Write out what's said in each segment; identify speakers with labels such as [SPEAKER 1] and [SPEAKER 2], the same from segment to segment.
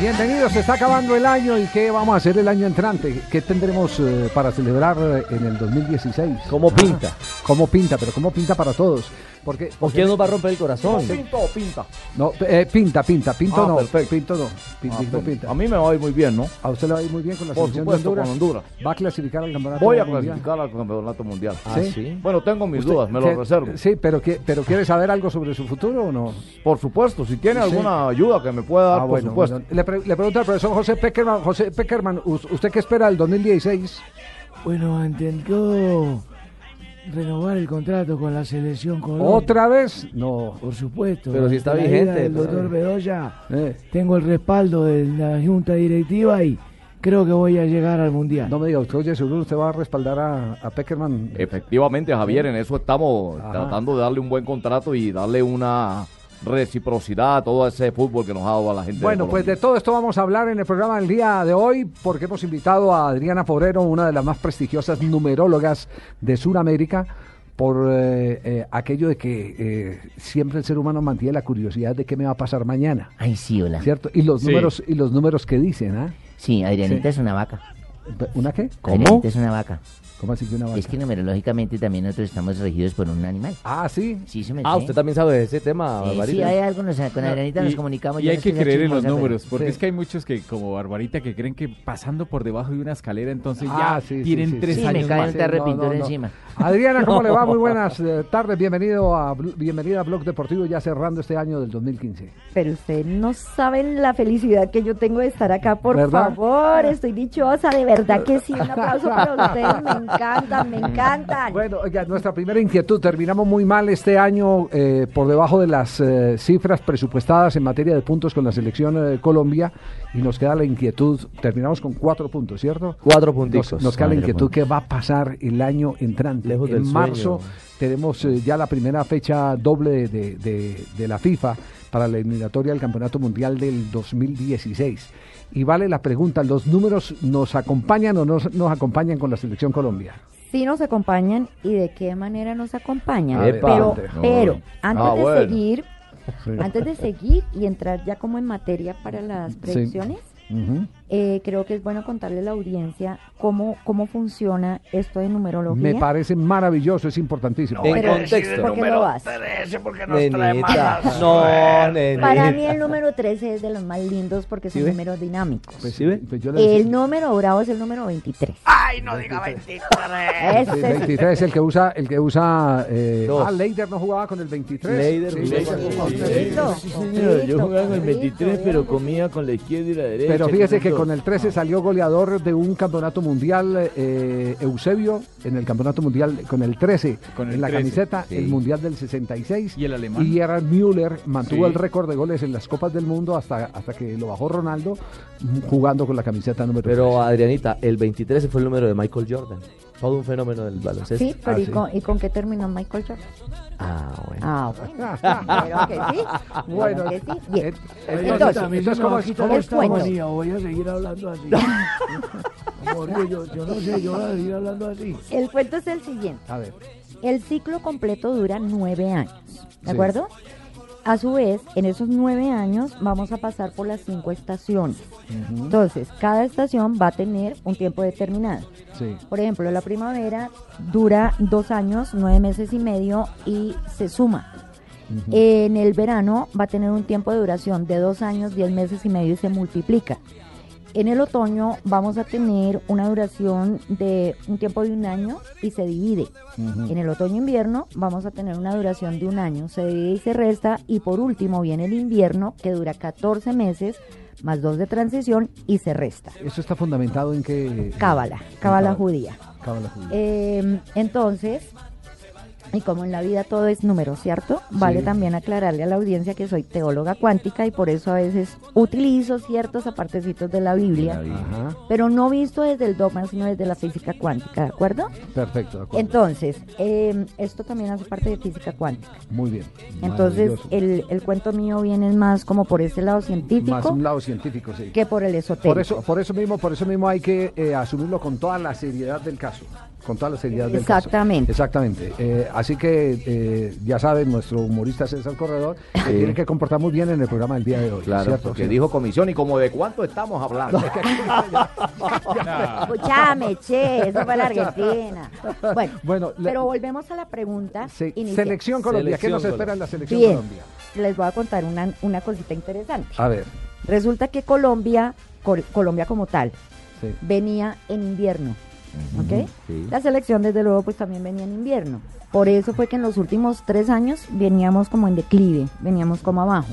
[SPEAKER 1] Bienvenidos, se está acabando el año y ¿qué vamos a hacer el año entrante? ¿Qué tendremos eh, para celebrar eh, en el 2016?
[SPEAKER 2] ¿Cómo pinta?
[SPEAKER 1] Ah, ¿Cómo pinta? Pero ¿cómo pinta para todos? Porque,
[SPEAKER 2] ¿O
[SPEAKER 1] porque-
[SPEAKER 2] quién nos va a romper el corazón?
[SPEAKER 3] ¿Pinto o pinta?
[SPEAKER 1] No, eh, pinta, pinta, pinto
[SPEAKER 3] Ah,
[SPEAKER 1] no,
[SPEAKER 3] perfecto.
[SPEAKER 1] pinto no, pin- dijo
[SPEAKER 3] Ah,
[SPEAKER 1] pinta.
[SPEAKER 3] A mí me va a ir muy bien, ¿no?
[SPEAKER 1] A usted le va a ir muy bien con la
[SPEAKER 3] Por
[SPEAKER 1] selección
[SPEAKER 3] supuesto,
[SPEAKER 1] de Honduras.
[SPEAKER 3] con Honduras.
[SPEAKER 1] Va a clasificar al campeonato
[SPEAKER 3] Voy a
[SPEAKER 1] mundial.
[SPEAKER 3] clasificar al campeonato mundial.
[SPEAKER 1] Ah, ¿sí?
[SPEAKER 3] Bueno, tengo mis
[SPEAKER 1] Usted-
[SPEAKER 3] dudas, me
[SPEAKER 1] que-
[SPEAKER 3] lo reservo.
[SPEAKER 1] Sí, pero, que- pero ¿quiere saber algo sobre su futuro o no?
[SPEAKER 3] Por supuesto, si tiene
[SPEAKER 1] Sí.
[SPEAKER 3] alguna ayuda que me pueda dar,
[SPEAKER 1] Ah,
[SPEAKER 3] por
[SPEAKER 1] bueno,
[SPEAKER 3] supuesto.
[SPEAKER 1] bueno. Le, pre- le pregunto al profesor José Peckerman, José Peckerman, ¿us- ¿usted qué espera del 2016?
[SPEAKER 4] Bueno, intentó renovar el contrato con la selección Colombia.
[SPEAKER 1] ¿Otra vez? No.
[SPEAKER 4] Por supuesto.
[SPEAKER 2] Pero si está
[SPEAKER 4] Ante la ida
[SPEAKER 2] vigente,
[SPEAKER 4] del
[SPEAKER 2] pues,
[SPEAKER 4] doctor
[SPEAKER 2] eh.
[SPEAKER 4] Bedoya,
[SPEAKER 1] Eh,
[SPEAKER 4] tengo el respaldo de la junta directiva y creo que voy a llegar al mundial.
[SPEAKER 1] no me diga, usted, oye, seguro usted va a respaldar a, a Peckerman.
[SPEAKER 3] Efectivamente, Javier, en eso estamos
[SPEAKER 1] Ajá.
[SPEAKER 3] tratando de darle un buen contrato y darle una reciprocidad a todo ese fútbol que nos ha dado a la gente. de
[SPEAKER 1] Bueno, pues
[SPEAKER 3] Colombia.
[SPEAKER 1] de todo esto vamos a hablar en el programa del día de hoy, porque hemos invitado a Adriana Forero, una de las más prestigiosas numerólogas de Sudamérica, por eh, eh, aquello de que eh, siempre el ser humano mantiene la curiosidad de qué me va a pasar mañana,
[SPEAKER 5] Ay, sí, hola.
[SPEAKER 1] ¿cierto? Y los
[SPEAKER 3] Sí.
[SPEAKER 1] números y los números que dicen, ¿ah?
[SPEAKER 5] Sí, Adrianita
[SPEAKER 1] Sí.
[SPEAKER 5] es una vaca.
[SPEAKER 1] ¿Una qué?
[SPEAKER 5] Adrianita es una vaca.
[SPEAKER 1] ¿Cómo así que una vaca?
[SPEAKER 5] Es que numerológicamente también nosotros estamos regidos por un animal.
[SPEAKER 1] Ah, sí.
[SPEAKER 5] Sí, se me
[SPEAKER 2] Ah,
[SPEAKER 5] sé.
[SPEAKER 2] usted también sabe de ese tema,
[SPEAKER 5] Eh,
[SPEAKER 2] Barbarita.
[SPEAKER 5] sí, hay algo, nos- con Adrianita nos comunicamos.
[SPEAKER 6] Y
[SPEAKER 5] yo
[SPEAKER 6] hay
[SPEAKER 5] no
[SPEAKER 6] que
[SPEAKER 5] soy una
[SPEAKER 6] creer en los
[SPEAKER 5] chismosa, pero-
[SPEAKER 6] números, porque
[SPEAKER 1] Sí.
[SPEAKER 6] es que hay muchos que, como Barbarita, que creen que pasando por debajo de una escalera, entonces
[SPEAKER 1] Ah,
[SPEAKER 6] ya
[SPEAKER 1] sí, sí,
[SPEAKER 6] tienen
[SPEAKER 1] sí, sí.
[SPEAKER 6] tres
[SPEAKER 5] Sí, me
[SPEAKER 6] años
[SPEAKER 5] cae
[SPEAKER 6] más.
[SPEAKER 5] un tarro de pintura encima.
[SPEAKER 1] Adriana, ¿cómo le va? Muy buenas eh, tardes, bienvenido a, Bl- bienvenida a Blog Deportivo, ya cerrando este año del 2015.
[SPEAKER 7] Pero ustedes no saben la felicidad que yo tengo de estar acá, por
[SPEAKER 1] ¿Verdad?
[SPEAKER 7] favor. Estoy dichosa, de verdad que sí. Un aplauso para ustedes, me encantan, me encantan.
[SPEAKER 1] Bueno, oiga, nuestra primera inquietud, terminamos muy mal este año eh, por debajo de las eh, cifras presupuestadas en materia de puntos con la selección eh, de Colombia y nos queda la inquietud, terminamos con cuatro puntos, ¿cierto?
[SPEAKER 2] Cuatro puntitos.
[SPEAKER 1] Nos, nos queda la
[SPEAKER 5] Cuatro
[SPEAKER 1] inquietud
[SPEAKER 5] puntos.
[SPEAKER 1] que va a pasar el año entrante.
[SPEAKER 2] Lejos
[SPEAKER 1] en
[SPEAKER 2] del
[SPEAKER 1] marzo
[SPEAKER 2] sueño.
[SPEAKER 1] tenemos eh, ya la primera fecha doble de, de- de la FIFA para la eliminatoria del Campeonato Mundial del 2016. Y vale la pregunta, ¿los números nos acompañan o no nos acompañan con la selección Colombia?
[SPEAKER 7] Sí nos acompañan y de qué manera nos acompañan.
[SPEAKER 3] A ver,
[SPEAKER 7] pero,
[SPEAKER 3] padre.
[SPEAKER 7] pero,
[SPEAKER 3] No.
[SPEAKER 7] antes
[SPEAKER 3] Ah,
[SPEAKER 7] de
[SPEAKER 3] bueno.
[SPEAKER 7] seguir, antes de seguir y entrar ya como en materia para las predicciones, eh, creo que es bueno contarle a la audiencia cómo, cómo funciona esto de numerología.
[SPEAKER 1] Me parece maravilloso, es importantísimo.
[SPEAKER 2] En
[SPEAKER 7] Pero,
[SPEAKER 2] contexto.
[SPEAKER 7] ¿por qué no vas?
[SPEAKER 2] Nenita. No, nenita.
[SPEAKER 7] Para mí el número 13 es de los más lindos porque son
[SPEAKER 2] ¿Sí ve?
[SPEAKER 7] números dinámicos.
[SPEAKER 1] Pues,
[SPEAKER 2] ¿Sí ve?
[SPEAKER 1] pues yo le
[SPEAKER 7] El
[SPEAKER 1] decía-
[SPEAKER 7] número bravo es el número 23.
[SPEAKER 1] Sí,
[SPEAKER 7] ¡Ay, no diga 23!
[SPEAKER 1] 23, el que usa, el que usa eh,
[SPEAKER 2] Dos.
[SPEAKER 1] ah, Leider no jugaba con el 23.
[SPEAKER 2] Leider
[SPEAKER 1] Sí,
[SPEAKER 2] jugaba
[SPEAKER 1] Leider
[SPEAKER 2] con el
[SPEAKER 1] jugaba con el
[SPEAKER 2] 23.
[SPEAKER 7] Sí, señor, yo jugaba con el 23, pero
[SPEAKER 4] comía con la izquierda y la derecha.
[SPEAKER 1] Pero fíjese que con el
[SPEAKER 6] Ah.
[SPEAKER 1] 13 salió goleador de un campeonato mundial, eh, Eusebio, en el campeonato mundial con el 13,
[SPEAKER 6] Con el
[SPEAKER 1] en la
[SPEAKER 6] 13,
[SPEAKER 1] camiseta,
[SPEAKER 2] sí.
[SPEAKER 1] el mundial del 66.
[SPEAKER 6] Y el alemán.
[SPEAKER 1] Y Gerhard Müller mantuvo
[SPEAKER 6] Sí.
[SPEAKER 1] el récord de goles en las Copas del Mundo hasta, hasta que lo bajó Ronaldo mm, jugando con la camiseta número 13.
[SPEAKER 2] Pero Adrianita, el 23 fue el número de Michael Jordan. Todo un fenómeno del baloncesto.
[SPEAKER 7] Sí, pero
[SPEAKER 1] Ah,
[SPEAKER 7] ¿y,
[SPEAKER 1] sí.
[SPEAKER 7] con, ¿y con qué terminó Michael Jordan?
[SPEAKER 2] Ah, bueno.
[SPEAKER 7] Ah, bueno. Claro que sí. Bueno, que sí. Bien. Entonces,
[SPEAKER 1] entonces, ¿cómo- cómo
[SPEAKER 7] les
[SPEAKER 1] estamos?
[SPEAKER 7] cuento.
[SPEAKER 4] voy a seguir hablando así. Amor, yo, yo no sé, yo voy a seguir hablando así.
[SPEAKER 7] El cuento es el siguiente.
[SPEAKER 1] A ver,
[SPEAKER 7] El ciclo completo dura nueve años,
[SPEAKER 1] Sí.
[SPEAKER 7] ¿de acuerdo? A su vez, en esos nueve años vamos a pasar por las cinco estaciones. Entonces, cada estación va a tener un tiempo determinado.
[SPEAKER 1] sí.
[SPEAKER 7] Por ejemplo, la primavera dura dos años, nueve meses y medio y se suma. En el verano va a tener un tiempo de duración de dos años, diez meses y medio y se multiplica. En el otoño vamos a tener una duración de un tiempo de un año y se divide.
[SPEAKER 8] Ujú.
[SPEAKER 7] En el otoño-invierno vamos a tener una duración de un año, se divide y se resta. Y por último viene el invierno que dura 14 meses más dos de transición y se resta.
[SPEAKER 1] Eso está fundamentado en que...
[SPEAKER 7] Cábala, cábala judía.
[SPEAKER 1] Cábala judía.
[SPEAKER 7] Eh, entonces, y como en la vida todo es número, ¿cierto? Vale
[SPEAKER 8] Sí.
[SPEAKER 7] también aclararle a la audiencia que soy teóloga cuántica y por eso a veces utilizo ciertos apartecitos de la Biblia,
[SPEAKER 1] Ajá.
[SPEAKER 7] pero no visto desde el dogma, sino desde la física cuántica, ¿de acuerdo?
[SPEAKER 1] Perfecto, de acuerdo.
[SPEAKER 7] Entonces, eh, esto también hace parte de física cuántica.
[SPEAKER 1] Muy bien.
[SPEAKER 7] Entonces,
[SPEAKER 1] Maravilloso.
[SPEAKER 7] el, el cuento mío viene más como por ese lado
[SPEAKER 1] Más
[SPEAKER 7] científico
[SPEAKER 1] un lado científico, sí.
[SPEAKER 7] que por el esotérico.
[SPEAKER 1] Por eso, por eso mismo, por eso mismo hay que eh, asumirlo con toda la seriedad del caso. Con toda la seriedad del caso.
[SPEAKER 7] Exactamente.
[SPEAKER 1] Exactamente. Eh, así que eh, ya saben, nuestro humorista César Corredor se
[SPEAKER 3] Sí.
[SPEAKER 1] tiene que comportar muy bien en el programa del día de hoy.
[SPEAKER 3] Claro,
[SPEAKER 1] ¿cierto?
[SPEAKER 3] porque
[SPEAKER 1] Sí.
[SPEAKER 3] dijo comisión y como de cuánto estamos hablando.
[SPEAKER 7] Escuchame, che, eso fue la Argentina. Bueno,
[SPEAKER 1] Bueno, la-
[SPEAKER 7] pero volvemos a la pregunta.
[SPEAKER 1] se-
[SPEAKER 7] inicial.
[SPEAKER 1] selección Colombia, ¿qué nos espera en la selección
[SPEAKER 7] Bien,
[SPEAKER 1] Colombia?
[SPEAKER 7] les voy a contar una, una cosita interesante.
[SPEAKER 1] A ver,
[SPEAKER 7] Resulta que Colombia, Col- Colombia como tal,
[SPEAKER 1] sí.
[SPEAKER 7] venía en invierno. ¿Ok?
[SPEAKER 1] Sí.
[SPEAKER 7] La selección, desde luego, pues también venía en invierno. Por eso fue que en los últimos tres años veníamos como en declive, veníamos como abajo.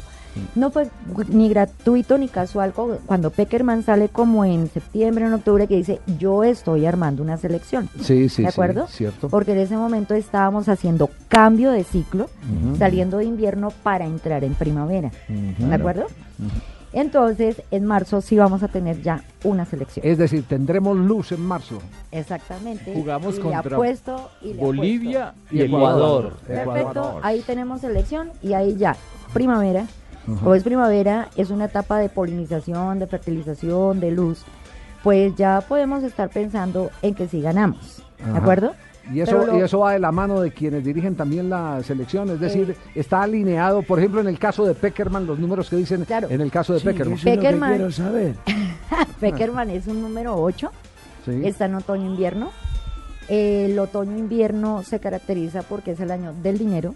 [SPEAKER 7] No fue ni gratuito ni casual co- cuando Peckerman sale como en septiembre, en octubre, que dice, yo estoy armando una selección.
[SPEAKER 1] Sí, sí,
[SPEAKER 7] ¿De
[SPEAKER 1] sí,
[SPEAKER 7] acuerdo?
[SPEAKER 1] cierto.
[SPEAKER 7] Porque en ese momento estábamos haciendo cambio de ciclo,
[SPEAKER 1] Ujú.
[SPEAKER 7] saliendo de invierno para entrar en primavera. ¿De
[SPEAKER 1] Claro.
[SPEAKER 7] acuerdo? Entonces, en marzo sí vamos a tener ya una selección.
[SPEAKER 1] Es decir, tendremos luz en marzo.
[SPEAKER 7] Exactamente.
[SPEAKER 6] Jugamos
[SPEAKER 7] y Le
[SPEAKER 6] contra
[SPEAKER 7] apuesto, y le
[SPEAKER 6] Bolivia
[SPEAKER 7] apuesto.
[SPEAKER 6] y Ecuador.
[SPEAKER 7] Perfecto, ahí tenemos selección y ahí ya, primavera.
[SPEAKER 8] Ujú.
[SPEAKER 7] Como es primavera, es una etapa de polinización, de fertilización, de luz. Pues ya podemos estar pensando en que sí ganamos, ¿de
[SPEAKER 1] Ajá.
[SPEAKER 7] acuerdo?
[SPEAKER 1] Y
[SPEAKER 7] Pero
[SPEAKER 1] eso,
[SPEAKER 7] lo-
[SPEAKER 1] y eso va de la mano de quienes dirigen también la selección, es decir, está alineado, por ejemplo, en el caso de Peckerman, los números que dicen en el caso de Peckerman.
[SPEAKER 7] eso es lo que Peckerman. quiero
[SPEAKER 1] saber.
[SPEAKER 7] Peckerman es un número 8, está en otoño-invierno. El otoño-invierno se caracteriza porque es el año del dinero,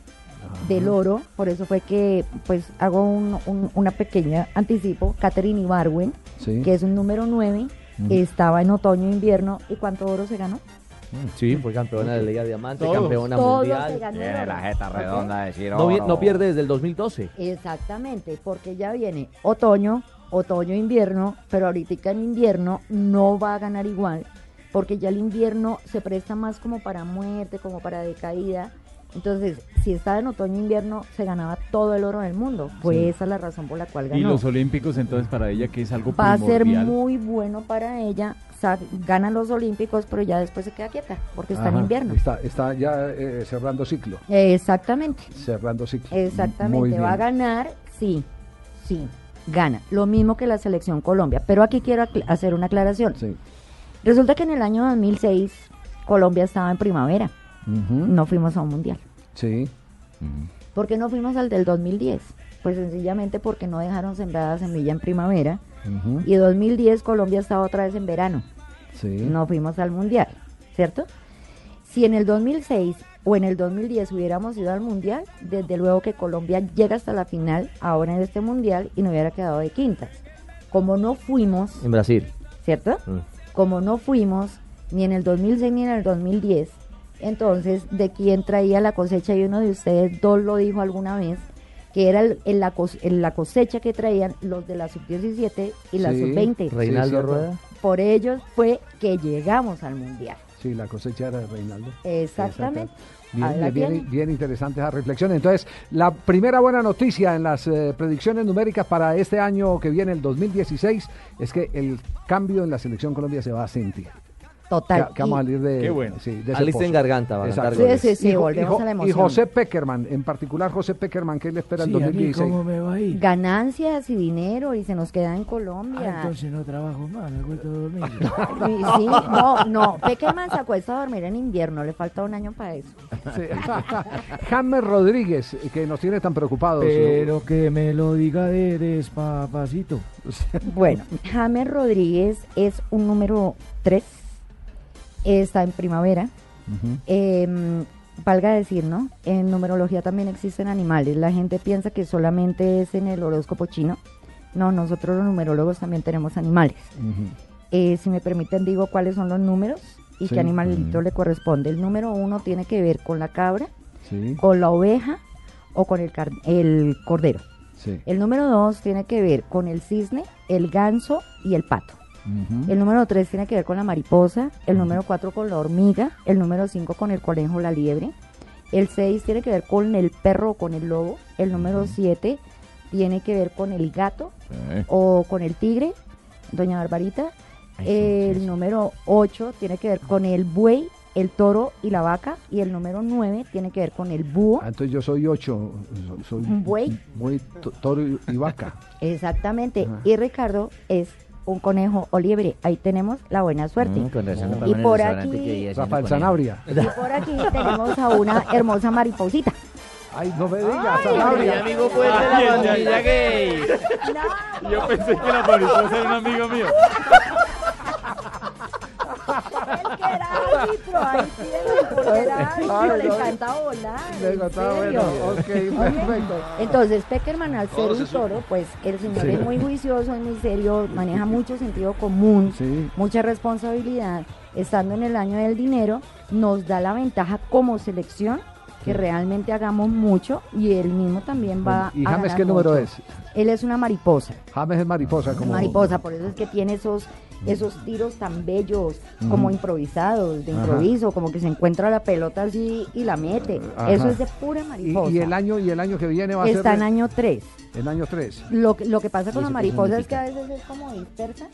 [SPEAKER 7] del oro, por eso fue que pues hago un- un- una pequeña anticipo, Catherine Ibarwen,
[SPEAKER 3] Sí.
[SPEAKER 7] que es un número 9,
[SPEAKER 2] Mm.
[SPEAKER 7] estaba en otoño-invierno, ¿y cuánto oro se ganó?
[SPEAKER 2] Sí, fue campeona de Liga Diamante,
[SPEAKER 7] Todos.
[SPEAKER 2] campeona
[SPEAKER 7] Todos se
[SPEAKER 2] mundial.
[SPEAKER 7] ganó el Tiene la oro. jeta redonda
[SPEAKER 3] de decir
[SPEAKER 2] No, vi-
[SPEAKER 3] oro.
[SPEAKER 2] no pierde desde el 2012.
[SPEAKER 7] Exactamente, porque ya viene otoño, otoño-invierno, pero ahorita en invierno no va a ganar igual, porque ya el invierno se presta más como para muerte, como para decaída. Entonces, si estaba en otoño-invierno, se ganaba todo el oro del mundo. Fue
[SPEAKER 6] Sí.
[SPEAKER 7] esa la razón por la cual ganó.
[SPEAKER 6] Y los olímpicos, entonces, para ella, que es algo
[SPEAKER 7] Va a ser
[SPEAKER 6] primordial.
[SPEAKER 7] muy bueno para ella. sa- Gana los Olímpicos, pero ya después se queda quieta, porque está en invierno.
[SPEAKER 1] Está, está ya eh, cerrando ciclo.
[SPEAKER 7] Exactamente.
[SPEAKER 1] Cerrando ciclo. Muy
[SPEAKER 7] Exactamente,
[SPEAKER 1] bien.
[SPEAKER 7] va a ganar, sí, sí, gana. Lo mismo que la selección Colombia, pero aquí quiero acla- hacer una aclaración. Resulta que en el año 2006 Colombia estaba en primavera, no fuimos a un mundial.
[SPEAKER 1] Sí.
[SPEAKER 7] ¿Por qué no fuimos al del 2010? Pues sencillamente porque no dejaron sembrada semilla en primavera
[SPEAKER 1] Ujú.
[SPEAKER 7] y 2010 Colombia estaba otra vez en verano.
[SPEAKER 1] Sí.
[SPEAKER 7] No fuimos al mundial, ¿cierto? Si en el 2006 o en el 2010 hubiéramos ido al mundial, desde luego que Colombia llega hasta la final ahora en este mundial y no hubiera quedado de quintas. Como no fuimos,
[SPEAKER 2] En Brasil.
[SPEAKER 7] ¿cierto? Como no fuimos ni en el 2006 ni en el 2010, entonces de quién traía la cosecha y uno de ustedes dos lo dijo alguna vez que era el- en la, cos- en la cosecha que traían los de la sub-17 y la
[SPEAKER 1] Sí,
[SPEAKER 7] sub-20.
[SPEAKER 1] sí, Reinaldo cierto. Rueda.
[SPEAKER 7] Por ellos fue que llegamos al Mundial.
[SPEAKER 1] Sí, la cosecha era de Reinaldo.
[SPEAKER 7] Exactamente.
[SPEAKER 1] Bien,
[SPEAKER 7] Ahí la
[SPEAKER 1] bien, bien,
[SPEAKER 7] tiene.
[SPEAKER 1] bien interesante esa reflexión. Entonces, la primera buena noticia en las eh, predicciones numéricas para este año que viene, el 2016, es que el cambio en la selección Colombia se va a sentir.
[SPEAKER 7] Total.
[SPEAKER 1] Que, que vamos a salir de.
[SPEAKER 2] Qué bueno.
[SPEAKER 1] sí, de ese
[SPEAKER 2] Alisten
[SPEAKER 1] pozo.
[SPEAKER 2] Garganta va a
[SPEAKER 1] Exacto.
[SPEAKER 2] cantar goles. Sí, sí, sí,
[SPEAKER 1] Y Jo-
[SPEAKER 2] volvemos
[SPEAKER 1] y Jo-
[SPEAKER 2] a la
[SPEAKER 1] Y
[SPEAKER 2] emoción.
[SPEAKER 1] José Peckerman, en particular José Peckerman, ¿qué le espera el
[SPEAKER 4] Sí, a mí,
[SPEAKER 1] 2016?
[SPEAKER 4] ¿cómo me va a ir?
[SPEAKER 7] Ganancias y dinero y se nos queda en
[SPEAKER 4] Ah,
[SPEAKER 7] Colombia.
[SPEAKER 4] entonces no trabajo más, me acuesto a dormir.
[SPEAKER 7] Sí, sí, no, no. Peckerman se acuesta a dormir en invierno, le falta un año para eso.
[SPEAKER 1] Sí. James Rodríguez, que nos tiene tan preocupados.
[SPEAKER 4] Pero que me lo diga de despapacito.
[SPEAKER 7] Bueno, James Rodríguez es un número 3. Está en primavera. Eh, valga decir, ¿no? En numerología también existen animales. La gente piensa que solamente es en el horóscopo chino. No, nosotros los numerólogos también tenemos animales. Eh, si me permiten, digo cuáles son los números y
[SPEAKER 1] Sí.
[SPEAKER 7] qué animalito le corresponde. El número uno tiene que ver con la cabra, con la oveja o con el, car- el cordero.
[SPEAKER 1] Sí.
[SPEAKER 7] El número dos tiene que ver con el cisne, el ganso y el pato.
[SPEAKER 1] Ujú.
[SPEAKER 7] El número 3 tiene que ver con la mariposa, el número 4 con la hormiga, el número 5 con el conejo o la liebre, el 6 tiene que ver con el perro o con el lobo, el número 7 tiene que ver con el gato
[SPEAKER 3] Sí.
[SPEAKER 7] o con el tigre, doña Barbarita, el número 8 tiene que ver con el buey, el toro y la vaca, y el número 9 tiene que ver con el búho.
[SPEAKER 1] Ah, entonces yo soy ocho. so- Soy
[SPEAKER 7] Un buey.
[SPEAKER 1] buey, to- toro y y vaca.
[SPEAKER 7] Exactamente,
[SPEAKER 1] Ajá.
[SPEAKER 7] y Ricardo es un conejo o liebre, ahí tenemos la buena suerte.
[SPEAKER 5] Mm, con razón,
[SPEAKER 7] Y
[SPEAKER 5] no pagó en el
[SPEAKER 7] por
[SPEAKER 5] restaurante
[SPEAKER 7] aquí-
[SPEAKER 5] que vivía haciendo
[SPEAKER 1] Rafael
[SPEAKER 5] con él.
[SPEAKER 1] Sanabria.
[SPEAKER 7] Y por aquí tenemos a una hermosa mariposita.
[SPEAKER 1] Ay, no me digas, Ah, Sanabria.
[SPEAKER 2] amigo pues de la pandilla gay.
[SPEAKER 6] Yo pensé que la mariposa era un amigo mío.
[SPEAKER 7] El que era árbitro, ahí sí, el que era árbitro, le encanta volar.
[SPEAKER 1] Le
[SPEAKER 7] en
[SPEAKER 1] encantaba
[SPEAKER 7] serio.
[SPEAKER 1] volar, ok,
[SPEAKER 7] Oye,
[SPEAKER 1] perfecto.
[SPEAKER 7] Entonces, Peckerman, al ser un toro, pues el señor es muy juicioso, es muy serio, maneja mucho sentido común,
[SPEAKER 1] Sí.
[SPEAKER 7] mucha responsabilidad. Estando en el año del dinero, nos da la ventaja como selección que realmente hagamos mucho y él mismo también va
[SPEAKER 1] ¿Y
[SPEAKER 7] a
[SPEAKER 1] James
[SPEAKER 7] ganar
[SPEAKER 1] qué número
[SPEAKER 7] mucho.
[SPEAKER 1] es?
[SPEAKER 7] Él es una mariposa.
[SPEAKER 1] James es mariposa. Como...
[SPEAKER 7] mariposa, por eso es que tiene esos
[SPEAKER 1] Mm.
[SPEAKER 7] esos tiros tan bellos, como improvisados, de improviso, como que se encuentra la pelota así y la mete.
[SPEAKER 1] Ajá.
[SPEAKER 7] Eso es de pura
[SPEAKER 1] Y,
[SPEAKER 7] mariposa.
[SPEAKER 1] y el año, y el año que viene va a
[SPEAKER 7] Está
[SPEAKER 1] ser
[SPEAKER 7] en año 3.
[SPEAKER 1] el año 3.
[SPEAKER 7] Lo, que- lo que pasa con
[SPEAKER 5] ¿Y eso
[SPEAKER 7] la
[SPEAKER 5] qué
[SPEAKER 7] mariposa es que a
[SPEAKER 5] significa?
[SPEAKER 7] veces es como dispersa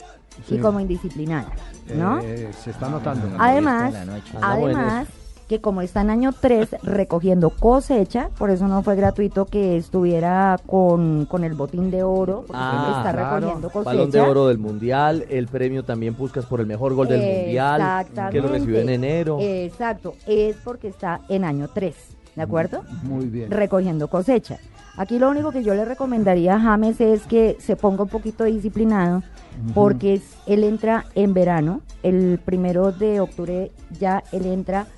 [SPEAKER 1] Sí. Eh,
[SPEAKER 7] y como indisciplinada, ¿no?
[SPEAKER 1] se está notando.
[SPEAKER 5] Ah,
[SPEAKER 7] Además,
[SPEAKER 5] molesta en la noche.
[SPEAKER 2] Ah, bueno.
[SPEAKER 7] además que como está en año 3 recogiendo cosecha, por eso no fue gratuito que estuviera con, con el botín de oro, porque
[SPEAKER 2] Ah,
[SPEAKER 7] está
[SPEAKER 1] claro.
[SPEAKER 7] recogiendo cosecha.
[SPEAKER 2] Balón de oro del mundial, el premio también buscas por el mejor gol del mundial, que lo recibió en
[SPEAKER 7] Exactamente.
[SPEAKER 2] enero.
[SPEAKER 7] Exacto, es porque está en año 3, ¿de acuerdo?
[SPEAKER 1] Muy bien.
[SPEAKER 7] Recogiendo cosecha. Aquí lo único que yo le recomendaría a James es que se ponga un poquito disciplinado, porque es- él entra en verano, el primero de octubre ya él entra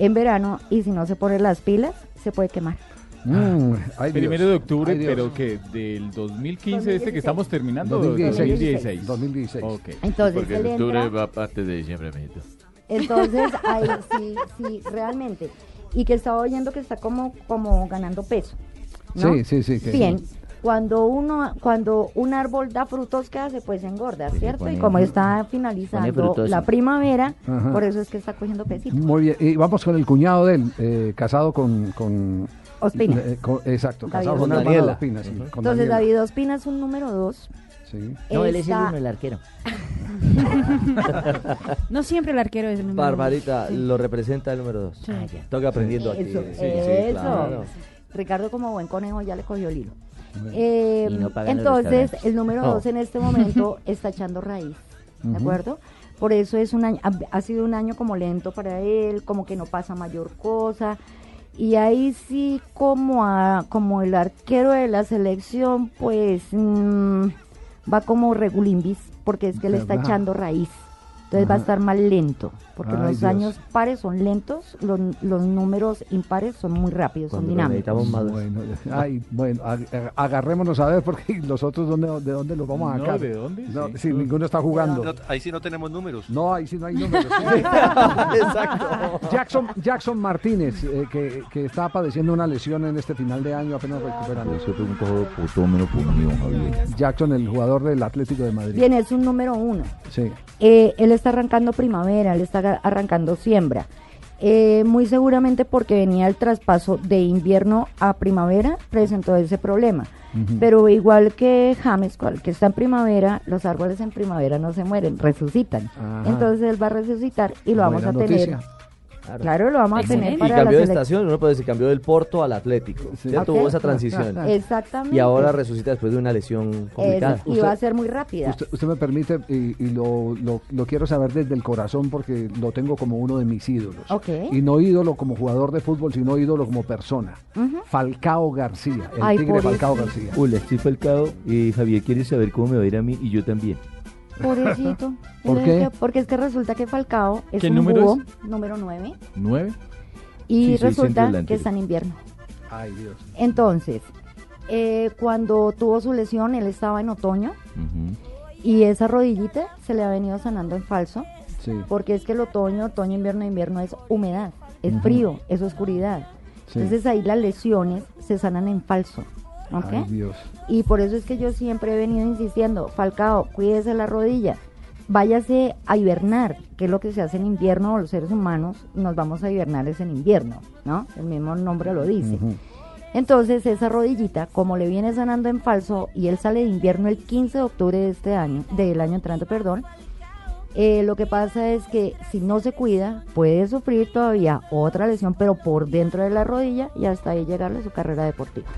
[SPEAKER 7] en verano y si no se pone las pilas, se puede quemar.
[SPEAKER 1] Mm, ay, Dios.
[SPEAKER 6] Primero de octubre,
[SPEAKER 1] Ay, Dios.
[SPEAKER 6] pero que del 2015, este
[SPEAKER 7] 2016.
[SPEAKER 6] que estamos terminando,
[SPEAKER 1] 2016.
[SPEAKER 6] 2016.
[SPEAKER 1] 2016.
[SPEAKER 6] Ok.
[SPEAKER 7] Entonces, él
[SPEAKER 8] Porque octubre
[SPEAKER 7] entra-
[SPEAKER 8] va parte de diciembre, amiguito.
[SPEAKER 7] Entonces, ahí sí, sí, realmente. Y que estaba oyendo que está como, como ganando peso. ¿no?
[SPEAKER 1] Sí, sí, sí, que-
[SPEAKER 7] Bien. Cuando uno, cuando un árbol da frutos, ¿qué hace? Pues engorda,
[SPEAKER 5] se
[SPEAKER 7] ¿cierto? Y
[SPEAKER 5] pone-
[SPEAKER 7] como está finalizando
[SPEAKER 5] frutoso.
[SPEAKER 7] la primavera,
[SPEAKER 1] Ajá.
[SPEAKER 7] por eso es que está cogiendo pesito.
[SPEAKER 1] Muy bien. Y vamos con el cuñado de él, eh, casado con. con
[SPEAKER 7] Ospina.
[SPEAKER 1] eh, con- exacto,
[SPEAKER 7] David
[SPEAKER 1] casado con
[SPEAKER 2] Ospina.
[SPEAKER 1] Daniela.
[SPEAKER 2] Daniela.
[SPEAKER 1] Ospina, sí, con
[SPEAKER 7] Entonces,
[SPEAKER 1] Daniela.
[SPEAKER 7] David Ospina es un número dos.
[SPEAKER 1] Sí.
[SPEAKER 5] No, él es el
[SPEAKER 7] Está-
[SPEAKER 5] uno, el arquero.
[SPEAKER 9] No siempre el arquero es el número
[SPEAKER 2] Barbarita lo representa el número 2.
[SPEAKER 5] Ah, ya.
[SPEAKER 2] Toca aprendiendo aquí.
[SPEAKER 7] Eso,
[SPEAKER 2] Sí,
[SPEAKER 7] eso.
[SPEAKER 2] sí, claro.
[SPEAKER 7] Ricardo como buen conejo ya le cogió el hilo. Eh,
[SPEAKER 5] Y no pagan los
[SPEAKER 7] entonces,
[SPEAKER 5] restaurantes.
[SPEAKER 7] el número
[SPEAKER 2] Oh.
[SPEAKER 7] dos en este momento está echando raíz, ¿de acuerdo? Por eso es un año, ha, ha sido un año como lento para él, como que no pasa mayor cosa. Y ahí sí, como, a- como el arquero de la selección, pues mm, va como regulimbis, porque es que le está
[SPEAKER 1] Ajá.
[SPEAKER 7] echando raíz. Entonces va a estar más lento, porque
[SPEAKER 1] Ay,
[SPEAKER 7] los
[SPEAKER 1] Dios.
[SPEAKER 7] años pares son lentos, los, los números impares son muy rápidos, son
[SPEAKER 2] Cuando lo
[SPEAKER 7] dinámicos.
[SPEAKER 2] necesitamos más.
[SPEAKER 1] Bueno, ay, bueno, ag- agárrémonos a ver porque los otros dónde, de dónde los vamos a
[SPEAKER 6] No,
[SPEAKER 1] sacar.
[SPEAKER 6] ¿de dónde?
[SPEAKER 1] No,
[SPEAKER 6] Sí.
[SPEAKER 1] sí, ninguno está jugando.
[SPEAKER 8] ahí sí no tenemos números.
[SPEAKER 1] No, ahí sí no hay números.
[SPEAKER 2] Exacto.
[SPEAKER 1] Jackson, Jackson Martínez, eh, que, que está padeciendo una lesión en este final de año, apenas recuperándose. Jackson, el jugador del Atlético de Madrid.
[SPEAKER 7] Bien, es un número uno.
[SPEAKER 1] Sí.
[SPEAKER 7] Eh, él está arrancando primavera, él está aga- arrancando siembra. Eh, muy seguramente porque venía el traspaso de invierno a primavera, presentó ese problema. Pero igual que James, cual- que está en primavera, los árboles en primavera no se mueren, resucitan.
[SPEAKER 1] Ajá.
[SPEAKER 7] Entonces él va a resucitar y lo vamos
[SPEAKER 1] Buena
[SPEAKER 7] a tener.
[SPEAKER 1] noticia.
[SPEAKER 7] Claro. lo vamos a tener
[SPEAKER 2] Y
[SPEAKER 7] para la
[SPEAKER 2] cambió de
[SPEAKER 7] selección.
[SPEAKER 2] estación, uno puede decir, cambió del Porto al Atlético. Ya
[SPEAKER 7] Ok.
[SPEAKER 2] tuvo esa transición.
[SPEAKER 8] Ah,
[SPEAKER 7] Exactamente.
[SPEAKER 2] Y ahora resucita después de una lesión complicada.
[SPEAKER 7] Eso, y va a ser muy rápida.
[SPEAKER 1] Usted, usted me permite, y, y lo, lo- lo quiero saber desde el corazón porque lo tengo como uno de mis ídolos.
[SPEAKER 7] Ok.
[SPEAKER 1] Y no ídolo como jugador de fútbol, sino ídolo como persona.
[SPEAKER 7] Ujú.
[SPEAKER 1] Falcao García, el
[SPEAKER 7] Ay,
[SPEAKER 1] tigre Falcao
[SPEAKER 7] pobrecito.
[SPEAKER 1] García.
[SPEAKER 8] Hola, soy Falcao. Eh, Javier quiere saber cómo me va a ir a mí y yo también.
[SPEAKER 7] Pobrecito.
[SPEAKER 1] ¿Por
[SPEAKER 7] Es
[SPEAKER 1] qué?
[SPEAKER 7] que- Porque es que resulta que Falcao es
[SPEAKER 6] ¿Qué
[SPEAKER 7] un
[SPEAKER 6] número
[SPEAKER 7] búho,
[SPEAKER 6] es?
[SPEAKER 7] número 9,
[SPEAKER 6] ¿Nueve?
[SPEAKER 7] y
[SPEAKER 8] Sí, soy
[SPEAKER 7] resulta
[SPEAKER 8] centrodelantero.
[SPEAKER 7] que está en invierno.
[SPEAKER 1] Ay, Dios.
[SPEAKER 7] Entonces, eh, cuando tuvo su lesión, él estaba en otoño y esa rodillita se le ha venido sanando en falso.
[SPEAKER 1] Sí.
[SPEAKER 7] Porque es que el otoño, otoño, invierno, invierno es humedad, es
[SPEAKER 1] Ujú.
[SPEAKER 7] frío, es oscuridad.
[SPEAKER 1] Sí.
[SPEAKER 7] Entonces ahí las lesiones se sanan en falso. ¿ok?
[SPEAKER 1] Ay, Dios.
[SPEAKER 7] Y por eso es que yo siempre he venido insistiendo, Falcao, cuídese la rodilla, váyase a hibernar, que es lo que se hace en invierno, los seres humanos nos vamos a hibernar es en invierno, ¿no? El mismo nombre lo dice. Entonces esa rodillita, como le viene sanando en falso y él sale de invierno el 15 de octubre de este año, del año entrante, perdón, eh, lo que pasa es que si no se cuida, puede sufrir todavía otra lesión, pero por dentro de la rodilla y hasta ahí llegarle su carrera deportiva.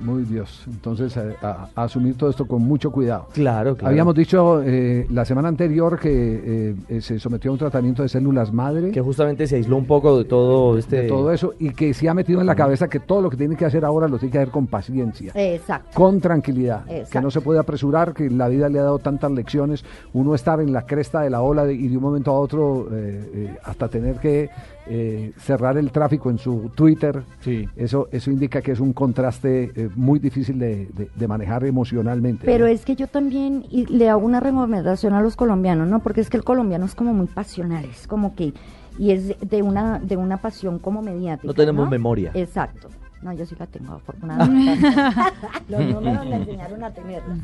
[SPEAKER 1] Muy Dios. Entonces, eh, a, a asumir todo esto con mucho cuidado.
[SPEAKER 2] Claro, claro.
[SPEAKER 1] Habíamos dicho eh, la semana anterior que eh, eh, se sometió a un tratamiento de células madre.
[SPEAKER 2] Que justamente se aisló un poco de todo este...
[SPEAKER 1] de todo eso y que se ha metido en la cabeza que todo lo que tiene que hacer ahora lo tiene que hacer con paciencia.
[SPEAKER 7] Exacto.
[SPEAKER 1] Con tranquilidad, que
[SPEAKER 7] Exacto.
[SPEAKER 1] no se puede apresurar, que la vida le ha dado tantas lecciones, uno estar en la cresta de la ola de- y de un momento a otro eh, eh, hasta tener que eh, cerrar el tráfico en su Twitter, eso, eso indica que es un contraste eh, muy difícil de, de- de manejar emocionalmente.
[SPEAKER 7] Pero
[SPEAKER 1] ¿no?
[SPEAKER 7] es que yo también y le hago una recomendación a los colombianos, ¿no? Porque es que el colombiano es como muy pasional, es como que y es de una de una pasión como mediática.
[SPEAKER 2] No tenemos memoria.
[SPEAKER 7] Exacto. No, yo sí la tengo, afortunadamente. los números me enseñaron a tenerla.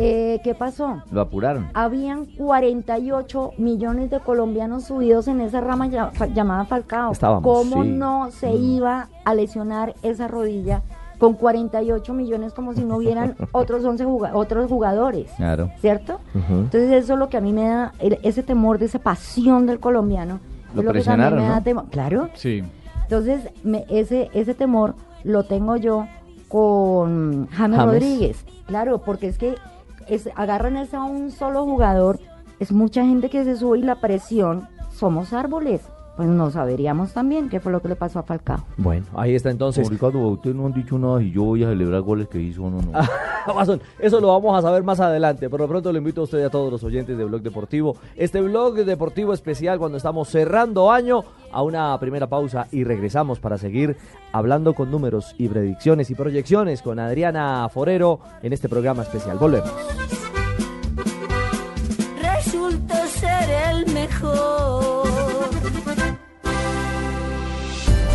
[SPEAKER 7] Eh, ¿Qué pasó?
[SPEAKER 3] Lo apuraron.
[SPEAKER 7] Habían 48 millones de colombianos subidos en esa rama ya- fa- llamada Falcao.
[SPEAKER 2] Estábamos,
[SPEAKER 7] ¿Cómo
[SPEAKER 2] sí.
[SPEAKER 7] no se
[SPEAKER 6] Mm.
[SPEAKER 7] iba a lesionar esa rodilla con 48 millones como si no hubieran otros 11 juga- otros jugadores?
[SPEAKER 6] Ah.
[SPEAKER 2] Claro.
[SPEAKER 7] ¿Cierto? Entonces eso es lo que a mí me da, el- ese temor de esa pasión del colombiano.
[SPEAKER 6] Lo
[SPEAKER 7] es lo que también
[SPEAKER 6] presionaron,
[SPEAKER 7] me da
[SPEAKER 6] ¿no?
[SPEAKER 7] temor. Claro.
[SPEAKER 6] Sí.
[SPEAKER 7] Entonces me- ese, ese temor lo tengo yo con James,
[SPEAKER 6] James.
[SPEAKER 7] Rodríguez. Claro, porque es que es, agarran esa a un solo jugador, es mucha gente que se sube y la presión, somos árboles. Pues nos saberíamos también qué fue lo que le pasó a Falcao.
[SPEAKER 2] Bueno, ahí está entonces.
[SPEAKER 8] Ricardo, ustedes no han dicho nada y yo voy a celebrar goles que hizo uno, no.
[SPEAKER 2] Amazon. Eso lo vamos a saber más adelante. Por lo pronto lo invito a usted y a todos los oyentes de Blog Deportivo. Este Blog Deportivo especial cuando estamos cerrando año a una primera pausa y regresamos para seguir hablando con números y predicciones y proyecciones con Adriana Forero en este programa especial. Volvemos.
[SPEAKER 10] Resulta ser el mejor.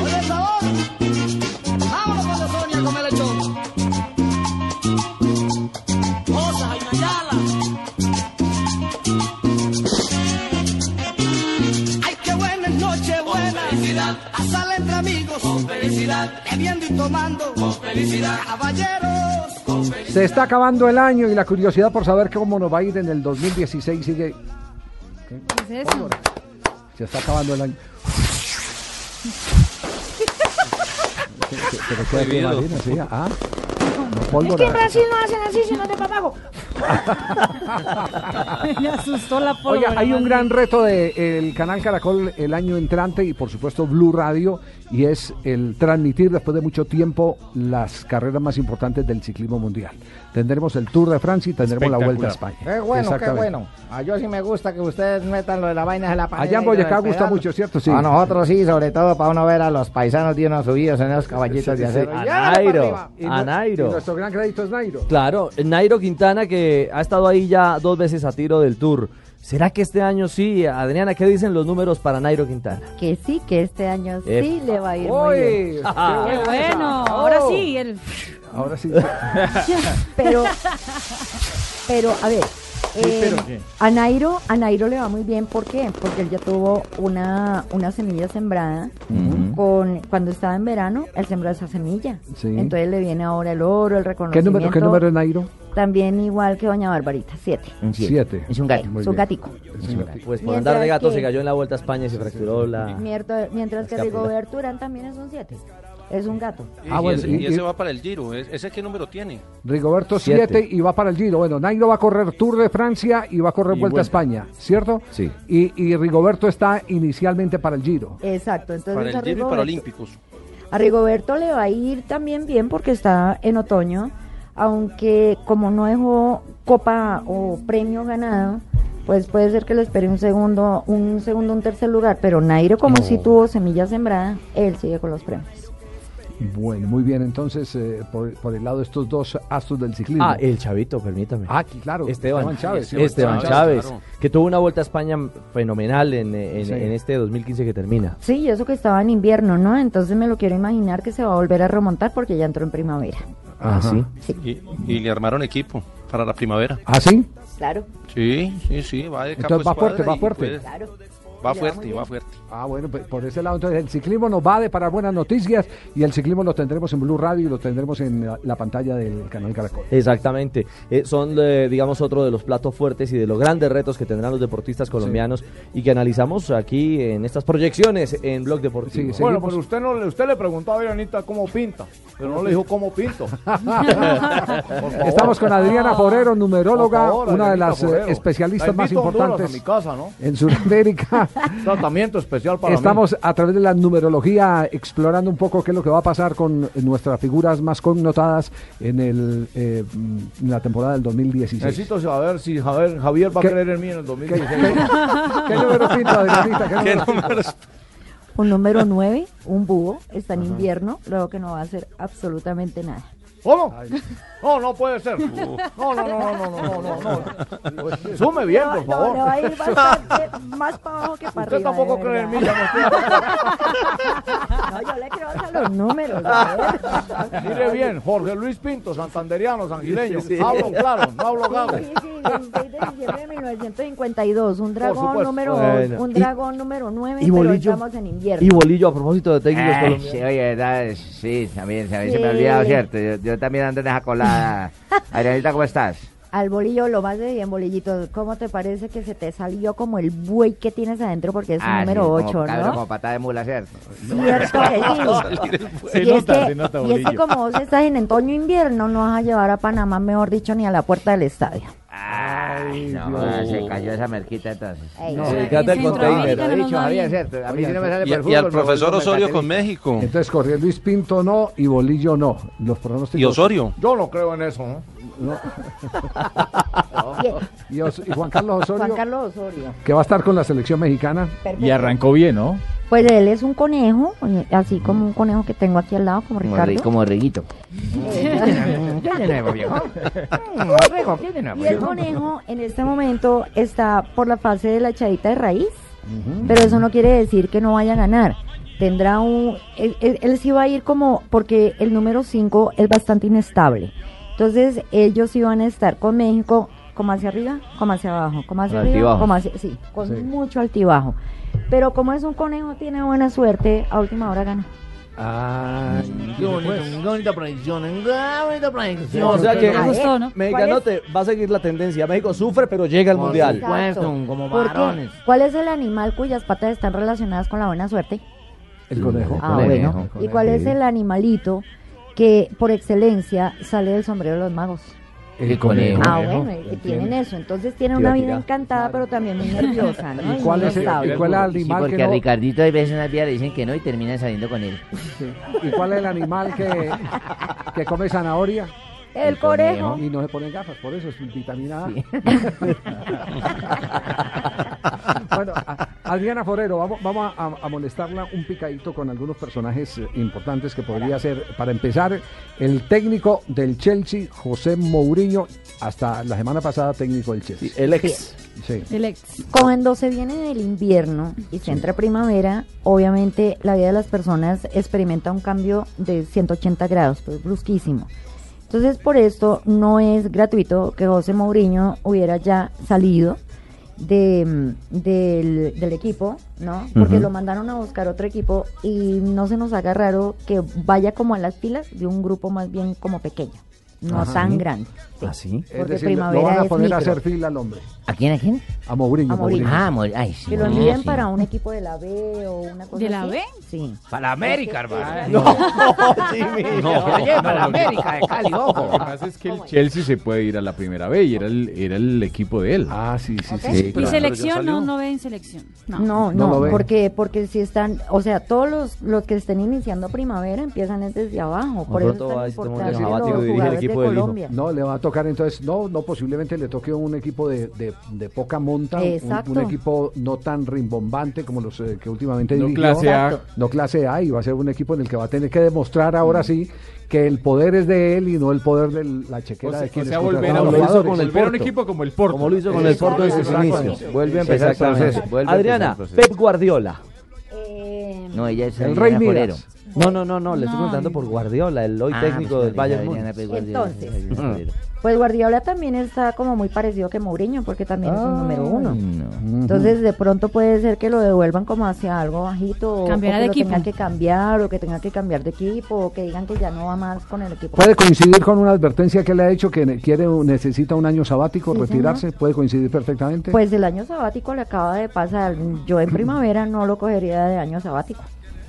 [SPEAKER 10] Por el sabor. Vámonos con la Sonia a comer lechón. Cosas, Jaime Ayala. Ay, qué buena es noche buena. felicidad. A sal entre amigos. Con felicidad. Bebiendo y tomando. Con felicidad. Caballeros.
[SPEAKER 1] Se está acabando el año y la curiosidad por saber cómo nos va a ir en el 2016 sigue.
[SPEAKER 9] ¿Qué es eso?
[SPEAKER 1] Se está acabando el año. ¿Qué- qué- pero qué-
[SPEAKER 8] Prohibido.
[SPEAKER 1] qué marina, sí, ah, no,
[SPEAKER 9] Es
[SPEAKER 1] pólvora.
[SPEAKER 9] que en Brasil no hacen así, sino de papago. Me asustó la pólvora.
[SPEAKER 1] Oiga, hay un
[SPEAKER 9] madre.
[SPEAKER 1] gran reto del canal Caracol el año entrante y por supuesto Blue Radio y es el transmitir después de mucho tiempo las carreras más importantes del ciclismo mundial. Tendremos el Tour de Francia y tendremos la Vuelta a España.
[SPEAKER 11] Qué bueno, qué
[SPEAKER 1] Exactamente.
[SPEAKER 11] bueno. A yo sí me gusta que ustedes metan lo de la vaina de la pandemia.
[SPEAKER 1] Allá en
[SPEAKER 11] y lo del
[SPEAKER 1] Boyacá gusta
[SPEAKER 11] pedal.
[SPEAKER 1] mucho, ¿cierto? Sí.
[SPEAKER 11] A nosotros sí, sobre todo para uno ver a los paisanos de unos subidos en esos caballitos de acero.
[SPEAKER 2] A Nairo, a Nairo.
[SPEAKER 1] nuestro gran crédito es Nairo.
[SPEAKER 2] Claro, Nairo Quintana que ha estado ahí ya dos veces a tiro del tour. ¿Será que este año sí? Adriana, ¿qué dicen los números para Nairo Quintana?
[SPEAKER 7] Que sí, que este año sí
[SPEAKER 2] Epa.
[SPEAKER 7] le va a ir
[SPEAKER 2] Uy,
[SPEAKER 7] muy bien.
[SPEAKER 2] Ah.
[SPEAKER 9] Qué bueno, ahora sí. El...
[SPEAKER 1] Ahora sí.
[SPEAKER 7] Pero, pero, a ver. eh,
[SPEAKER 9] pero qué?
[SPEAKER 7] a Nairo, a Nairo le va muy bien, ¿por qué? Porque él ya tuvo una, una semilla sembrada con cuando estaba en verano, él sembró esa semilla.
[SPEAKER 1] Sí.
[SPEAKER 7] Entonces le viene ahora el oro, el
[SPEAKER 1] ¿Qué
[SPEAKER 7] reconocimiento.
[SPEAKER 1] número, ¿Qué número es Mm. Nairo?
[SPEAKER 7] También igual que Doña Barbarita, siete.
[SPEAKER 1] Siete.
[SPEAKER 7] Es un gato, es un gatico.
[SPEAKER 2] Pues por
[SPEAKER 7] Mientras
[SPEAKER 2] andar de gato
[SPEAKER 7] que-
[SPEAKER 2] se cayó en la Vuelta a España y se fracturó la...
[SPEAKER 7] Mientras, mientras que
[SPEAKER 2] Escápula.
[SPEAKER 7] Rigoberto Urán también es un siete. Es un gato.
[SPEAKER 1] Ah,
[SPEAKER 12] y,
[SPEAKER 1] bueno,
[SPEAKER 12] ese,
[SPEAKER 1] y-
[SPEAKER 12] y ese
[SPEAKER 1] y-
[SPEAKER 12] va para el Giro. ¿Es- ¿Ese qué número tiene?
[SPEAKER 1] Rigoberto
[SPEAKER 12] Siete.
[SPEAKER 1] 7 y va para el Giro. Bueno, Nairo va a correr Tour de Francia y va a correr
[SPEAKER 12] Y
[SPEAKER 1] Vuelta
[SPEAKER 12] Vuelta.
[SPEAKER 1] a España, ¿cierto?
[SPEAKER 12] Sí.
[SPEAKER 1] Y, y Rigoberto está inicialmente para el Giro.
[SPEAKER 7] Exacto. Entonces
[SPEAKER 12] Para el
[SPEAKER 7] a
[SPEAKER 12] Giro y
[SPEAKER 7] Rigoberto-
[SPEAKER 12] para Olímpicos.
[SPEAKER 7] A Rigoberto le va a ir también bien porque está en otoño, aunque como no dejó copa o premio ganado, pues puede ser que le espere un segundo, un segundo, un tercer lugar, pero Nairo como
[SPEAKER 1] No.
[SPEAKER 7] si tuvo semilla sembrada, él sigue con los premios.
[SPEAKER 1] Bueno, muy bien, entonces, eh, por, por el lado de estos dos astros del ciclismo.
[SPEAKER 2] Ah, el Chavito, permítame.
[SPEAKER 1] Ah, qui- claro,
[SPEAKER 2] Esteban,
[SPEAKER 1] Esteban Chávez.
[SPEAKER 2] Esteban
[SPEAKER 1] Esteban
[SPEAKER 2] Chávez,
[SPEAKER 1] Chávez, claro.
[SPEAKER 2] que tuvo una vuelta a España fenomenal en, en-
[SPEAKER 7] Sí.
[SPEAKER 2] en este 2015 que termina.
[SPEAKER 7] Sí, y eso que estaba en invierno, ¿no? Entonces me lo quiero imaginar que se va a volver a remontar porque ya entró en primavera.
[SPEAKER 2] Ah, sí.
[SPEAKER 13] Y, y le armaron equipo para la primavera.
[SPEAKER 1] ¿Ah, sí?
[SPEAKER 7] Claro.
[SPEAKER 13] Sí, sí, sí, va de
[SPEAKER 1] Entonces
[SPEAKER 13] capa
[SPEAKER 1] va fuerte,
[SPEAKER 13] escuadra
[SPEAKER 1] va
[SPEAKER 13] y
[SPEAKER 1] fuerte.
[SPEAKER 12] Pues,
[SPEAKER 13] puede-
[SPEAKER 7] Claro.
[SPEAKER 13] Va
[SPEAKER 1] muy
[SPEAKER 13] fuerte,
[SPEAKER 1] bien.
[SPEAKER 13] va fuerte.
[SPEAKER 1] Ah, bueno, pues, por ese lado, entonces el ciclismo nos va a deparar buenas noticias y el ciclismo lo tendremos en Blue Radio y lo tendremos en la, la pantalla del canal Caracol.
[SPEAKER 2] Exactamente. Eh, son, eh, digamos, otro de los platos fuertes y de los grandes retos que tendrán los deportistas colombianos y que analizamos aquí en estas proyecciones en Blog Deportivo.
[SPEAKER 8] Bueno, pues usted no le- usted le preguntó a Adrianita cómo pinta, pero no le dijo cómo pinto.
[SPEAKER 1] Estamos con Adriana Forero, numeróloga,
[SPEAKER 8] Ah, Por favor,
[SPEAKER 1] una de
[SPEAKER 8] Adrianita
[SPEAKER 1] las eh,
[SPEAKER 8] Forero.
[SPEAKER 1] especialistas
[SPEAKER 8] La
[SPEAKER 1] más
[SPEAKER 8] invito a Honduras,
[SPEAKER 1] importantes
[SPEAKER 8] a mi casa, ¿no?
[SPEAKER 1] en Sudamérica.
[SPEAKER 8] Tratamiento especial para mí.
[SPEAKER 1] Estamos a través de la numerología explorando un poco qué es lo que va a pasar con nuestras figuras más connotadas en, el, eh, mm, en la temporada del 2016.
[SPEAKER 8] Necesito saber si Javier, Javier va a
[SPEAKER 1] ¿Qué-
[SPEAKER 8] creer en mí en el 2016.
[SPEAKER 1] ¿Qué número pinta, Adrianita? ¿Qué número
[SPEAKER 7] Un número 9, un búho, está en invierno, luego que no va a hacer absolutamente nada.
[SPEAKER 8] ¿Cómo? No, no puede ser. No, no, no, no, no, no, no. no. Sume bien,
[SPEAKER 7] No,
[SPEAKER 8] por
[SPEAKER 7] no,
[SPEAKER 8] favor.
[SPEAKER 7] le va a ir bastante más para abajo que para
[SPEAKER 8] Usted
[SPEAKER 7] arriba.
[SPEAKER 8] tampoco
[SPEAKER 7] de
[SPEAKER 8] cree en mí,
[SPEAKER 7] verdad.
[SPEAKER 8] ya me estoy-
[SPEAKER 7] No, yo le creo a los números. a ver.
[SPEAKER 8] Mire bien, Jorge Luis Pinto, santanderiano, sangileño.
[SPEAKER 7] Sí, sí.
[SPEAKER 8] Hablo claro, no hablo gago.
[SPEAKER 7] Sí, sí, 26 de diciembre de 1952, un dragón
[SPEAKER 2] supuesto.
[SPEAKER 7] número
[SPEAKER 2] Bueno.
[SPEAKER 7] un
[SPEAKER 2] Y-
[SPEAKER 7] dragón número 9,
[SPEAKER 2] y
[SPEAKER 7] pero
[SPEAKER 2] bolillo.
[SPEAKER 7] estamos en invierno.
[SPEAKER 2] Y Bolillo, a propósito de técnicos
[SPEAKER 5] Eh,
[SPEAKER 7] Ah,
[SPEAKER 2] colombianos.
[SPEAKER 7] sí,
[SPEAKER 5] oye, verdad, sí, también, también
[SPEAKER 7] Sí.
[SPEAKER 5] se me ha olvidado, ¿cierto? Yo, yo también ando en esa colada. Arianita, ¿cómo estás?
[SPEAKER 7] Al bolillo lo más de bien, bolillito. ¿Cómo te parece que se te salió como el buey que tienes adentro? Porque es el
[SPEAKER 5] Ah, sí,
[SPEAKER 7] número
[SPEAKER 5] como
[SPEAKER 7] 8,
[SPEAKER 5] cabro,
[SPEAKER 7] ¿no?
[SPEAKER 5] como patada de mula, ¿cierto?
[SPEAKER 7] Cierto que sí.
[SPEAKER 5] Se
[SPEAKER 7] Y es
[SPEAKER 5] nota,
[SPEAKER 7] que-
[SPEAKER 5] se nota,
[SPEAKER 7] Y es que
[SPEAKER 5] bolillo.
[SPEAKER 7] como vos estás en otoño invierno, no vas a llevar a Panamá, mejor dicho, ni a la puerta del estadio.
[SPEAKER 5] Ay, no,
[SPEAKER 2] Dios.
[SPEAKER 5] se cayó esa merquita entonces.
[SPEAKER 7] Ey,
[SPEAKER 2] No, dedícate al container.
[SPEAKER 5] Lo dicho, Javier, ¿cierto? A mí sí no me sale por el
[SPEAKER 13] Y- y al
[SPEAKER 5] fútbol, pero
[SPEAKER 13] profesor
[SPEAKER 5] me
[SPEAKER 13] Osorio con
[SPEAKER 5] facilita.
[SPEAKER 13] México.
[SPEAKER 1] Entonces, Jorge Luis Pinto no y Bolillo no. Los pronósticos.
[SPEAKER 13] ¿Y Osorio?
[SPEAKER 8] Yo no creo en eso, ¿no?
[SPEAKER 1] No.
[SPEAKER 5] Oh.
[SPEAKER 1] Y, Os- y Juan Carlos Osorio,
[SPEAKER 7] Juan Carlos Osorio.
[SPEAKER 1] que va a estar con la selección mexicana.
[SPEAKER 7] Perfecto. Y
[SPEAKER 1] arrancó bien, ¿no?
[SPEAKER 7] Pues él es un conejo, eh, así como un conejo que tengo aquí al lado, como
[SPEAKER 5] Como,
[SPEAKER 7] Ricardo.
[SPEAKER 5] re- como reguito. ¿Qué de nuevo, viejo? Borrego, ¿qué de nuevo,
[SPEAKER 7] Y el
[SPEAKER 5] viejo?
[SPEAKER 7] conejo en este momento está por la fase de la echadita de raíz, pero eso no quiere decir que no vaya a ganar. Tendrá un... Él, él- él sí va a ir como... Porque el número 5 es bastante inestable. Entonces ellos sí van a estar con México como hacia arriba, como hacia abajo, como hacia
[SPEAKER 5] Con
[SPEAKER 7] arriba,
[SPEAKER 5] altibajos.
[SPEAKER 7] como hacia... Sí, con
[SPEAKER 5] Sí.
[SPEAKER 7] mucho altibajo. Pero como es un conejo, tiene buena suerte, a última hora gana.
[SPEAKER 5] Ay, qué Ah,
[SPEAKER 1] pues.
[SPEAKER 5] bonito, qué bonita predicción, qué bonita predicción.
[SPEAKER 2] No, o sea que
[SPEAKER 5] Me gustó, ¿no?
[SPEAKER 2] mexicanote va a seguir la tendencia. México sufre, pero llega al
[SPEAKER 5] Por
[SPEAKER 2] mundial.
[SPEAKER 5] supuesto, como
[SPEAKER 7] ¿Por qué? Pues
[SPEAKER 5] varones.
[SPEAKER 7] ¿Cuál es el animal cuyas patas están relacionadas con la buena suerte?
[SPEAKER 1] El conejo.
[SPEAKER 7] Ah, bueno. ¿Y cuál es el animalito que por excelencia sale del sombrero de los magos?
[SPEAKER 1] El
[SPEAKER 5] conejo.
[SPEAKER 7] Ah, bueno, eh, tienen eso. Entonces tienen
[SPEAKER 5] Tira,
[SPEAKER 7] una vida
[SPEAKER 5] tira.
[SPEAKER 7] encantada, pero también muy nerviosa, ¿no? muy inestable.
[SPEAKER 5] Sí, porque a Ricardito hay veces en la vida le dicen que no y terminan saliendo con él.
[SPEAKER 1] ¿Y cuál es el animal que, que come zanahoria?
[SPEAKER 7] El conejo.
[SPEAKER 1] Y no se ponen gafas, por eso es vitamina
[SPEAKER 7] Ah.
[SPEAKER 1] A. bueno, a- Adriana Forero, vamos, vamos a, a molestarla un picadito con algunos personajes eh, importantes que podría ser. Para empezar, el técnico del Chelsea, José Mourinho, hasta la semana pasada técnico del Chelsea.
[SPEAKER 2] el ex.
[SPEAKER 7] eh,
[SPEAKER 1] Sí.
[SPEAKER 7] Cuando se viene del invierno y se entra primavera, obviamente la vida de las personas experimenta un cambio de 180 grados, pues brusquísimo. Entonces por esto no es gratuito que José Mourinho hubiera ya salido de, mm, del, del equipo, ¿no? Porque
[SPEAKER 14] Ujú.
[SPEAKER 7] lo mandaron a buscar otro equipo y no se nos haga raro que vaya como a las filas de un grupo más bien como pequeño. no
[SPEAKER 1] Ajá.
[SPEAKER 7] tan
[SPEAKER 1] ¿Sí?
[SPEAKER 7] grande.
[SPEAKER 2] ¿Así?
[SPEAKER 7] Porque
[SPEAKER 1] Es decir,
[SPEAKER 7] primavera
[SPEAKER 1] lo van a
[SPEAKER 7] es
[SPEAKER 1] poner a
[SPEAKER 7] micro.
[SPEAKER 1] hacer fila al hombre.
[SPEAKER 5] ¿A quién, a quién?
[SPEAKER 1] A Mourinho.
[SPEAKER 7] A Mourinho.
[SPEAKER 5] Ah, Mourinho. Ay, sí.
[SPEAKER 7] Que lo
[SPEAKER 5] Mourinho,
[SPEAKER 7] envíen
[SPEAKER 5] sí.
[SPEAKER 7] para un equipo de la B o una cosa
[SPEAKER 9] ¿De la
[SPEAKER 7] así.
[SPEAKER 9] B?
[SPEAKER 7] Sí.
[SPEAKER 14] Para América, hermano.
[SPEAKER 7] No,
[SPEAKER 14] Jimmy.
[SPEAKER 6] No.
[SPEAKER 14] Oye, para
[SPEAKER 6] No, no,
[SPEAKER 14] América de Cali, ojo.
[SPEAKER 6] Lo que pasa es que el Chelsea se puede ir a la primera B y era el, era el equipo de él.
[SPEAKER 1] Ah, sí, sí,
[SPEAKER 9] ¿Y selección? No, no ven selección. No.
[SPEAKER 7] No,
[SPEAKER 6] No
[SPEAKER 7] no,
[SPEAKER 6] lo ve.
[SPEAKER 7] porque porque si están, o sea, todos los, los que estén iniciando primavera empiezan es desde abajo, por eso es tan importante los jugadores de Colombia.
[SPEAKER 1] No, le va a tocar entonces, no, no, posiblemente le toque un equipo de, de- de poca monta, un-
[SPEAKER 7] Exacto.
[SPEAKER 1] un, equipo no tan rimbombante como los eh, que últimamente
[SPEAKER 6] No
[SPEAKER 1] dirigió.
[SPEAKER 6] clase A. Exacto.
[SPEAKER 1] No clase A, y va a ser un equipo en el que va a tener que demostrar ahora sí que el poder es de él y no el poder de la
[SPEAKER 6] O
[SPEAKER 1] chequera
[SPEAKER 6] sea,
[SPEAKER 1] de
[SPEAKER 6] o
[SPEAKER 1] quienes
[SPEAKER 6] sea,
[SPEAKER 1] contrataron
[SPEAKER 6] volver a
[SPEAKER 1] los
[SPEAKER 6] un,
[SPEAKER 1] jugadores.
[SPEAKER 6] volver a un equipo como el Porto.
[SPEAKER 2] Como lo hizo con el Porto en sus
[SPEAKER 6] Exacto.
[SPEAKER 2] inicios.
[SPEAKER 6] Vuelve a empezar el
[SPEAKER 2] Exactamente.
[SPEAKER 6] proceso, vuelve a
[SPEAKER 2] Adriana,
[SPEAKER 6] empezar el proceso.
[SPEAKER 2] Pep Guardiola.
[SPEAKER 7] Eh,
[SPEAKER 5] No, ella es
[SPEAKER 2] El
[SPEAKER 5] Adriana
[SPEAKER 2] Rey
[SPEAKER 5] Forero.
[SPEAKER 2] Midas. No, no, no, no, le estoy
[SPEAKER 7] No.
[SPEAKER 2] preguntando por Guardiola, el hoy
[SPEAKER 5] Ah,
[SPEAKER 2] técnico
[SPEAKER 5] pues,
[SPEAKER 2] del Bayern
[SPEAKER 5] Adriana
[SPEAKER 2] Múnich.
[SPEAKER 5] Pep Guardiola,
[SPEAKER 7] Entonces,
[SPEAKER 5] Adriana Forero.
[SPEAKER 7] pues Guardiola también está como muy parecido que Mourinho, porque también es un número uno.
[SPEAKER 5] No.
[SPEAKER 7] Entonces, de pronto puede ser que lo devuelvan como hacia algo bajito, o
[SPEAKER 9] Cambiará
[SPEAKER 7] que
[SPEAKER 9] de
[SPEAKER 7] lo
[SPEAKER 9] equipo.
[SPEAKER 7] tengan que cambiar, o que tenga que cambiar de equipo, o que digan que ya no va más con el equipo.
[SPEAKER 1] Puede coincidir con una advertencia que le ha hecho que ne- quiere un- necesita un año sabático,
[SPEAKER 7] Sí,
[SPEAKER 1] retirarse, puede coincidir perfectamente.
[SPEAKER 7] Pues el año sabático le acaba de pasar. Yo en primavera no lo cogería de año sabático.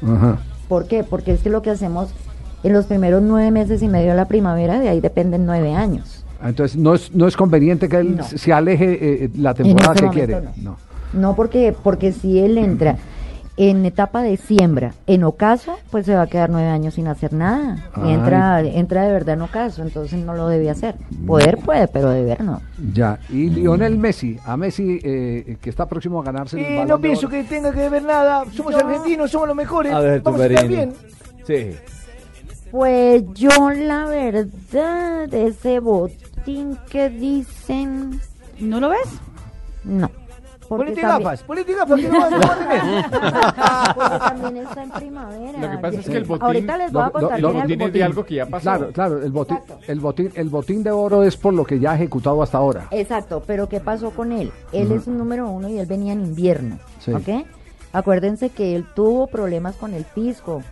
[SPEAKER 1] Ajá.
[SPEAKER 7] ¿Por qué? Porque es que lo que hacemos en los primeros nueve meses y medio de la primavera, de ahí dependen nueve años.
[SPEAKER 1] Ah, Entonces no es, no es conveniente que él
[SPEAKER 7] No.
[SPEAKER 1] se aleje eh, la temporada
[SPEAKER 7] este
[SPEAKER 1] que
[SPEAKER 7] momento
[SPEAKER 1] quiere.
[SPEAKER 7] no.
[SPEAKER 1] No.
[SPEAKER 7] No porque, porque si él entra en etapa de siembra, en ocaso, pues se va a quedar nueve años sin hacer nada. Y
[SPEAKER 1] Ay.
[SPEAKER 7] entra, entra de verdad en ocaso, entonces no lo debe hacer. Poder puede, pero deber no.
[SPEAKER 1] Ya,
[SPEAKER 6] Mm.
[SPEAKER 1] y Lionel Messi, a Messi eh, que está próximo a ganarse el
[SPEAKER 13] Y
[SPEAKER 1] balón
[SPEAKER 13] no
[SPEAKER 1] de
[SPEAKER 13] pienso
[SPEAKER 1] Oro.
[SPEAKER 13] que tenga que ver nada. Somos argentinos, somos los mejores.
[SPEAKER 2] A ver,
[SPEAKER 13] Vamos a estar
[SPEAKER 2] Tumberini.
[SPEAKER 13] bien.
[SPEAKER 2] Sí.
[SPEAKER 7] Pues yo la verdad, ese botín que dicen,
[SPEAKER 9] ¿No lo ves?
[SPEAKER 7] no.
[SPEAKER 13] Ponete
[SPEAKER 7] también-
[SPEAKER 13] gafas, ponete gafas, que no vas no vas a tener.
[SPEAKER 7] porque también está en primavera.
[SPEAKER 6] Lo que pasa es que el botín,
[SPEAKER 7] Ahorita les voy a
[SPEAKER 6] lo- lo-
[SPEAKER 7] contar
[SPEAKER 6] el
[SPEAKER 7] bien
[SPEAKER 6] botín
[SPEAKER 7] algo.
[SPEAKER 6] es de algo que ya pasó.
[SPEAKER 1] Claro, claro, el botín, el botín, el botín de oro es por lo que ya ha ejecutado hasta ahora.
[SPEAKER 7] Exacto, pero ¿qué pasó con él? Él
[SPEAKER 1] Ujú.
[SPEAKER 7] es un número uno y él venía en invierno,
[SPEAKER 1] Sí.
[SPEAKER 7] ¿ok? Acuérdense que él tuvo problemas con el fisco.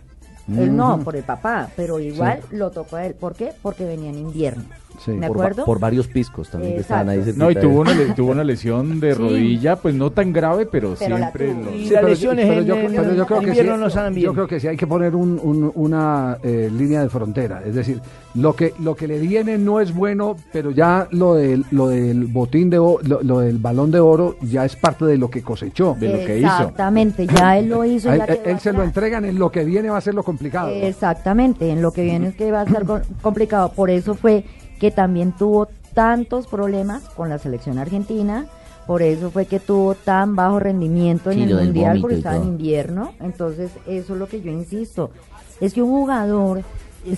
[SPEAKER 7] Él no,
[SPEAKER 1] Ujú.
[SPEAKER 7] por el papá, pero igual lo tocó a él. ¿Por qué? Porque venía en invierno.
[SPEAKER 1] Sí.
[SPEAKER 7] ¿De
[SPEAKER 2] Por, va-
[SPEAKER 7] acuerdo?
[SPEAKER 2] por varios piscos también que estaban ahí.
[SPEAKER 6] No, y
[SPEAKER 2] cerquita
[SPEAKER 6] tuvo
[SPEAKER 2] de-
[SPEAKER 6] una, le- tuvo una lesión de
[SPEAKER 7] Sí.
[SPEAKER 6] rodilla, pues no tan grave, pero,
[SPEAKER 7] Pero la
[SPEAKER 6] siempre.
[SPEAKER 7] tuvo.
[SPEAKER 6] lo-
[SPEAKER 13] Y
[SPEAKER 1] Sí,
[SPEAKER 13] las
[SPEAKER 1] pero-
[SPEAKER 13] lesiones
[SPEAKER 1] pero
[SPEAKER 13] en,
[SPEAKER 1] yo-
[SPEAKER 13] en
[SPEAKER 1] pero yo creo que
[SPEAKER 13] invierno
[SPEAKER 1] sí-
[SPEAKER 13] no sanan bien.
[SPEAKER 1] Yo creo que sí hay que poner un- un- una eh, línea de frontera, es decir, lo que lo que le viene no es bueno, pero ya lo del lo del botín de o- lo, lo del balón de oro ya es parte de lo que cosechó.
[SPEAKER 6] De lo que hizo.
[SPEAKER 7] Exactamente, ya él lo hizo.
[SPEAKER 1] A-
[SPEAKER 7] ya
[SPEAKER 1] a-
[SPEAKER 7] quedó
[SPEAKER 1] él se lo
[SPEAKER 7] atrás.
[SPEAKER 1] entregan en lo que viene va a ser lo complicado.
[SPEAKER 7] Exactamente, en lo que viene es que va a estar co- complicado. Por eso fue que también tuvo tantos problemas con la selección argentina. Por eso fue que tuvo tan bajo rendimiento en
[SPEAKER 5] Sí,
[SPEAKER 7] el
[SPEAKER 5] lo del
[SPEAKER 7] mundial
[SPEAKER 5] vómito
[SPEAKER 7] porque
[SPEAKER 5] y
[SPEAKER 7] estaba en
[SPEAKER 5] todo.
[SPEAKER 7] invierno. Entonces, eso es lo que yo insisto. Es que un jugador,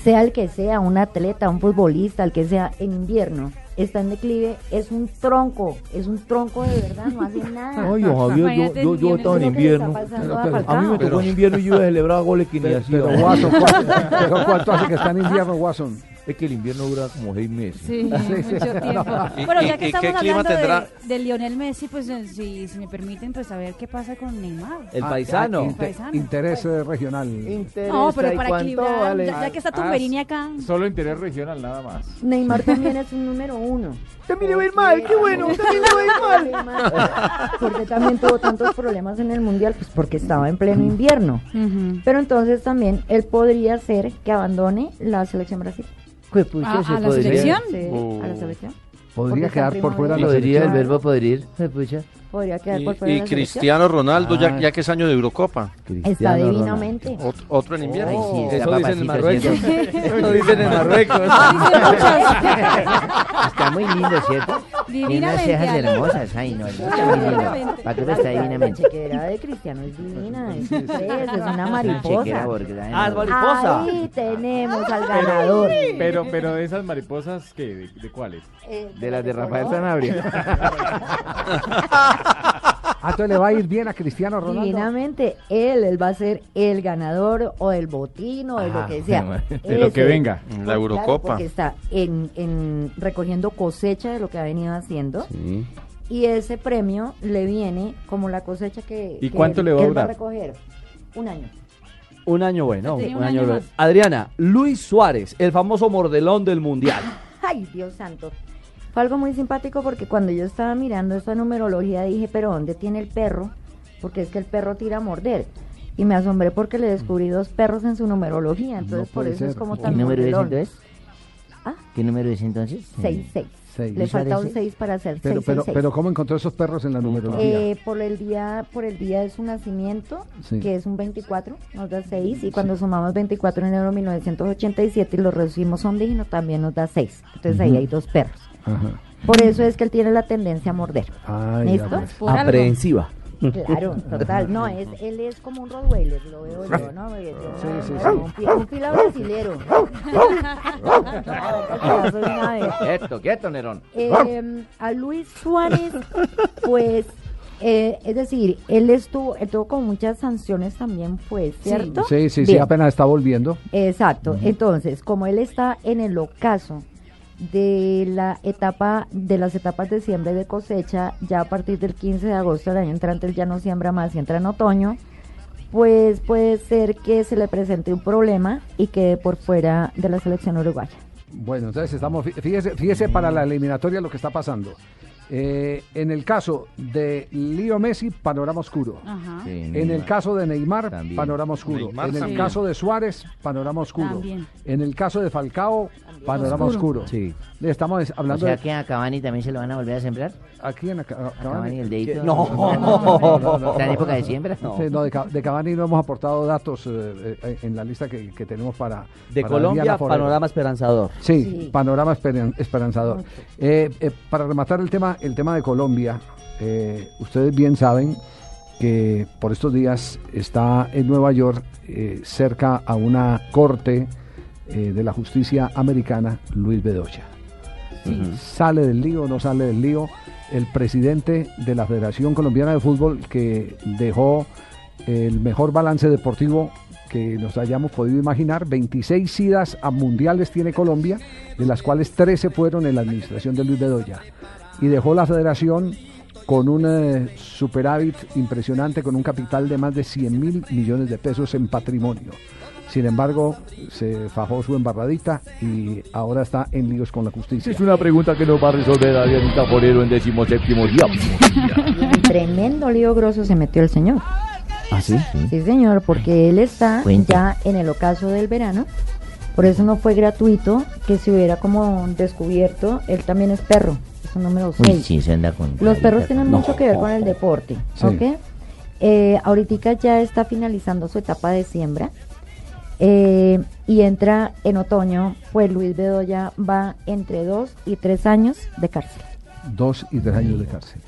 [SPEAKER 7] sea el que sea, un atleta, un futbolista, el que sea, en invierno, está en declive, es un tronco, es un tronco de verdad, no hace nada.
[SPEAKER 8] Ay, don Javier, yo,
[SPEAKER 9] Imagínate
[SPEAKER 8] yo, yo
[SPEAKER 9] en
[SPEAKER 8] estaba en
[SPEAKER 7] invierno.
[SPEAKER 8] invierno. pues,
[SPEAKER 7] Eso es lo que le está pasando a
[SPEAKER 8] A mí
[SPEAKER 2] Ah.
[SPEAKER 8] me
[SPEAKER 7] Falcao.
[SPEAKER 8] tocó en invierno y yo celebraba goles que ni hacía.
[SPEAKER 1] Pero Watson, ¿cuánto, pero ¿cuánto hace que está en invierno Watson?
[SPEAKER 8] Es que el invierno dura como seis meses.
[SPEAKER 9] Sí, mucho tiempo.
[SPEAKER 12] ¿Y-
[SPEAKER 9] Bueno,
[SPEAKER 12] y-
[SPEAKER 9] ya que
[SPEAKER 12] y qué
[SPEAKER 9] estamos
[SPEAKER 12] clima
[SPEAKER 9] hablando
[SPEAKER 12] tendrá?
[SPEAKER 9] de, de Lionel Messi, pues eh, si, si me permiten, pues a ver qué pasa con Neymar.
[SPEAKER 2] El
[SPEAKER 1] Ah,
[SPEAKER 2] paisano.
[SPEAKER 1] ah, inte-
[SPEAKER 9] Paisano.
[SPEAKER 1] Interés eh, regional.
[SPEAKER 9] No, pero para equilibrar, ya, ya que está
[SPEAKER 6] Ah,
[SPEAKER 9] Tumberini acá.
[SPEAKER 6] Solo interés regional, nada más.
[SPEAKER 7] Neymar también es un número uno.
[SPEAKER 13] También le va a ir mal, qué bueno, también le va a ir mal.
[SPEAKER 7] Porque también tuvo tantos problemas en el mundial, pues porque estaba en pleno invierno.
[SPEAKER 9] Ujú.
[SPEAKER 7] Pero entonces también él podría ser que abandone la selección Brasil.
[SPEAKER 5] ah, Juepucha,
[SPEAKER 9] Ah, ¿A-
[SPEAKER 5] se
[SPEAKER 9] a la
[SPEAKER 5] pues, podría-
[SPEAKER 9] selección?
[SPEAKER 7] Sí, a la selección. Porque
[SPEAKER 1] Podría
[SPEAKER 7] está
[SPEAKER 1] quedar por
[SPEAKER 7] primavera.
[SPEAKER 1] fuera de la
[SPEAKER 5] Podría el
[SPEAKER 1] selección.
[SPEAKER 5] verbo podrir. Juepucha.
[SPEAKER 2] Oh.
[SPEAKER 7] Podría quedar por fuera
[SPEAKER 12] Y,
[SPEAKER 7] de la selección.
[SPEAKER 12] Cristiano Ronaldo, ya,
[SPEAKER 8] Ah.
[SPEAKER 12] ya que es año de Eurocopa.
[SPEAKER 7] Está
[SPEAKER 8] Cristiano Ronaldo.
[SPEAKER 7] divinamente.
[SPEAKER 12] Ot- Otro en invierno.
[SPEAKER 5] Ay, sí, está
[SPEAKER 2] Eso dicen
[SPEAKER 5] papacito
[SPEAKER 2] en Marruecos.
[SPEAKER 5] haciendo-
[SPEAKER 2] Eso dicen en Marruecos.
[SPEAKER 5] Está muy lindo, ¿cierto? Tiene unas
[SPEAKER 9] Divinamente,
[SPEAKER 5] cejas
[SPEAKER 9] Ale.
[SPEAKER 5] hermosas. Ay, no, está muy lindo.
[SPEAKER 9] Divinamente.
[SPEAKER 5] ¿Para qué no
[SPEAKER 7] La-
[SPEAKER 5] está
[SPEAKER 7] la- La
[SPEAKER 5] divinamente?
[SPEAKER 7] chequera de Cristiano es divina, es, es una
[SPEAKER 5] Chequera,
[SPEAKER 7] mariposa.
[SPEAKER 5] porque la-
[SPEAKER 2] Ah, es mariposa.
[SPEAKER 7] Ahí tenemos al ganador.
[SPEAKER 6] Pero, pero de esas mariposas, ¿qué? ¿De, de cuáles?
[SPEAKER 7] Eh,
[SPEAKER 8] De las de Rafael
[SPEAKER 7] color.
[SPEAKER 8] Sanabria.
[SPEAKER 1] Ah, entonces le va a ir bien a Cristiano Ronaldo.
[SPEAKER 7] Divinamente, él, él va a ser el ganador o del botín o de lo que sea.
[SPEAKER 6] Ah, De lo que
[SPEAKER 7] Ese.
[SPEAKER 6] venga.
[SPEAKER 7] Pues,
[SPEAKER 12] La
[SPEAKER 7] claro,
[SPEAKER 12] Eurocopa.
[SPEAKER 7] porque está en, en recogiendo cosecha de lo que ha venido haciendo. Y ese premio le viene como la cosecha que.
[SPEAKER 6] ¿Y
[SPEAKER 7] que
[SPEAKER 6] cuánto
[SPEAKER 7] él-
[SPEAKER 6] le va a
[SPEAKER 7] que él
[SPEAKER 6] durar?
[SPEAKER 7] recoger un año.
[SPEAKER 2] Un año bueno.
[SPEAKER 9] Sí, un
[SPEAKER 2] un año
[SPEAKER 9] año
[SPEAKER 2] bueno.
[SPEAKER 9] más.
[SPEAKER 2] Adriana, Luis Suárez, el famoso mordelón del mundial.
[SPEAKER 7] ay Dios santo. Fue algo muy simpático porque cuando yo estaba mirando esta numerología dije, pero ¿dónde tiene el perro? Porque es que el perro tira a morder. Y me asombré porque le
[SPEAKER 1] Mm.
[SPEAKER 7] descubrí dos perros en su numerología, entonces por
[SPEAKER 5] puede
[SPEAKER 7] eso es
[SPEAKER 5] ser.
[SPEAKER 7] como
[SPEAKER 5] ¿Qué
[SPEAKER 7] tan
[SPEAKER 5] número es
[SPEAKER 7] dormilón.
[SPEAKER 5] entonces?
[SPEAKER 7] ¿Ah?
[SPEAKER 5] ¿Qué número es entonces?
[SPEAKER 7] Seis, seis.
[SPEAKER 1] Seis.
[SPEAKER 7] Le
[SPEAKER 1] ¿Y
[SPEAKER 7] falta un
[SPEAKER 1] parece?
[SPEAKER 7] 6 para hacer
[SPEAKER 1] Pero,
[SPEAKER 7] 666.
[SPEAKER 1] pero, pero ¿cómo encontró esos perros en la numerología?
[SPEAKER 7] Eh, por el día por el día de su nacimiento,
[SPEAKER 1] Sí.
[SPEAKER 7] que es un 24, nos da 6, y cuando sumamos 24 en enero de 1987 y lo reducimos a un dígito, también nos da 6. Entonces ahí
[SPEAKER 1] Ujú.
[SPEAKER 7] hay dos perros.
[SPEAKER 1] Ajá.
[SPEAKER 7] Por eso es que él tiene la tendencia a morder.
[SPEAKER 1] Ay, ya pues.
[SPEAKER 7] ¿Listo?
[SPEAKER 1] ves. Por algo. Aprehensiva.
[SPEAKER 7] Claro, total. No, es, él es como un Rottweiler, lo veo yo, ¿no? Porque yo no-
[SPEAKER 1] Sí, sí,
[SPEAKER 7] no,
[SPEAKER 1] sí.
[SPEAKER 7] Un, pi- un pila brasilero. No, soy una vez.
[SPEAKER 3] Quieto, quieto, Nerón.
[SPEAKER 7] Eh, a Luis Suárez, pues, eh, es decir, él estuvo, él tuvo como muchas sanciones también, pues, ¿cierto?
[SPEAKER 1] Sí, sí, sí,
[SPEAKER 7] Bien.
[SPEAKER 1] apenas está volviendo.
[SPEAKER 7] Exacto. Entonces, como él está en el ocaso de la etapa de las etapas de siembra y de cosecha, ya a partir del 15 de agosto del año entrante él ya no siembra más y entra en otoño, pues puede ser que se le presente un problema y quede por fuera de la selección uruguaya.
[SPEAKER 1] Bueno, entonces estamos, fí- fíjese, fíjese para la eliminatoria lo que está pasando. Eh, en el caso de Leo Messi, panorama oscuro.
[SPEAKER 9] Ajá.
[SPEAKER 1] Sí, En el caso de Neymar,
[SPEAKER 6] También.
[SPEAKER 1] panorama oscuro.
[SPEAKER 6] Neymar
[SPEAKER 1] en el
[SPEAKER 6] también.
[SPEAKER 1] caso de Suárez, panorama oscuro.
[SPEAKER 5] También.
[SPEAKER 1] En el caso de Falcao, panorama oscuro.
[SPEAKER 5] Oscuro. Sí.
[SPEAKER 1] Le estamos es-
[SPEAKER 5] O
[SPEAKER 1] hablando
[SPEAKER 5] sea
[SPEAKER 1] de...
[SPEAKER 5] que a Cavani también se lo van a volver a sembrar.
[SPEAKER 1] ¿A quién? ¿A, Ca- a
[SPEAKER 5] Cavani?
[SPEAKER 1] Cavani?
[SPEAKER 5] el dedito? ¿Está en
[SPEAKER 1] no,
[SPEAKER 5] época de
[SPEAKER 1] no.
[SPEAKER 5] siembra?
[SPEAKER 1] Sí, no, de, Ca- de Cavani no hemos aportado datos eh, eh, en la lista que, que tenemos para.
[SPEAKER 2] De
[SPEAKER 1] para
[SPEAKER 2] Colombia,
[SPEAKER 1] Diana Forero.
[SPEAKER 2] panorama esperanzador.
[SPEAKER 1] Sí, panorama esperan- esperanzador. Eh, eh, para rematar el tema, el tema de Colombia, eh, ustedes bien saben que por estos días está en Nueva York eh, cerca a una corte eh, de la justicia americana Luis Bedoya. Ujú. Sale del lío, no sale del lío. El presidente de la Federación Colombiana de Fútbol que dejó eh, el mejor balance deportivo que nos hayamos podido imaginar. 26 idas a mundiales tiene Colombia, de las cuales 13 fueron en la administración de Luis Bedoya. Y dejó la federación con un eh, superávit impresionante, con un capital de más de 100 mil millones de pesos en patrimonio. Sin embargo, se fajó su embarradita y ahora está en líos con la justicia.
[SPEAKER 6] Es una pregunta que nos va a resolver Adrianita Forero en décimo séptimo día.
[SPEAKER 7] Tremendo lío grosso se metió el señor.
[SPEAKER 6] ¿Ah, sí?
[SPEAKER 7] Sí, señor, porque él está
[SPEAKER 5] Cuente.
[SPEAKER 7] ya en el ocaso del verano. Por eso no fue gratuito que se hubiera como descubierto. Él también es perro. Es un número
[SPEAKER 5] Uy,
[SPEAKER 7] 6.
[SPEAKER 5] sí, se anda con...
[SPEAKER 7] Los perros tienen
[SPEAKER 5] No.
[SPEAKER 7] mucho que ver con el deporte,
[SPEAKER 5] Sí.
[SPEAKER 7] ¿ok? Eh, ahorita ya está finalizando su etapa de siembra eh, y entra en otoño, pues Luis Bedoya va entre dos y tres años de cárcel.
[SPEAKER 1] Dos y tres años de cárcel.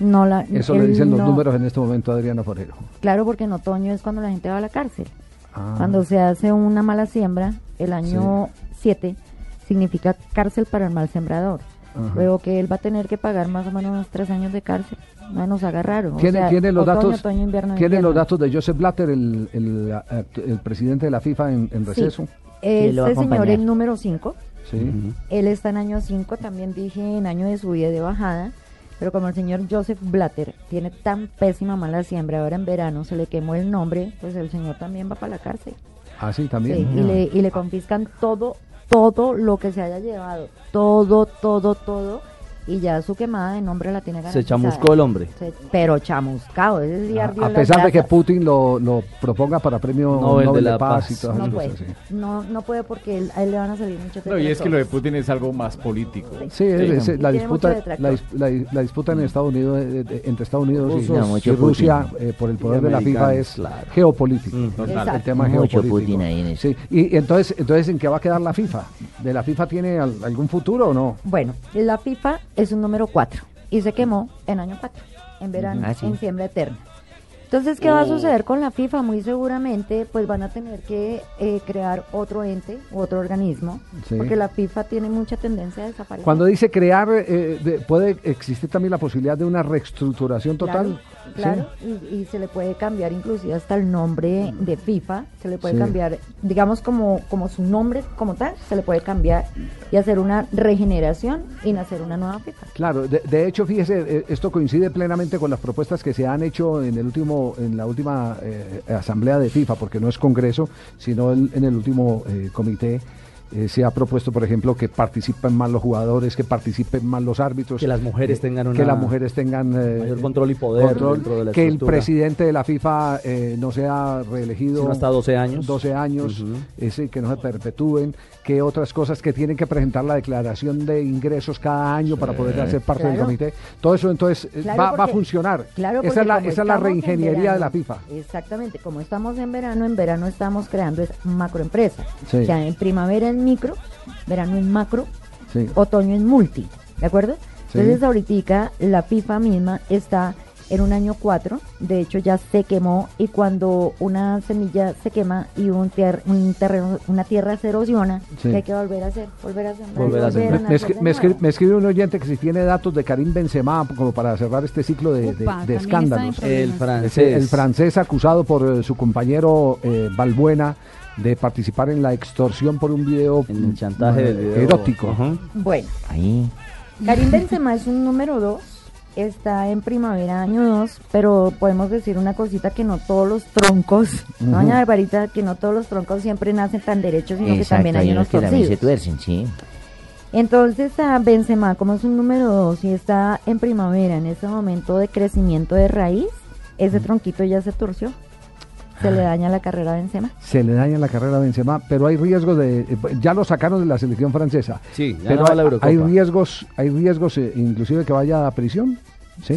[SPEAKER 7] No la,
[SPEAKER 1] Eso le
[SPEAKER 7] él
[SPEAKER 1] dicen los
[SPEAKER 7] no-
[SPEAKER 1] números en este momento a Adriana Forero.
[SPEAKER 7] Claro, porque en otoño es cuando la gente va a la cárcel.
[SPEAKER 1] Ah.
[SPEAKER 7] Cuando se hace una mala siembra, el año 7 significa cárcel para el mal sembrador.
[SPEAKER 1] Ajá.
[SPEAKER 7] Luego que él va a tener que pagar más o menos unos tres años de cárcel. No nos agarraron.
[SPEAKER 1] ¿Tiene, tiene los datos,
[SPEAKER 7] Otoño, invierno,
[SPEAKER 1] tiene
[SPEAKER 7] invierno.
[SPEAKER 1] los datos de Joseph Blatter, el, el, act- el presidente de la FIFA en, en
[SPEAKER 7] Sí.
[SPEAKER 1] receso.
[SPEAKER 5] lo va a
[SPEAKER 7] Este señor
[SPEAKER 5] acompañar.
[SPEAKER 7] es número 5.
[SPEAKER 1] Sí.
[SPEAKER 7] Él está en año 5, también dije en año de subida y de bajada. Pero como el señor Joseph Blatter tiene tan pésima mala siembra, ahora en verano se le quemó el nombre, pues el señor también va para la cárcel.
[SPEAKER 1] Ah, sí,
[SPEAKER 7] Sí,
[SPEAKER 1] también.
[SPEAKER 7] y, le, y le confiscan todo, todo lo que se haya llevado. Todo, todo, todo. Y ya su quemada de nombre la tiene
[SPEAKER 2] Se
[SPEAKER 7] garantizada.
[SPEAKER 2] chamuscó el hombre.
[SPEAKER 7] Se- pero chamuscado, ese sí ardió
[SPEAKER 1] Ah. A
[SPEAKER 7] las
[SPEAKER 1] pesar de que
[SPEAKER 7] brasas.
[SPEAKER 1] Putin lo, lo proponga para premio Nobel, de, Paz, y todas
[SPEAKER 7] No pues.
[SPEAKER 1] esas
[SPEAKER 7] puede,
[SPEAKER 1] cosas. sí.
[SPEAKER 7] no, no puede porque él- a él le van a salir muchos
[SPEAKER 6] No, y es que lo de
[SPEAKER 7] detractores.
[SPEAKER 6] Putin es algo más político.
[SPEAKER 1] Sí, es- es- la,
[SPEAKER 7] Tiene mucho
[SPEAKER 1] disputa,
[SPEAKER 7] detractor.
[SPEAKER 1] la, dis- la dis- la disputa en Estados Unidos, eh, de- entre Estados Unidos y,
[SPEAKER 5] Rusos,
[SPEAKER 1] y
[SPEAKER 5] mucho
[SPEAKER 1] Rusia
[SPEAKER 5] Putin.
[SPEAKER 1] eh, por el
[SPEAKER 5] Y
[SPEAKER 1] poder de la
[SPEAKER 5] americanos,
[SPEAKER 1] FIFA es
[SPEAKER 5] claro. Mm,
[SPEAKER 1] geopolítico.
[SPEAKER 5] total.
[SPEAKER 1] El tema
[SPEAKER 5] Mucho
[SPEAKER 1] geopolítico.
[SPEAKER 5] Putin ahí en
[SPEAKER 1] Sí, Y entonces, entonces, ¿en qué va a quedar la FIFA? ¿De la FIFA tiene al- algún futuro o no?
[SPEAKER 7] Bueno, la FIFA es un número 4 y se quemó en año 4, en verano,
[SPEAKER 1] Ah, sí.
[SPEAKER 7] en siembra eterna. Entonces, ¿qué va a
[SPEAKER 1] Oh.
[SPEAKER 7] suceder con la FIFA? Muy seguramente, pues van a tener que eh, crear otro ente, otro organismo,
[SPEAKER 1] Sí.
[SPEAKER 7] porque la FIFA tiene mucha tendencia a desaparecer.
[SPEAKER 1] Cuando dice crear, eh, de- puede existir también la posibilidad de una reestructuración total.
[SPEAKER 7] Claro,
[SPEAKER 1] ¿sí?
[SPEAKER 7] claro, y, y se le puede cambiar inclusive hasta el nombre de FIFA, se le puede
[SPEAKER 1] Sí.
[SPEAKER 7] cambiar, digamos como, como su nombre como tal, se le puede cambiar y hacer una regeneración y nacer una nueva FIFA.
[SPEAKER 1] Claro, de, de hecho, fíjese, eh, esto coincide plenamente con las propuestas que se han hecho en el último, en la última eh, asamblea de FIFA, porque no es Congreso, sino el- en el último eh, comité eh, se ha propuesto, por ejemplo, que participen más los jugadores, que participen más los árbitros. eh,
[SPEAKER 2] Que las mujeres tengan
[SPEAKER 1] Que
[SPEAKER 2] una-
[SPEAKER 1] las mujeres tengan... eh,
[SPEAKER 2] mayor control y poder
[SPEAKER 1] control,
[SPEAKER 2] dentro de la
[SPEAKER 1] que el
[SPEAKER 2] estructura.
[SPEAKER 1] presidente de la FIFA eh, no sea reelegido...
[SPEAKER 2] Sino hasta 12 años.
[SPEAKER 1] 12 años,
[SPEAKER 2] Ujú.
[SPEAKER 1] es decir, que no se perpetúen, que otras cosas que tienen que presentar la declaración de ingresos cada año para poder hacer parte del
[SPEAKER 7] Claro.
[SPEAKER 1] comité. Todo eso entonces eh,
[SPEAKER 7] Claro,
[SPEAKER 1] va, va a
[SPEAKER 7] porque-
[SPEAKER 1] funcionar.
[SPEAKER 7] Claro,
[SPEAKER 1] esa
[SPEAKER 7] porque
[SPEAKER 1] es la,
[SPEAKER 7] como
[SPEAKER 1] esa es la
[SPEAKER 7] estamos en
[SPEAKER 1] reingeniería de
[SPEAKER 7] verano,
[SPEAKER 1] la FIFA.
[SPEAKER 7] Exactamente, como estamos en verano, en verano estamos creando es macroempresas.
[SPEAKER 1] Sí.
[SPEAKER 7] O sea, en primavera es micro, verano es macro,
[SPEAKER 1] Sí.
[SPEAKER 7] otoño es multi, ¿de acuerdo?
[SPEAKER 1] Sí.
[SPEAKER 7] Entonces ahorita la FIFA misma está en un año 4, de hecho ya se quemó y cuando una semilla se quema y un, tier- un terreno, una tierra se erosiona,
[SPEAKER 1] Sí.
[SPEAKER 7] ¿qué hay que volver a hacer? Volver a hacer.
[SPEAKER 1] Me-
[SPEAKER 7] volver a
[SPEAKER 1] me,
[SPEAKER 7] nacer
[SPEAKER 1] escri-
[SPEAKER 7] de
[SPEAKER 1] me escri-
[SPEAKER 7] nuevo.
[SPEAKER 1] me escribe un oyente que si tiene datos de Karim Benzema como para cerrar este ciclo de, de- de
[SPEAKER 7] también está en
[SPEAKER 1] escándalos.
[SPEAKER 2] problemas. El francés.
[SPEAKER 1] Ese- El francés acusado por eh, su compañero eh, Balbuena de participar en la extorsión por un video mm,
[SPEAKER 2] chantaje del video.
[SPEAKER 1] erótico.
[SPEAKER 7] Bueno, Karim Benzema es un número 2, está en primavera año 2, pero podemos decir una cosita que no todos los troncos,
[SPEAKER 5] Ujú.
[SPEAKER 7] no doña Barbarita, que no todos los troncos siempre nacen tan derechos, sino que
[SPEAKER 5] Exacto,
[SPEAKER 7] también hay unos
[SPEAKER 5] unos que también se
[SPEAKER 7] torcidos.
[SPEAKER 5] tuercen, sí.
[SPEAKER 7] Entonces a Benzema, como es un número 2 y está en primavera, en ese momento de crecimiento de raíz, ese tronquito ya se torció. Se
[SPEAKER 1] Ah.
[SPEAKER 7] le daña la carrera a Benzema.
[SPEAKER 1] Se le daña la carrera a Benzema, pero hay riesgos de eh, ya lo sacaron de la selección francesa.
[SPEAKER 2] Sí, ya
[SPEAKER 1] pero
[SPEAKER 2] ganó la
[SPEAKER 1] hay,
[SPEAKER 2] Eurocopa.
[SPEAKER 1] hay riesgos, hay riesgos eh, inclusive que vaya a prisión. Sí.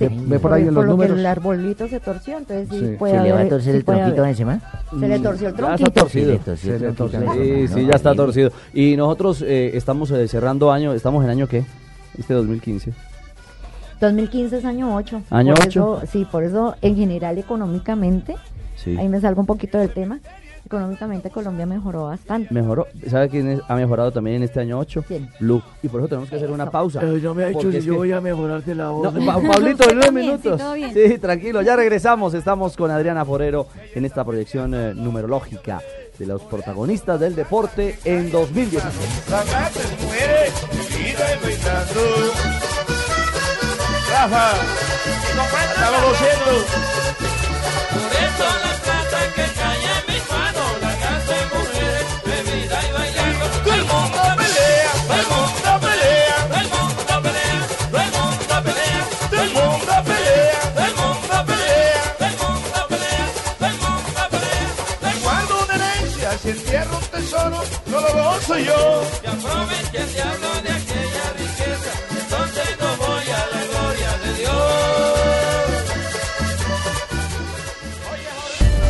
[SPEAKER 7] Sí.
[SPEAKER 1] Ve, ve por ahí en los
[SPEAKER 7] lo que
[SPEAKER 1] números.
[SPEAKER 7] el arbolito se torció, entonces sí,
[SPEAKER 1] Sí.
[SPEAKER 7] puede
[SPEAKER 1] ¿Se le va a
[SPEAKER 7] haber-
[SPEAKER 1] torcer
[SPEAKER 7] sí
[SPEAKER 1] el
[SPEAKER 7] puede
[SPEAKER 1] tronquito a
[SPEAKER 7] haber.
[SPEAKER 1] Benzema?
[SPEAKER 7] Se le torció el
[SPEAKER 2] Ya
[SPEAKER 7] tronquito.
[SPEAKER 2] está torcido.
[SPEAKER 5] torció el
[SPEAKER 2] Se le
[SPEAKER 5] tronquito
[SPEAKER 2] torció.
[SPEAKER 5] al
[SPEAKER 2] Sí,
[SPEAKER 5] Benzema,
[SPEAKER 2] sí,
[SPEAKER 5] ¿no?
[SPEAKER 2] ya está
[SPEAKER 5] Ahí.
[SPEAKER 2] torcido. Y nosotros eh, estamos eh, cerrando año, estamos en año qué? Este 2015.
[SPEAKER 7] 2015 es año 8.
[SPEAKER 2] Año
[SPEAKER 7] por
[SPEAKER 2] ocho.
[SPEAKER 7] eso- sí, por eso en general económicamente,
[SPEAKER 2] Sí.
[SPEAKER 7] ahí me salgo un poquito del tema, económicamente Colombia mejoró bastante.
[SPEAKER 2] Mejoró. ¿Sabe quién es- ha mejorado también en este año 8? Blue. Y por eso tenemos que hacer una pausa.
[SPEAKER 4] Pero yo me ha dicho
[SPEAKER 2] Porque
[SPEAKER 4] si
[SPEAKER 2] es
[SPEAKER 4] yo
[SPEAKER 2] que-
[SPEAKER 4] voy a mejorarte la voz.
[SPEAKER 2] No, Pa- Pablito,
[SPEAKER 4] Usted
[SPEAKER 2] nueve
[SPEAKER 4] también, sí,
[SPEAKER 2] minutos.
[SPEAKER 4] todo bien.
[SPEAKER 2] tranquilo, ya regresamos. Estamos con Adriana Forero en esta proyección eh, numerológica de los protagonistas del deporte en 2016.
[SPEAKER 14] Rapaces, mujeres, vida y peinando. Rafa, hasta los 200. Por eso la plata que cae en mis manos, la casa de mujeres, bebida y bailando. Todo el mundo pelea, todo el mundo pelea, todo el mundo pelea, todo el mundo pelea, todo el mundo pelea, todo el mundo pelea, todo el mundo pelea, todo el mundo pelea. Cuando una herencia se entierra un tesoro, no lo gozo yo. Y aproveche el diablo de aquella riqueza, entonces no voy a la gloria de Dios.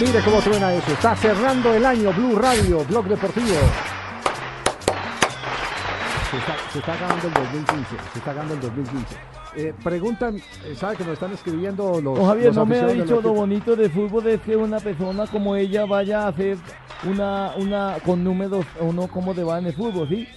[SPEAKER 1] Mire cómo suena eso. Está cerrando el año Blue Radio, Blog Deportivo. Se está, se está acabando el 2015. Se está acabando el 2015. Eh, preguntan, eh, ¿sabe que nos están escribiendo los.
[SPEAKER 8] Don Javier,
[SPEAKER 1] los
[SPEAKER 8] no me ha
[SPEAKER 1] aficionados del
[SPEAKER 8] dicho lo
[SPEAKER 1] equipo?
[SPEAKER 8] bonito de fútbol es que una persona como ella vaya a hacer una, una con números, uno como te va en el fútbol, ¿sí?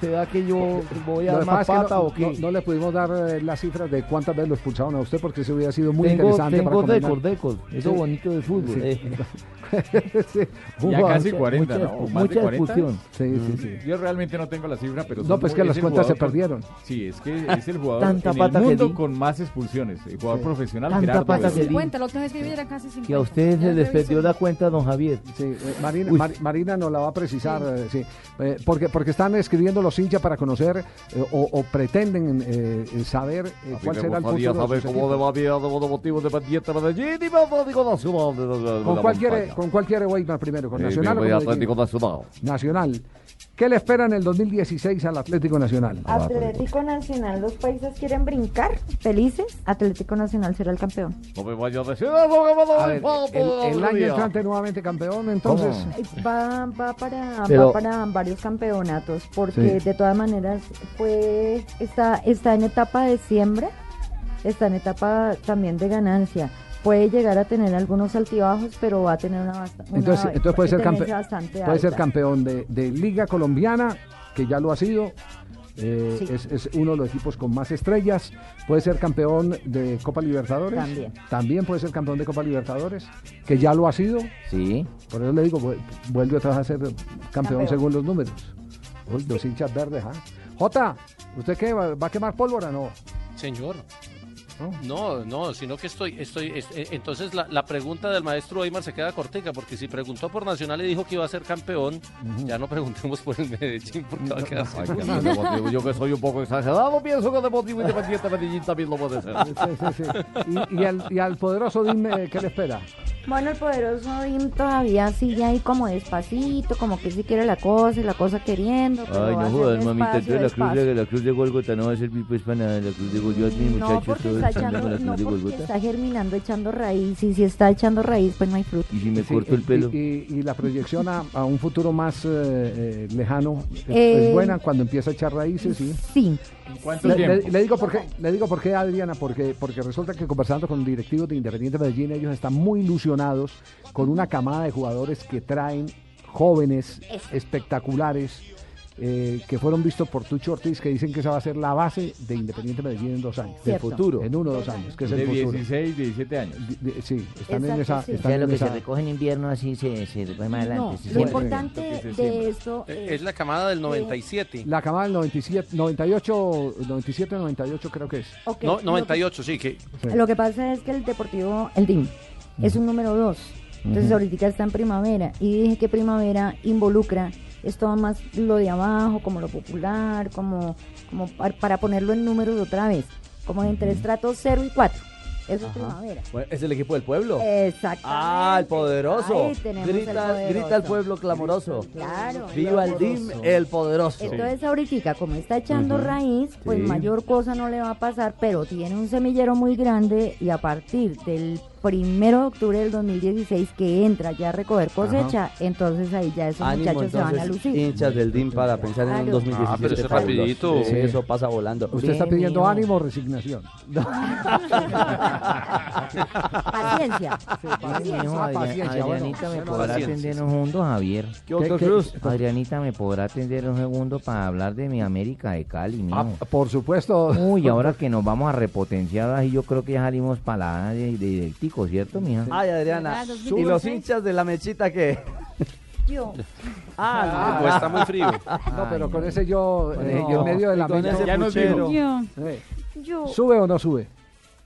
[SPEAKER 8] ¿Será que yo voy a
[SPEAKER 1] Lo
[SPEAKER 8] dar
[SPEAKER 1] que
[SPEAKER 8] más
[SPEAKER 1] pasa es que
[SPEAKER 8] pata
[SPEAKER 1] no,
[SPEAKER 8] o qué?
[SPEAKER 1] no- no le pudimos dar eh, las cifras de cuántas veces lo expulsaron a usted porque eso hubiera sido muy
[SPEAKER 8] Tengo-
[SPEAKER 1] interesante.
[SPEAKER 8] tengo
[SPEAKER 1] para combinar.
[SPEAKER 8] récord, récord. Eso bonito del fútbol. Eh,
[SPEAKER 1] Sí.
[SPEAKER 6] Ya
[SPEAKER 1] Hubo-
[SPEAKER 6] casi
[SPEAKER 1] mucha-
[SPEAKER 6] 40, ¿no?
[SPEAKER 1] mucha-
[SPEAKER 6] Más de
[SPEAKER 1] mucha
[SPEAKER 6] 40.
[SPEAKER 1] discusión. Sí, sí, sí.
[SPEAKER 6] Yo realmente no tengo la cifra, pero...
[SPEAKER 1] No,
[SPEAKER 6] son-
[SPEAKER 1] pues que
[SPEAKER 6] es
[SPEAKER 1] las
[SPEAKER 6] el
[SPEAKER 1] cuentas se
[SPEAKER 6] jugador con-
[SPEAKER 1] perdieron.
[SPEAKER 6] sí, es que es el jugador
[SPEAKER 8] Tanta
[SPEAKER 6] en
[SPEAKER 8] pata
[SPEAKER 6] el
[SPEAKER 8] que
[SPEAKER 6] mundo
[SPEAKER 8] di.
[SPEAKER 6] con más expulsiones. El jugador profesional
[SPEAKER 8] Tanta
[SPEAKER 6] Gerardo
[SPEAKER 8] pata
[SPEAKER 6] Berrío.
[SPEAKER 8] que di.
[SPEAKER 9] Cuenta, la última vez que vi era casi 50.
[SPEAKER 8] pues. Que a ustedes
[SPEAKER 9] Ya
[SPEAKER 8] se les
[SPEAKER 9] revisó.
[SPEAKER 8] perdió la cuenta, don Javier.
[SPEAKER 1] Sí, eh, Marina,
[SPEAKER 8] Uy.
[SPEAKER 1] Mar- Marina nos la va a precisar, eh, sí. Eh, porque, porque están escribiendo los hinchas para conocer eh, o, o pretenden eh, eh, saber eh, cuál será el futuro. de sus equipos. Con cuál quiere, con cuál quiere Weimar primero, con
[SPEAKER 3] Eh,
[SPEAKER 1] Nacional o
[SPEAKER 3] voy
[SPEAKER 1] con
[SPEAKER 3] a Atlético Nacional.
[SPEAKER 1] Medellín? Nacional. ¿Qué le espera en el 2016 al Atlético Nacional?
[SPEAKER 7] Atlético Nacional, los países quieren brincar felices. Atlético Nacional será el campeón.
[SPEAKER 3] No me vaya a decir.
[SPEAKER 1] A ver, el, el año entrante nuevamente campeón, entonces.
[SPEAKER 7] Pues, eh, Va, va para,
[SPEAKER 1] Ah. Pero-
[SPEAKER 7] va para varios campeonatos, porque
[SPEAKER 1] Sí.
[SPEAKER 7] de todas maneras fue está, está en etapa de siembra, está en etapa también de ganancia. puede llegar a tener algunos altibajos, pero va a tener una, basta- una
[SPEAKER 1] Entonces, entonces puede, ser campe-
[SPEAKER 7] tendencia bastante
[SPEAKER 1] puede ser
[SPEAKER 7] alta.
[SPEAKER 1] campeón de, de Liga Colombiana, que ya lo ha sido. eh,
[SPEAKER 7] Sí.
[SPEAKER 1] es, es uno de los equipos con más estrellas. Puede ser campeón de Copa Libertadores.
[SPEAKER 7] También.
[SPEAKER 1] También puede ser campeón de Copa Libertadores, que ya lo ha sido.
[SPEAKER 3] Sí.
[SPEAKER 1] Por eso le digo, vu- vuelve otra vez a ser campeón,
[SPEAKER 7] Campeón.
[SPEAKER 1] según los números. Uy, los hinchas verdes, ¿ah? Jota, ¿usted qué? ¿Va, va a quemar pólvora? No.
[SPEAKER 13] Señor. No, no, sino que estoy, estoy, es- eh, entonces la, la pregunta del maestro Weimar se queda cortica, porque si preguntó por Nacional y dijo que iba a ser campeón, ya no preguntemos por el Medellín, porque va a quedar
[SPEAKER 3] Ay,
[SPEAKER 13] sin
[SPEAKER 3] que
[SPEAKER 13] nada.
[SPEAKER 3] no, Deportivo, yo que soy un poco exagerado, pienso que Deportivo Independiente Medellín también lo puede ser.
[SPEAKER 1] Sí, sí, sí. Y, y al, y al poderoso, dime, ¿qué le espera?
[SPEAKER 7] Bueno, el poderoso Dim todavía sigue ahí como despacito, como que sí quiere la cosa y la cosa queriendo. pero
[SPEAKER 15] Ay,
[SPEAKER 7] va a
[SPEAKER 15] no
[SPEAKER 7] ser
[SPEAKER 15] jodas, mamita.
[SPEAKER 7] despacio,
[SPEAKER 15] Entonces la cruz,
[SPEAKER 7] despacio.
[SPEAKER 15] de, la cruz de Golgota no va a servir pues para nada. La cruz de Golgota, mis
[SPEAKER 7] No,
[SPEAKER 15] muchachos,
[SPEAKER 7] porque
[SPEAKER 15] todos
[SPEAKER 7] está
[SPEAKER 15] están
[SPEAKER 7] echando,
[SPEAKER 15] con la
[SPEAKER 7] no,
[SPEAKER 15] cruz de
[SPEAKER 7] porque
[SPEAKER 15] Golgota.
[SPEAKER 7] está germinando, echando raíz, y si está echando raíz, pues no hay fruto.
[SPEAKER 15] Y si me
[SPEAKER 1] Sí,
[SPEAKER 15] corto el
[SPEAKER 1] y-
[SPEAKER 15] pelo.
[SPEAKER 1] Y, y la proyección a, a un futuro más eh, eh, lejano es-
[SPEAKER 7] Eh,
[SPEAKER 1] es buena cuando empieza a echar raíces, ¿sí?
[SPEAKER 7] Sí.
[SPEAKER 15] cuánto
[SPEAKER 1] le,
[SPEAKER 15] tiempo?
[SPEAKER 1] le- le digo por qué, le digo por qué, Adriana, porque, porque resulta que conversando con directivos de Independiente Medellín, ellos están muy ilusionados con una camada de jugadores que traen jóvenes espectaculares. eh, que fueron vistos por Tucho Ortiz, que dicen que esa va a ser la base de Independiente Medellín en dos años.
[SPEAKER 15] Del Cierto. futuro.
[SPEAKER 1] En uno o dos años, que es
[SPEAKER 6] de
[SPEAKER 1] el futuro.
[SPEAKER 6] 16, 17 años.
[SPEAKER 1] Di- di- Sí, están en esa.
[SPEAKER 5] O
[SPEAKER 1] están
[SPEAKER 5] sea, lo
[SPEAKER 1] en
[SPEAKER 5] que
[SPEAKER 1] esa-
[SPEAKER 5] se recoge en invierno así se, se recoge más adelante.
[SPEAKER 7] No,
[SPEAKER 5] se
[SPEAKER 7] lo
[SPEAKER 5] siembra.
[SPEAKER 7] importante de eso
[SPEAKER 13] Eh, Es la camada del 97.
[SPEAKER 1] La camada del 97, 98, 97, 98 creo que es.
[SPEAKER 7] Ok,
[SPEAKER 13] No,
[SPEAKER 7] lo que-
[SPEAKER 13] 98, sí, que
[SPEAKER 7] Lo que pasa es que el Deportivo, el DIM, es un número dos. Entonces
[SPEAKER 9] Ujú.
[SPEAKER 7] ahorita está en primavera. Y dije que primavera involucra es todo más lo de abajo, como lo popular, como, como par- para ponerlo en números otra vez. Como entre estratos 0 y 4. Eso es primavera.
[SPEAKER 2] Bueno, es el equipo del pueblo.
[SPEAKER 7] Exactamente.
[SPEAKER 2] Ah, el poderoso.
[SPEAKER 7] Eh, Ahí tenemos el
[SPEAKER 2] grita,
[SPEAKER 7] poderoso.
[SPEAKER 2] grita el pueblo clamoroso.
[SPEAKER 7] Claro.
[SPEAKER 2] Viva el DIM, el poderoso.
[SPEAKER 7] Entonces ahorita, como está echando
[SPEAKER 2] Ujú.
[SPEAKER 7] raíz, pues
[SPEAKER 2] Sí.
[SPEAKER 7] mayor cosa no le va a pasar, pero tiene un semillero muy grande y a partir del primero de octubre del 2016 que entra ya a recoger cosecha, entonces ahí ya esos
[SPEAKER 2] Ánimo,
[SPEAKER 7] muchachos se van a
[SPEAKER 2] entonces,
[SPEAKER 7] lucir.
[SPEAKER 2] hinchas del DIM para pensar en un
[SPEAKER 7] Claro.
[SPEAKER 2] 2017.
[SPEAKER 12] Ah, pero eso es
[SPEAKER 2] fabuloso.
[SPEAKER 12] rapidito.
[SPEAKER 2] Sí, Eso pasa volando.
[SPEAKER 1] Usted está pidiendo ánimo o resignación.
[SPEAKER 7] Paciencia.
[SPEAKER 5] Ay, mijo,
[SPEAKER 1] Ah,
[SPEAKER 5] Adrián-
[SPEAKER 1] paciencia, bueno.
[SPEAKER 5] Adrianita me
[SPEAKER 1] Bueno,
[SPEAKER 5] podrá
[SPEAKER 1] paciencia.
[SPEAKER 5] atender un segundo, Javier.
[SPEAKER 1] ¿Qué, qué, Cruz?
[SPEAKER 5] Adrianita me podrá atender un segundo para hablar de mi América de Cali,
[SPEAKER 1] Ah,
[SPEAKER 5] mijo.
[SPEAKER 1] por supuesto.
[SPEAKER 5] Uy, ahora que nos vamos a repotenciar, ahí yo creo que ya salimos para la de, de directico, ¿cierto, mija?
[SPEAKER 2] Ay, Adriana.
[SPEAKER 7] Ah,
[SPEAKER 5] ¿Verdad?
[SPEAKER 2] ¿Y
[SPEAKER 5] 2016?
[SPEAKER 2] los hinchas de la mechita qué?
[SPEAKER 7] Yo.
[SPEAKER 2] Ah,
[SPEAKER 1] pues
[SPEAKER 2] está muy frío.
[SPEAKER 1] No, pero con ese yo,
[SPEAKER 2] Con
[SPEAKER 1] eh,
[SPEAKER 2] ese
[SPEAKER 1] yo
[SPEAKER 2] yo.
[SPEAKER 1] en medio de la
[SPEAKER 2] Y con
[SPEAKER 1] mesa-
[SPEAKER 2] ese Ya nos puchero. dijo.
[SPEAKER 1] Eh,
[SPEAKER 7] Yo
[SPEAKER 1] ¿Sube o no sube?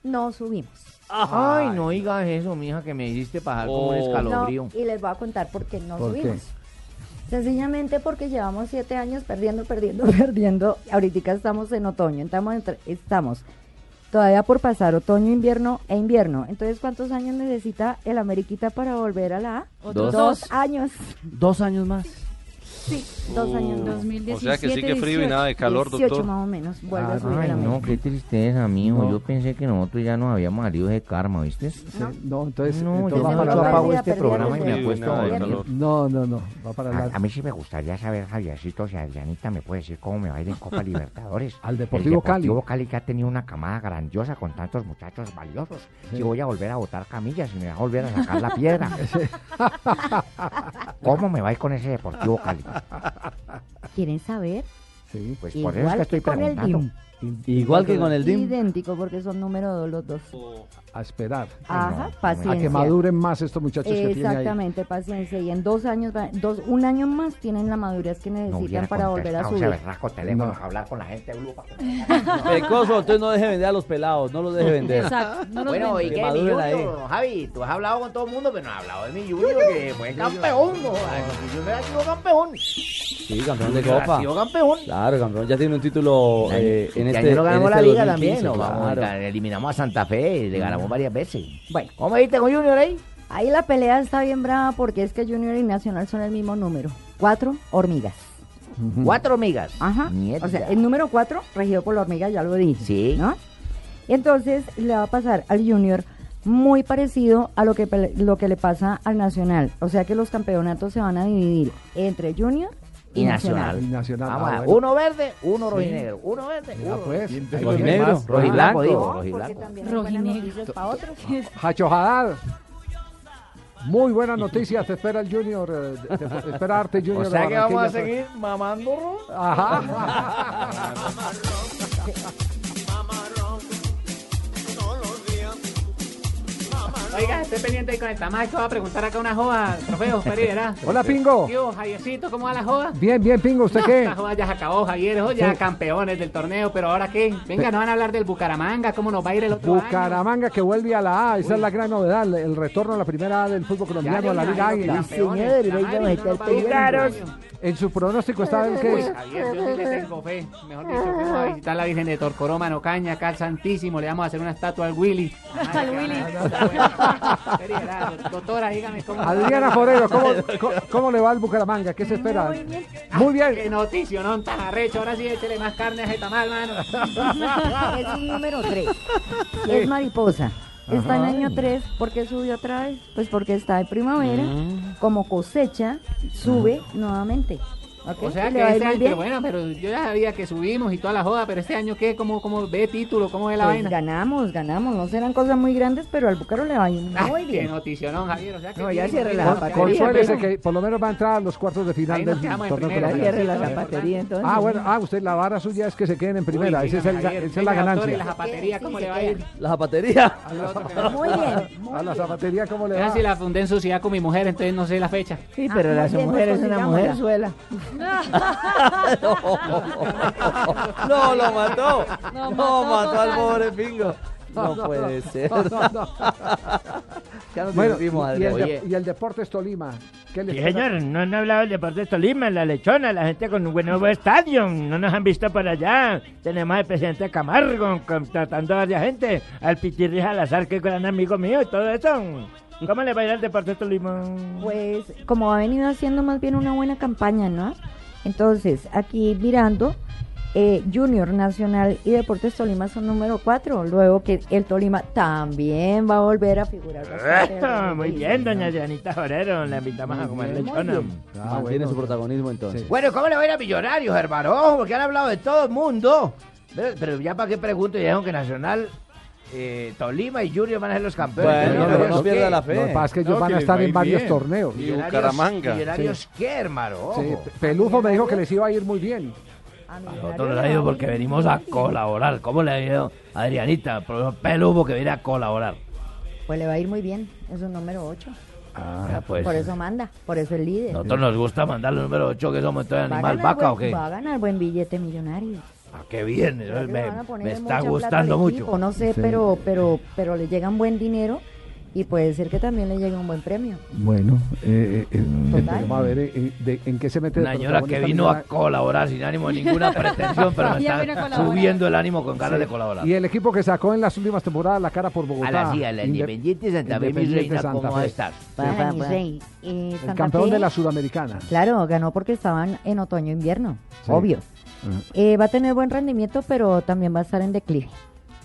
[SPEAKER 7] no subimos.
[SPEAKER 5] Ay, Oh. no digas eso, mija, que me hiciste pasar como un
[SPEAKER 7] No,
[SPEAKER 5] escalofrío.
[SPEAKER 7] y les voy a contar por qué no
[SPEAKER 5] ¿Por qué?
[SPEAKER 7] subimos. Sencillamente porque llevamos siete años perdiendo, perdiendo, perdiendo. Ahorita estamos en otoño, estamos, entre- estamos todavía por pasar otoño, invierno e invierno. Entonces, ¿cuántos años necesita el Ameriquita para volver a la A?
[SPEAKER 5] Otros
[SPEAKER 7] Dos
[SPEAKER 5] dos.
[SPEAKER 7] años.
[SPEAKER 5] Dos años más. Oh.
[SPEAKER 7] Sí, dos
[SPEAKER 12] Uh,
[SPEAKER 7] años. más.
[SPEAKER 12] o sea que sigue frío y nada de calor,
[SPEAKER 7] 18
[SPEAKER 12] doctor.
[SPEAKER 7] más o menos, vuelve a subir
[SPEAKER 5] Ay,
[SPEAKER 7] el
[SPEAKER 5] no,
[SPEAKER 7] América.
[SPEAKER 5] qué tristeza, mijo.
[SPEAKER 1] No.
[SPEAKER 5] Yo pensé que nosotros ya nos habíamos salido de karma, ¿viste?
[SPEAKER 1] No, entonces,
[SPEAKER 5] No,
[SPEAKER 1] entonces
[SPEAKER 5] Pues, yo
[SPEAKER 1] va
[SPEAKER 5] mejor
[SPEAKER 1] para
[SPEAKER 5] yo
[SPEAKER 1] la-
[SPEAKER 5] apago este programa y me apuesto a dormir.
[SPEAKER 1] No, no, no, va para
[SPEAKER 5] A,
[SPEAKER 1] la
[SPEAKER 5] a mí sí me gustaría saber, Javiercito, si Adrianita me puede decir cómo me va a ir en Copa Libertadores.
[SPEAKER 1] Al Deportivo
[SPEAKER 5] El
[SPEAKER 1] Cali.
[SPEAKER 5] Deportivo Cali que ha tenido una camada grandiosa con tantos muchachos valiosos.
[SPEAKER 1] Sí.
[SPEAKER 5] Si voy a volver a botar camillas, si me va a volver a sacar la piedra. ¿Cómo me va a ir con ese Deportivo Cali?
[SPEAKER 7] ¿Quieren saber?
[SPEAKER 1] Sí,
[SPEAKER 5] pues por eso es
[SPEAKER 7] Igual
[SPEAKER 5] que estoy
[SPEAKER 7] que con el
[SPEAKER 5] preguntando.
[SPEAKER 7] DIM.
[SPEAKER 2] Igual que con el DIM.
[SPEAKER 7] Idéntico, porque son número dos los dos.
[SPEAKER 1] a esperar.
[SPEAKER 5] Ah,
[SPEAKER 7] Ajá,
[SPEAKER 1] A que
[SPEAKER 7] paciencia.
[SPEAKER 1] maduren más estos muchachos que tienen ahí.
[SPEAKER 7] Exactamente, paciencia. Y en dos años, va- dos, un año más tienen la madurez que
[SPEAKER 5] No
[SPEAKER 7] necesitan
[SPEAKER 5] hubiera
[SPEAKER 7] para volver a
[SPEAKER 5] contestado
[SPEAKER 7] subir.
[SPEAKER 5] ese berraco teléfono
[SPEAKER 2] No.
[SPEAKER 5] a hablar con la gente de Blue para
[SPEAKER 2] Pecoso, entonces no deje vender a los pelados, no los deje vender.
[SPEAKER 5] bueno, ¿y
[SPEAKER 2] Que
[SPEAKER 5] qué de mi
[SPEAKER 2] maduren ahí.
[SPEAKER 5] Junior, Javi? Tú has hablado con todo el mundo, pero no has hablado de mi Junior, que fue campeón, ¿no? Ay, mi Junior ha sido campeón.
[SPEAKER 2] Sí, campeón de
[SPEAKER 5] Junior ha
[SPEAKER 2] copa.
[SPEAKER 5] sido campeón.
[SPEAKER 2] Claro, campeón. Ya tiene un título eh, en
[SPEAKER 5] Ya
[SPEAKER 2] este.
[SPEAKER 5] no ganamos
[SPEAKER 2] en
[SPEAKER 5] la
[SPEAKER 2] este
[SPEAKER 5] liga
[SPEAKER 2] 2015,
[SPEAKER 5] también, ¿no? Vamos,
[SPEAKER 2] claro.
[SPEAKER 5] la- eliminamos a Santa Fe, le ganamos varias veces.
[SPEAKER 7] Bueno,
[SPEAKER 5] ¿cómo me viste con Junior ahí?
[SPEAKER 7] Ahí la pelea está bien brava porque es que Junior y Nacional son el mismo número. Cuatro hormigas.
[SPEAKER 5] Cuatro hormigas.
[SPEAKER 7] Ajá.
[SPEAKER 5] Mierda.
[SPEAKER 7] O sea, el número cuatro regido por la hormiga, ya lo dije. Sí. ¿no? Entonces le va a pasar al Junior muy parecido a lo que, pele- lo que le pasa al Nacional. O sea que los campeonatos se van a dividir entre Junior
[SPEAKER 11] y Nacional.
[SPEAKER 1] Y Nacional,
[SPEAKER 11] Vamos
[SPEAKER 1] ah,
[SPEAKER 11] a ver,
[SPEAKER 1] bueno.
[SPEAKER 11] uno verde, uno
[SPEAKER 1] Sí.
[SPEAKER 11] rojinegro, uno verde,
[SPEAKER 1] Mira,
[SPEAKER 11] uno
[SPEAKER 1] pues,
[SPEAKER 11] rojinegro.
[SPEAKER 1] ahí
[SPEAKER 11] Rojinegro,
[SPEAKER 1] tenemos.
[SPEAKER 11] rojiblanco,
[SPEAKER 1] Rojiblanco.
[SPEAKER 11] rojiblanco.
[SPEAKER 9] Rojinegro.
[SPEAKER 1] Hacho Haddad. Muy buenas noticias, te espera el Junior, eh, te, te espera Arte
[SPEAKER 14] O
[SPEAKER 1] Junior.
[SPEAKER 14] sea
[SPEAKER 1] de
[SPEAKER 14] que vamos a
[SPEAKER 1] Barranquilla. pues.
[SPEAKER 14] seguir mamando ron.
[SPEAKER 1] Ajá.
[SPEAKER 16] Oiga, esté pendiente ahí con el tamaño que va a preguntar acá una joda, trofeo, Peri, ¿verdad?
[SPEAKER 1] Hola, Pingo.
[SPEAKER 16] Yo, Javiercito, ¿cómo va la joda?
[SPEAKER 1] Bien, bien, Pingo, ¿usted
[SPEAKER 16] No,
[SPEAKER 1] qué?
[SPEAKER 16] esta joda ya se acabó, Javier, oh, ya
[SPEAKER 1] Sí.
[SPEAKER 16] campeones del torneo, pero ahora qué? Venga,
[SPEAKER 1] Pe-
[SPEAKER 16] no van a hablar del Bucaramanga, cómo nos va a ir el otro año.
[SPEAKER 1] Bucaramanga que vuelve a la A, esa es la gran novedad, el, el retorno a la primera A del fútbol colombiano, a la
[SPEAKER 16] le
[SPEAKER 1] Liga
[SPEAKER 16] imagino
[SPEAKER 1] Águila.
[SPEAKER 16] campeones, Sí, señor, la y venga, madre, no nos va a ir
[SPEAKER 1] Claros.
[SPEAKER 16] bien, coño.
[SPEAKER 1] En su pronóstico está el que
[SPEAKER 16] Pues, Javier, yo sí le tengo fe. Mejor dicho, que vamos a visitar la Virgen de Torcoroma, Nocaña, acá al Santísimo. Le vamos a hacer una estatua al Willy.
[SPEAKER 9] Al Willy.
[SPEAKER 16] Peri, ¿verdad? Doctora, dígame cómo.
[SPEAKER 1] Adriana Forero, ¿cómo, cómo, cómo le va al Bucaramanga? ¿Qué se espera? Muy bien.
[SPEAKER 16] Qué noticia, no tan arrecho. Ahora sí, échele más carne a ese tamal, mano.
[SPEAKER 7] Es un número 3. Es mariposa. Está en
[SPEAKER 16] Ajá.
[SPEAKER 7] año 3. ¿Por qué subió otra vez? Pues porque está en primavera.
[SPEAKER 16] Mm.
[SPEAKER 7] Como cosecha, sube nuevamente. ¿ok?
[SPEAKER 16] O sea
[SPEAKER 7] Y
[SPEAKER 16] que
[SPEAKER 7] le va a ir
[SPEAKER 16] este
[SPEAKER 7] muy bien.
[SPEAKER 16] año, pero bueno, pero yo ya sabía que subimos y toda la joda, pero este año qué, cómo, cómo ve título, cómo ve la
[SPEAKER 7] Pues
[SPEAKER 16] vaina.
[SPEAKER 7] ganamos, ganamos. No serán cosas muy grandes, pero al Bucaro le va a ir
[SPEAKER 16] Ah,
[SPEAKER 7] muy
[SPEAKER 16] qué
[SPEAKER 7] bien.
[SPEAKER 16] notición, Javier. O sea que
[SPEAKER 7] No, ya
[SPEAKER 16] sí,
[SPEAKER 7] cierre
[SPEAKER 16] sí,
[SPEAKER 7] la
[SPEAKER 16] sí,
[SPEAKER 7] zapatería,
[SPEAKER 1] Consuélese
[SPEAKER 7] pero-
[SPEAKER 1] que por lo menos va a entrar a los cuartos de final
[SPEAKER 16] Ahí nos
[SPEAKER 1] del
[SPEAKER 16] quedamos en
[SPEAKER 1] torneo
[SPEAKER 16] primera,
[SPEAKER 1] colombiano.
[SPEAKER 16] cierre la zapatería, entonces.
[SPEAKER 1] Ah, bueno, ah, usted la vara suya es que se queden en primera,
[SPEAKER 16] Uy,
[SPEAKER 1] esa es,
[SPEAKER 16] dígame,
[SPEAKER 1] el-
[SPEAKER 16] Javier,
[SPEAKER 1] esa es la
[SPEAKER 16] venga, doctor,
[SPEAKER 1] ganancia.
[SPEAKER 16] ¿y la zapatería, ¿cómo le va a ir?
[SPEAKER 2] La zapatería.
[SPEAKER 7] Muy bien.
[SPEAKER 1] A la zapatería, ¿cómo le
[SPEAKER 16] Ya
[SPEAKER 1] va?
[SPEAKER 16] si la fundé en sociedad con mi mujer, entonces no sé la fecha.
[SPEAKER 7] Ah,
[SPEAKER 11] Sí, pero la su mujer
[SPEAKER 7] pues
[SPEAKER 11] es una mujer suela.
[SPEAKER 2] No, lo mató. No,
[SPEAKER 14] No,
[SPEAKER 2] mató,
[SPEAKER 14] mató
[SPEAKER 2] al
[SPEAKER 14] total.
[SPEAKER 2] pobre pingo. No,
[SPEAKER 1] No, no,
[SPEAKER 2] puede
[SPEAKER 1] no,
[SPEAKER 2] ser.
[SPEAKER 1] no, no, no.
[SPEAKER 2] ya nos
[SPEAKER 1] Bueno, y,
[SPEAKER 2] divertimos,
[SPEAKER 1] y el
[SPEAKER 2] Adrián.
[SPEAKER 1] de- y el Deportes Tolima. ¿Qué le
[SPEAKER 17] Sí,
[SPEAKER 1] espera?
[SPEAKER 17] señor, no han hablado del deporte de Tolima, la lechona, la gente con un buen nuevo estadio, no nos han visto para allá. Tenemos al presidente Camargo contratando a varias gente, al Pichirri Salazar, que es gran amigo mío y todo eso. ¿Cómo le va a ir al deporte de Tolima?
[SPEAKER 7] Pues como ha venido haciendo más bien una buena campaña, ¿no? Entonces, aquí mirando, eh, Junior Nacional y Deportes Tolima son número 4, luego que el Tolima también va a volver a figurar. bastante en la
[SPEAKER 17] Eso, muy bien, doña Dianita Jorero, la invitamos a comer lechona.
[SPEAKER 1] Ah,
[SPEAKER 2] Mantiene su protagonismo entonces.
[SPEAKER 11] Bueno, ¿cómo le va a ir a Millonarios, hermano? Porque han hablado de todo el mundo. Pero, pero ya para qué pregunto, ya dijeron que Nacional, eh, Tolima y Junior van a ser los campeones.
[SPEAKER 2] Bueno, pero no pierda la fe.
[SPEAKER 1] Lo que pasa es que ellos van a estar en varios torneos.
[SPEAKER 11] Millonarios- Millonarios,
[SPEAKER 1] Sí.
[SPEAKER 11] ¿qué, hermano?
[SPEAKER 1] Sí, Pe- Pelufo me dijo que les iba a ir muy bien.
[SPEAKER 15] Nosotros nos ha ido porque venimos a colaborar. ¿Cómo le ha ido a Adrianita? Por peludo que viene a colaborar.
[SPEAKER 7] Pues le va a ir muy bien, es un número 8.
[SPEAKER 15] Ah, pues.
[SPEAKER 7] Por eso manda, por eso es líder.
[SPEAKER 15] Nosotros nos gusta mandar el número 8, que somos todo
[SPEAKER 7] Va a
[SPEAKER 15] animal
[SPEAKER 7] ganar
[SPEAKER 15] vaca
[SPEAKER 7] buen-
[SPEAKER 15] o qué.
[SPEAKER 7] Va a ganar buen billete millonario.
[SPEAKER 15] Ah, qué bien,
[SPEAKER 7] Creo que
[SPEAKER 15] me,
[SPEAKER 7] van a ponerle
[SPEAKER 15] me está
[SPEAKER 7] mucha plata
[SPEAKER 15] gustando
[SPEAKER 7] al
[SPEAKER 15] mucho.
[SPEAKER 7] equipo, No sé,
[SPEAKER 15] Sí.
[SPEAKER 7] pero, pero, pero le llegan buen dinero y puede ser que también le llegue un buen premio.
[SPEAKER 1] Bueno,
[SPEAKER 7] Total.
[SPEAKER 1] vamos a ver eh, eh, de- en qué se mete.
[SPEAKER 15] Una
[SPEAKER 1] el
[SPEAKER 15] señora que
[SPEAKER 1] protagonista
[SPEAKER 15] vino a
[SPEAKER 1] millonario.
[SPEAKER 15] colaborar sin ánimo de ninguna pretensión, pero me
[SPEAKER 1] Ya vino a
[SPEAKER 15] está
[SPEAKER 1] colaborar.
[SPEAKER 15] subiendo el ánimo con ganas
[SPEAKER 1] Sí.
[SPEAKER 15] de colaborar.
[SPEAKER 1] Y el equipo que sacó en las últimas temporadas la cara por Bogotá.
[SPEAKER 15] A la sí, a la
[SPEAKER 1] Inde-
[SPEAKER 15] Independiente Santa Fe, mi
[SPEAKER 1] Independiente
[SPEAKER 15] reina, ¿cómo
[SPEAKER 1] Santa
[SPEAKER 15] va a
[SPEAKER 1] Fe.
[SPEAKER 15] estar?
[SPEAKER 1] Sí.
[SPEAKER 7] Ah, mi rey. Eh,
[SPEAKER 1] El
[SPEAKER 7] Santa
[SPEAKER 1] campeón
[SPEAKER 7] Fe,
[SPEAKER 1] de la Sudamericana.
[SPEAKER 7] Claro, ganó porque estaban en otoño-invierno,
[SPEAKER 1] Sí.
[SPEAKER 7] obvio.
[SPEAKER 15] Mm.
[SPEAKER 1] Ajá.
[SPEAKER 7] Eh, va a tener buen rendimiento, pero también va a estar en declive.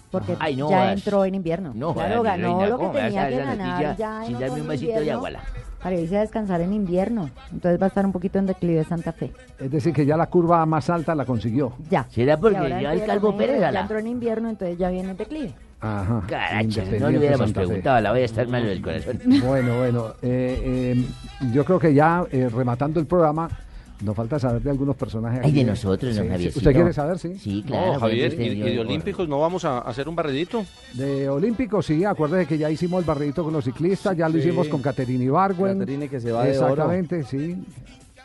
[SPEAKER 7] Porque
[SPEAKER 15] Ay, no
[SPEAKER 7] ya
[SPEAKER 15] jodas.
[SPEAKER 7] entró en invierno.
[SPEAKER 15] No
[SPEAKER 7] claro,
[SPEAKER 15] jodas, mi
[SPEAKER 7] ganó
[SPEAKER 15] reina,
[SPEAKER 7] lo que
[SPEAKER 15] ¿cómo me vas a
[SPEAKER 7] tenía
[SPEAKER 15] dar
[SPEAKER 7] que
[SPEAKER 15] esa
[SPEAKER 7] ganar
[SPEAKER 15] noticia
[SPEAKER 7] ya en
[SPEAKER 15] sin darme un vasito de
[SPEAKER 7] otoño-invierno
[SPEAKER 15] agua?
[SPEAKER 7] para irse a descansar en invierno. Entonces va a estar un poquito en declive Santa Fe.
[SPEAKER 1] Es decir, que ya la curva más alta la consiguió.
[SPEAKER 7] Ya.
[SPEAKER 15] ¿Será porque
[SPEAKER 7] Y ahora
[SPEAKER 15] ya el
[SPEAKER 7] entró-
[SPEAKER 15] Calvo Pérez a
[SPEAKER 7] Ya
[SPEAKER 15] la...
[SPEAKER 7] entró en invierno, entonces ya viene en declive.
[SPEAKER 1] Ajá.
[SPEAKER 15] Caracha, no
[SPEAKER 1] Independiente
[SPEAKER 15] le hubiéramos
[SPEAKER 1] Santa Fe.
[SPEAKER 15] preguntado, la voy a estar mal del corazón.
[SPEAKER 1] Bueno, bueno, eh, eh, yo creo que ya eh, rematando el programa, nos falta saber de algunos personajes.
[SPEAKER 15] Ay,
[SPEAKER 1] aquí.
[SPEAKER 15] de nosotros, don
[SPEAKER 1] Sí, sí.
[SPEAKER 15] Javiercito.
[SPEAKER 1] ¿Usted quiere saber, sí?
[SPEAKER 15] Sí,
[SPEAKER 13] no, Javier, y, y de Olímpicos no vamos a hacer un barredito.
[SPEAKER 1] De Olímpicos, sí, acuérdese que ya hicimos el barridito con los ciclistas, ya lo
[SPEAKER 13] Sí.
[SPEAKER 1] hicimos con Caterina Ibargüen.
[SPEAKER 2] Caterine que se va de oro.
[SPEAKER 1] Exactamente, sí.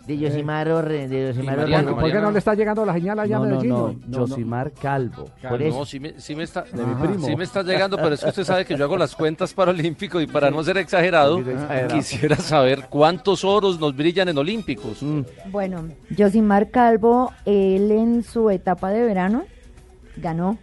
[SPEAKER 15] De Yosimar Orre, de Yosimar
[SPEAKER 1] ¿Por,
[SPEAKER 15] Orre.
[SPEAKER 1] por qué no le está llegando la señal allá
[SPEAKER 2] No,
[SPEAKER 1] a
[SPEAKER 2] no,
[SPEAKER 1] Medellín?
[SPEAKER 2] no, Josimar Calvo.
[SPEAKER 15] Por eso.
[SPEAKER 13] No, sí me, sí me está,
[SPEAKER 2] mi
[SPEAKER 13] Ajá.
[SPEAKER 2] primo.
[SPEAKER 13] sí me está llegando, pero es que usted sabe que yo hago las cuentas para Olímpicos y para no ser exagerado,
[SPEAKER 7] exagerado.
[SPEAKER 13] quisiera saber cuántos oros nos brillan en Olímpicos.
[SPEAKER 7] Bueno, Josimar Calvo, él en su etapa de verano ganó,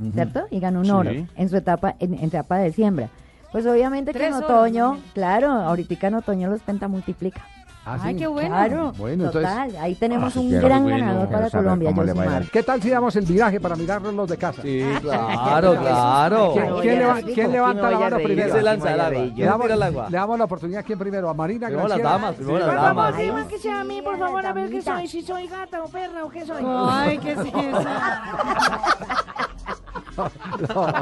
[SPEAKER 13] Ujú.
[SPEAKER 7] ¿cierto? Y ganó un
[SPEAKER 13] Sí.
[SPEAKER 7] oro en su etapa, en, en etapa de siembra. Pues obviamente que
[SPEAKER 9] Tres
[SPEAKER 7] en
[SPEAKER 9] oros,
[SPEAKER 7] otoño,
[SPEAKER 9] imagínate.
[SPEAKER 7] claro, ahorita en otoño los penta multiplica.
[SPEAKER 1] Ah,
[SPEAKER 7] Ay,
[SPEAKER 1] sí.
[SPEAKER 7] qué bueno.
[SPEAKER 1] Claro. Bueno, entonces-
[SPEAKER 7] Total, ahí tenemos
[SPEAKER 1] Ah,
[SPEAKER 7] un
[SPEAKER 1] qué
[SPEAKER 7] gran
[SPEAKER 1] bueno.
[SPEAKER 7] ganador para Colombia, Josimar.
[SPEAKER 1] ¿Qué tal si damos el viraje para mirarlos los de casa? Sí,
[SPEAKER 2] claro, claro.
[SPEAKER 1] ¿Quién,
[SPEAKER 2] Ay,
[SPEAKER 1] quién
[SPEAKER 2] ya
[SPEAKER 1] leva-
[SPEAKER 2] rico.
[SPEAKER 1] quién levanta
[SPEAKER 2] ¿Quién
[SPEAKER 1] la
[SPEAKER 2] vaya
[SPEAKER 1] mano
[SPEAKER 2] a reír?
[SPEAKER 1] primero?
[SPEAKER 2] ¿Quién se lanza
[SPEAKER 1] al
[SPEAKER 2] al agua?
[SPEAKER 1] Le
[SPEAKER 2] ¿Quién
[SPEAKER 1] damos,
[SPEAKER 2] tira al agua?
[SPEAKER 1] le damos la oportunidad, ¿quién primero? ¿A Marina?
[SPEAKER 2] Primero las
[SPEAKER 1] Graciela?
[SPEAKER 2] damas, primero las
[SPEAKER 1] Sí.
[SPEAKER 2] damas.
[SPEAKER 1] Vamos,
[SPEAKER 2] Ay,
[SPEAKER 1] sí,
[SPEAKER 2] vamos.
[SPEAKER 1] vamos.
[SPEAKER 14] que sea a mí, por favor, a ver qué soy, si soy gata o perra o qué soy.
[SPEAKER 9] Ay, ¿qué es eso?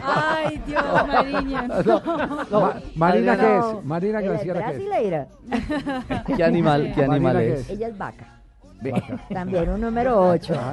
[SPEAKER 9] Ay, Dios, Mariña.
[SPEAKER 1] No, no. Ma- Marina, ¿qué
[SPEAKER 7] No.
[SPEAKER 1] es? Marina
[SPEAKER 7] Ella es
[SPEAKER 1] Graciela, ¿qué es?
[SPEAKER 7] brasileira.
[SPEAKER 2] ¿Qué animal, qué
[SPEAKER 1] Marina,
[SPEAKER 2] animal
[SPEAKER 1] ¿qué
[SPEAKER 2] es?
[SPEAKER 7] Ella es vaca. También un número 8.
[SPEAKER 14] Ah.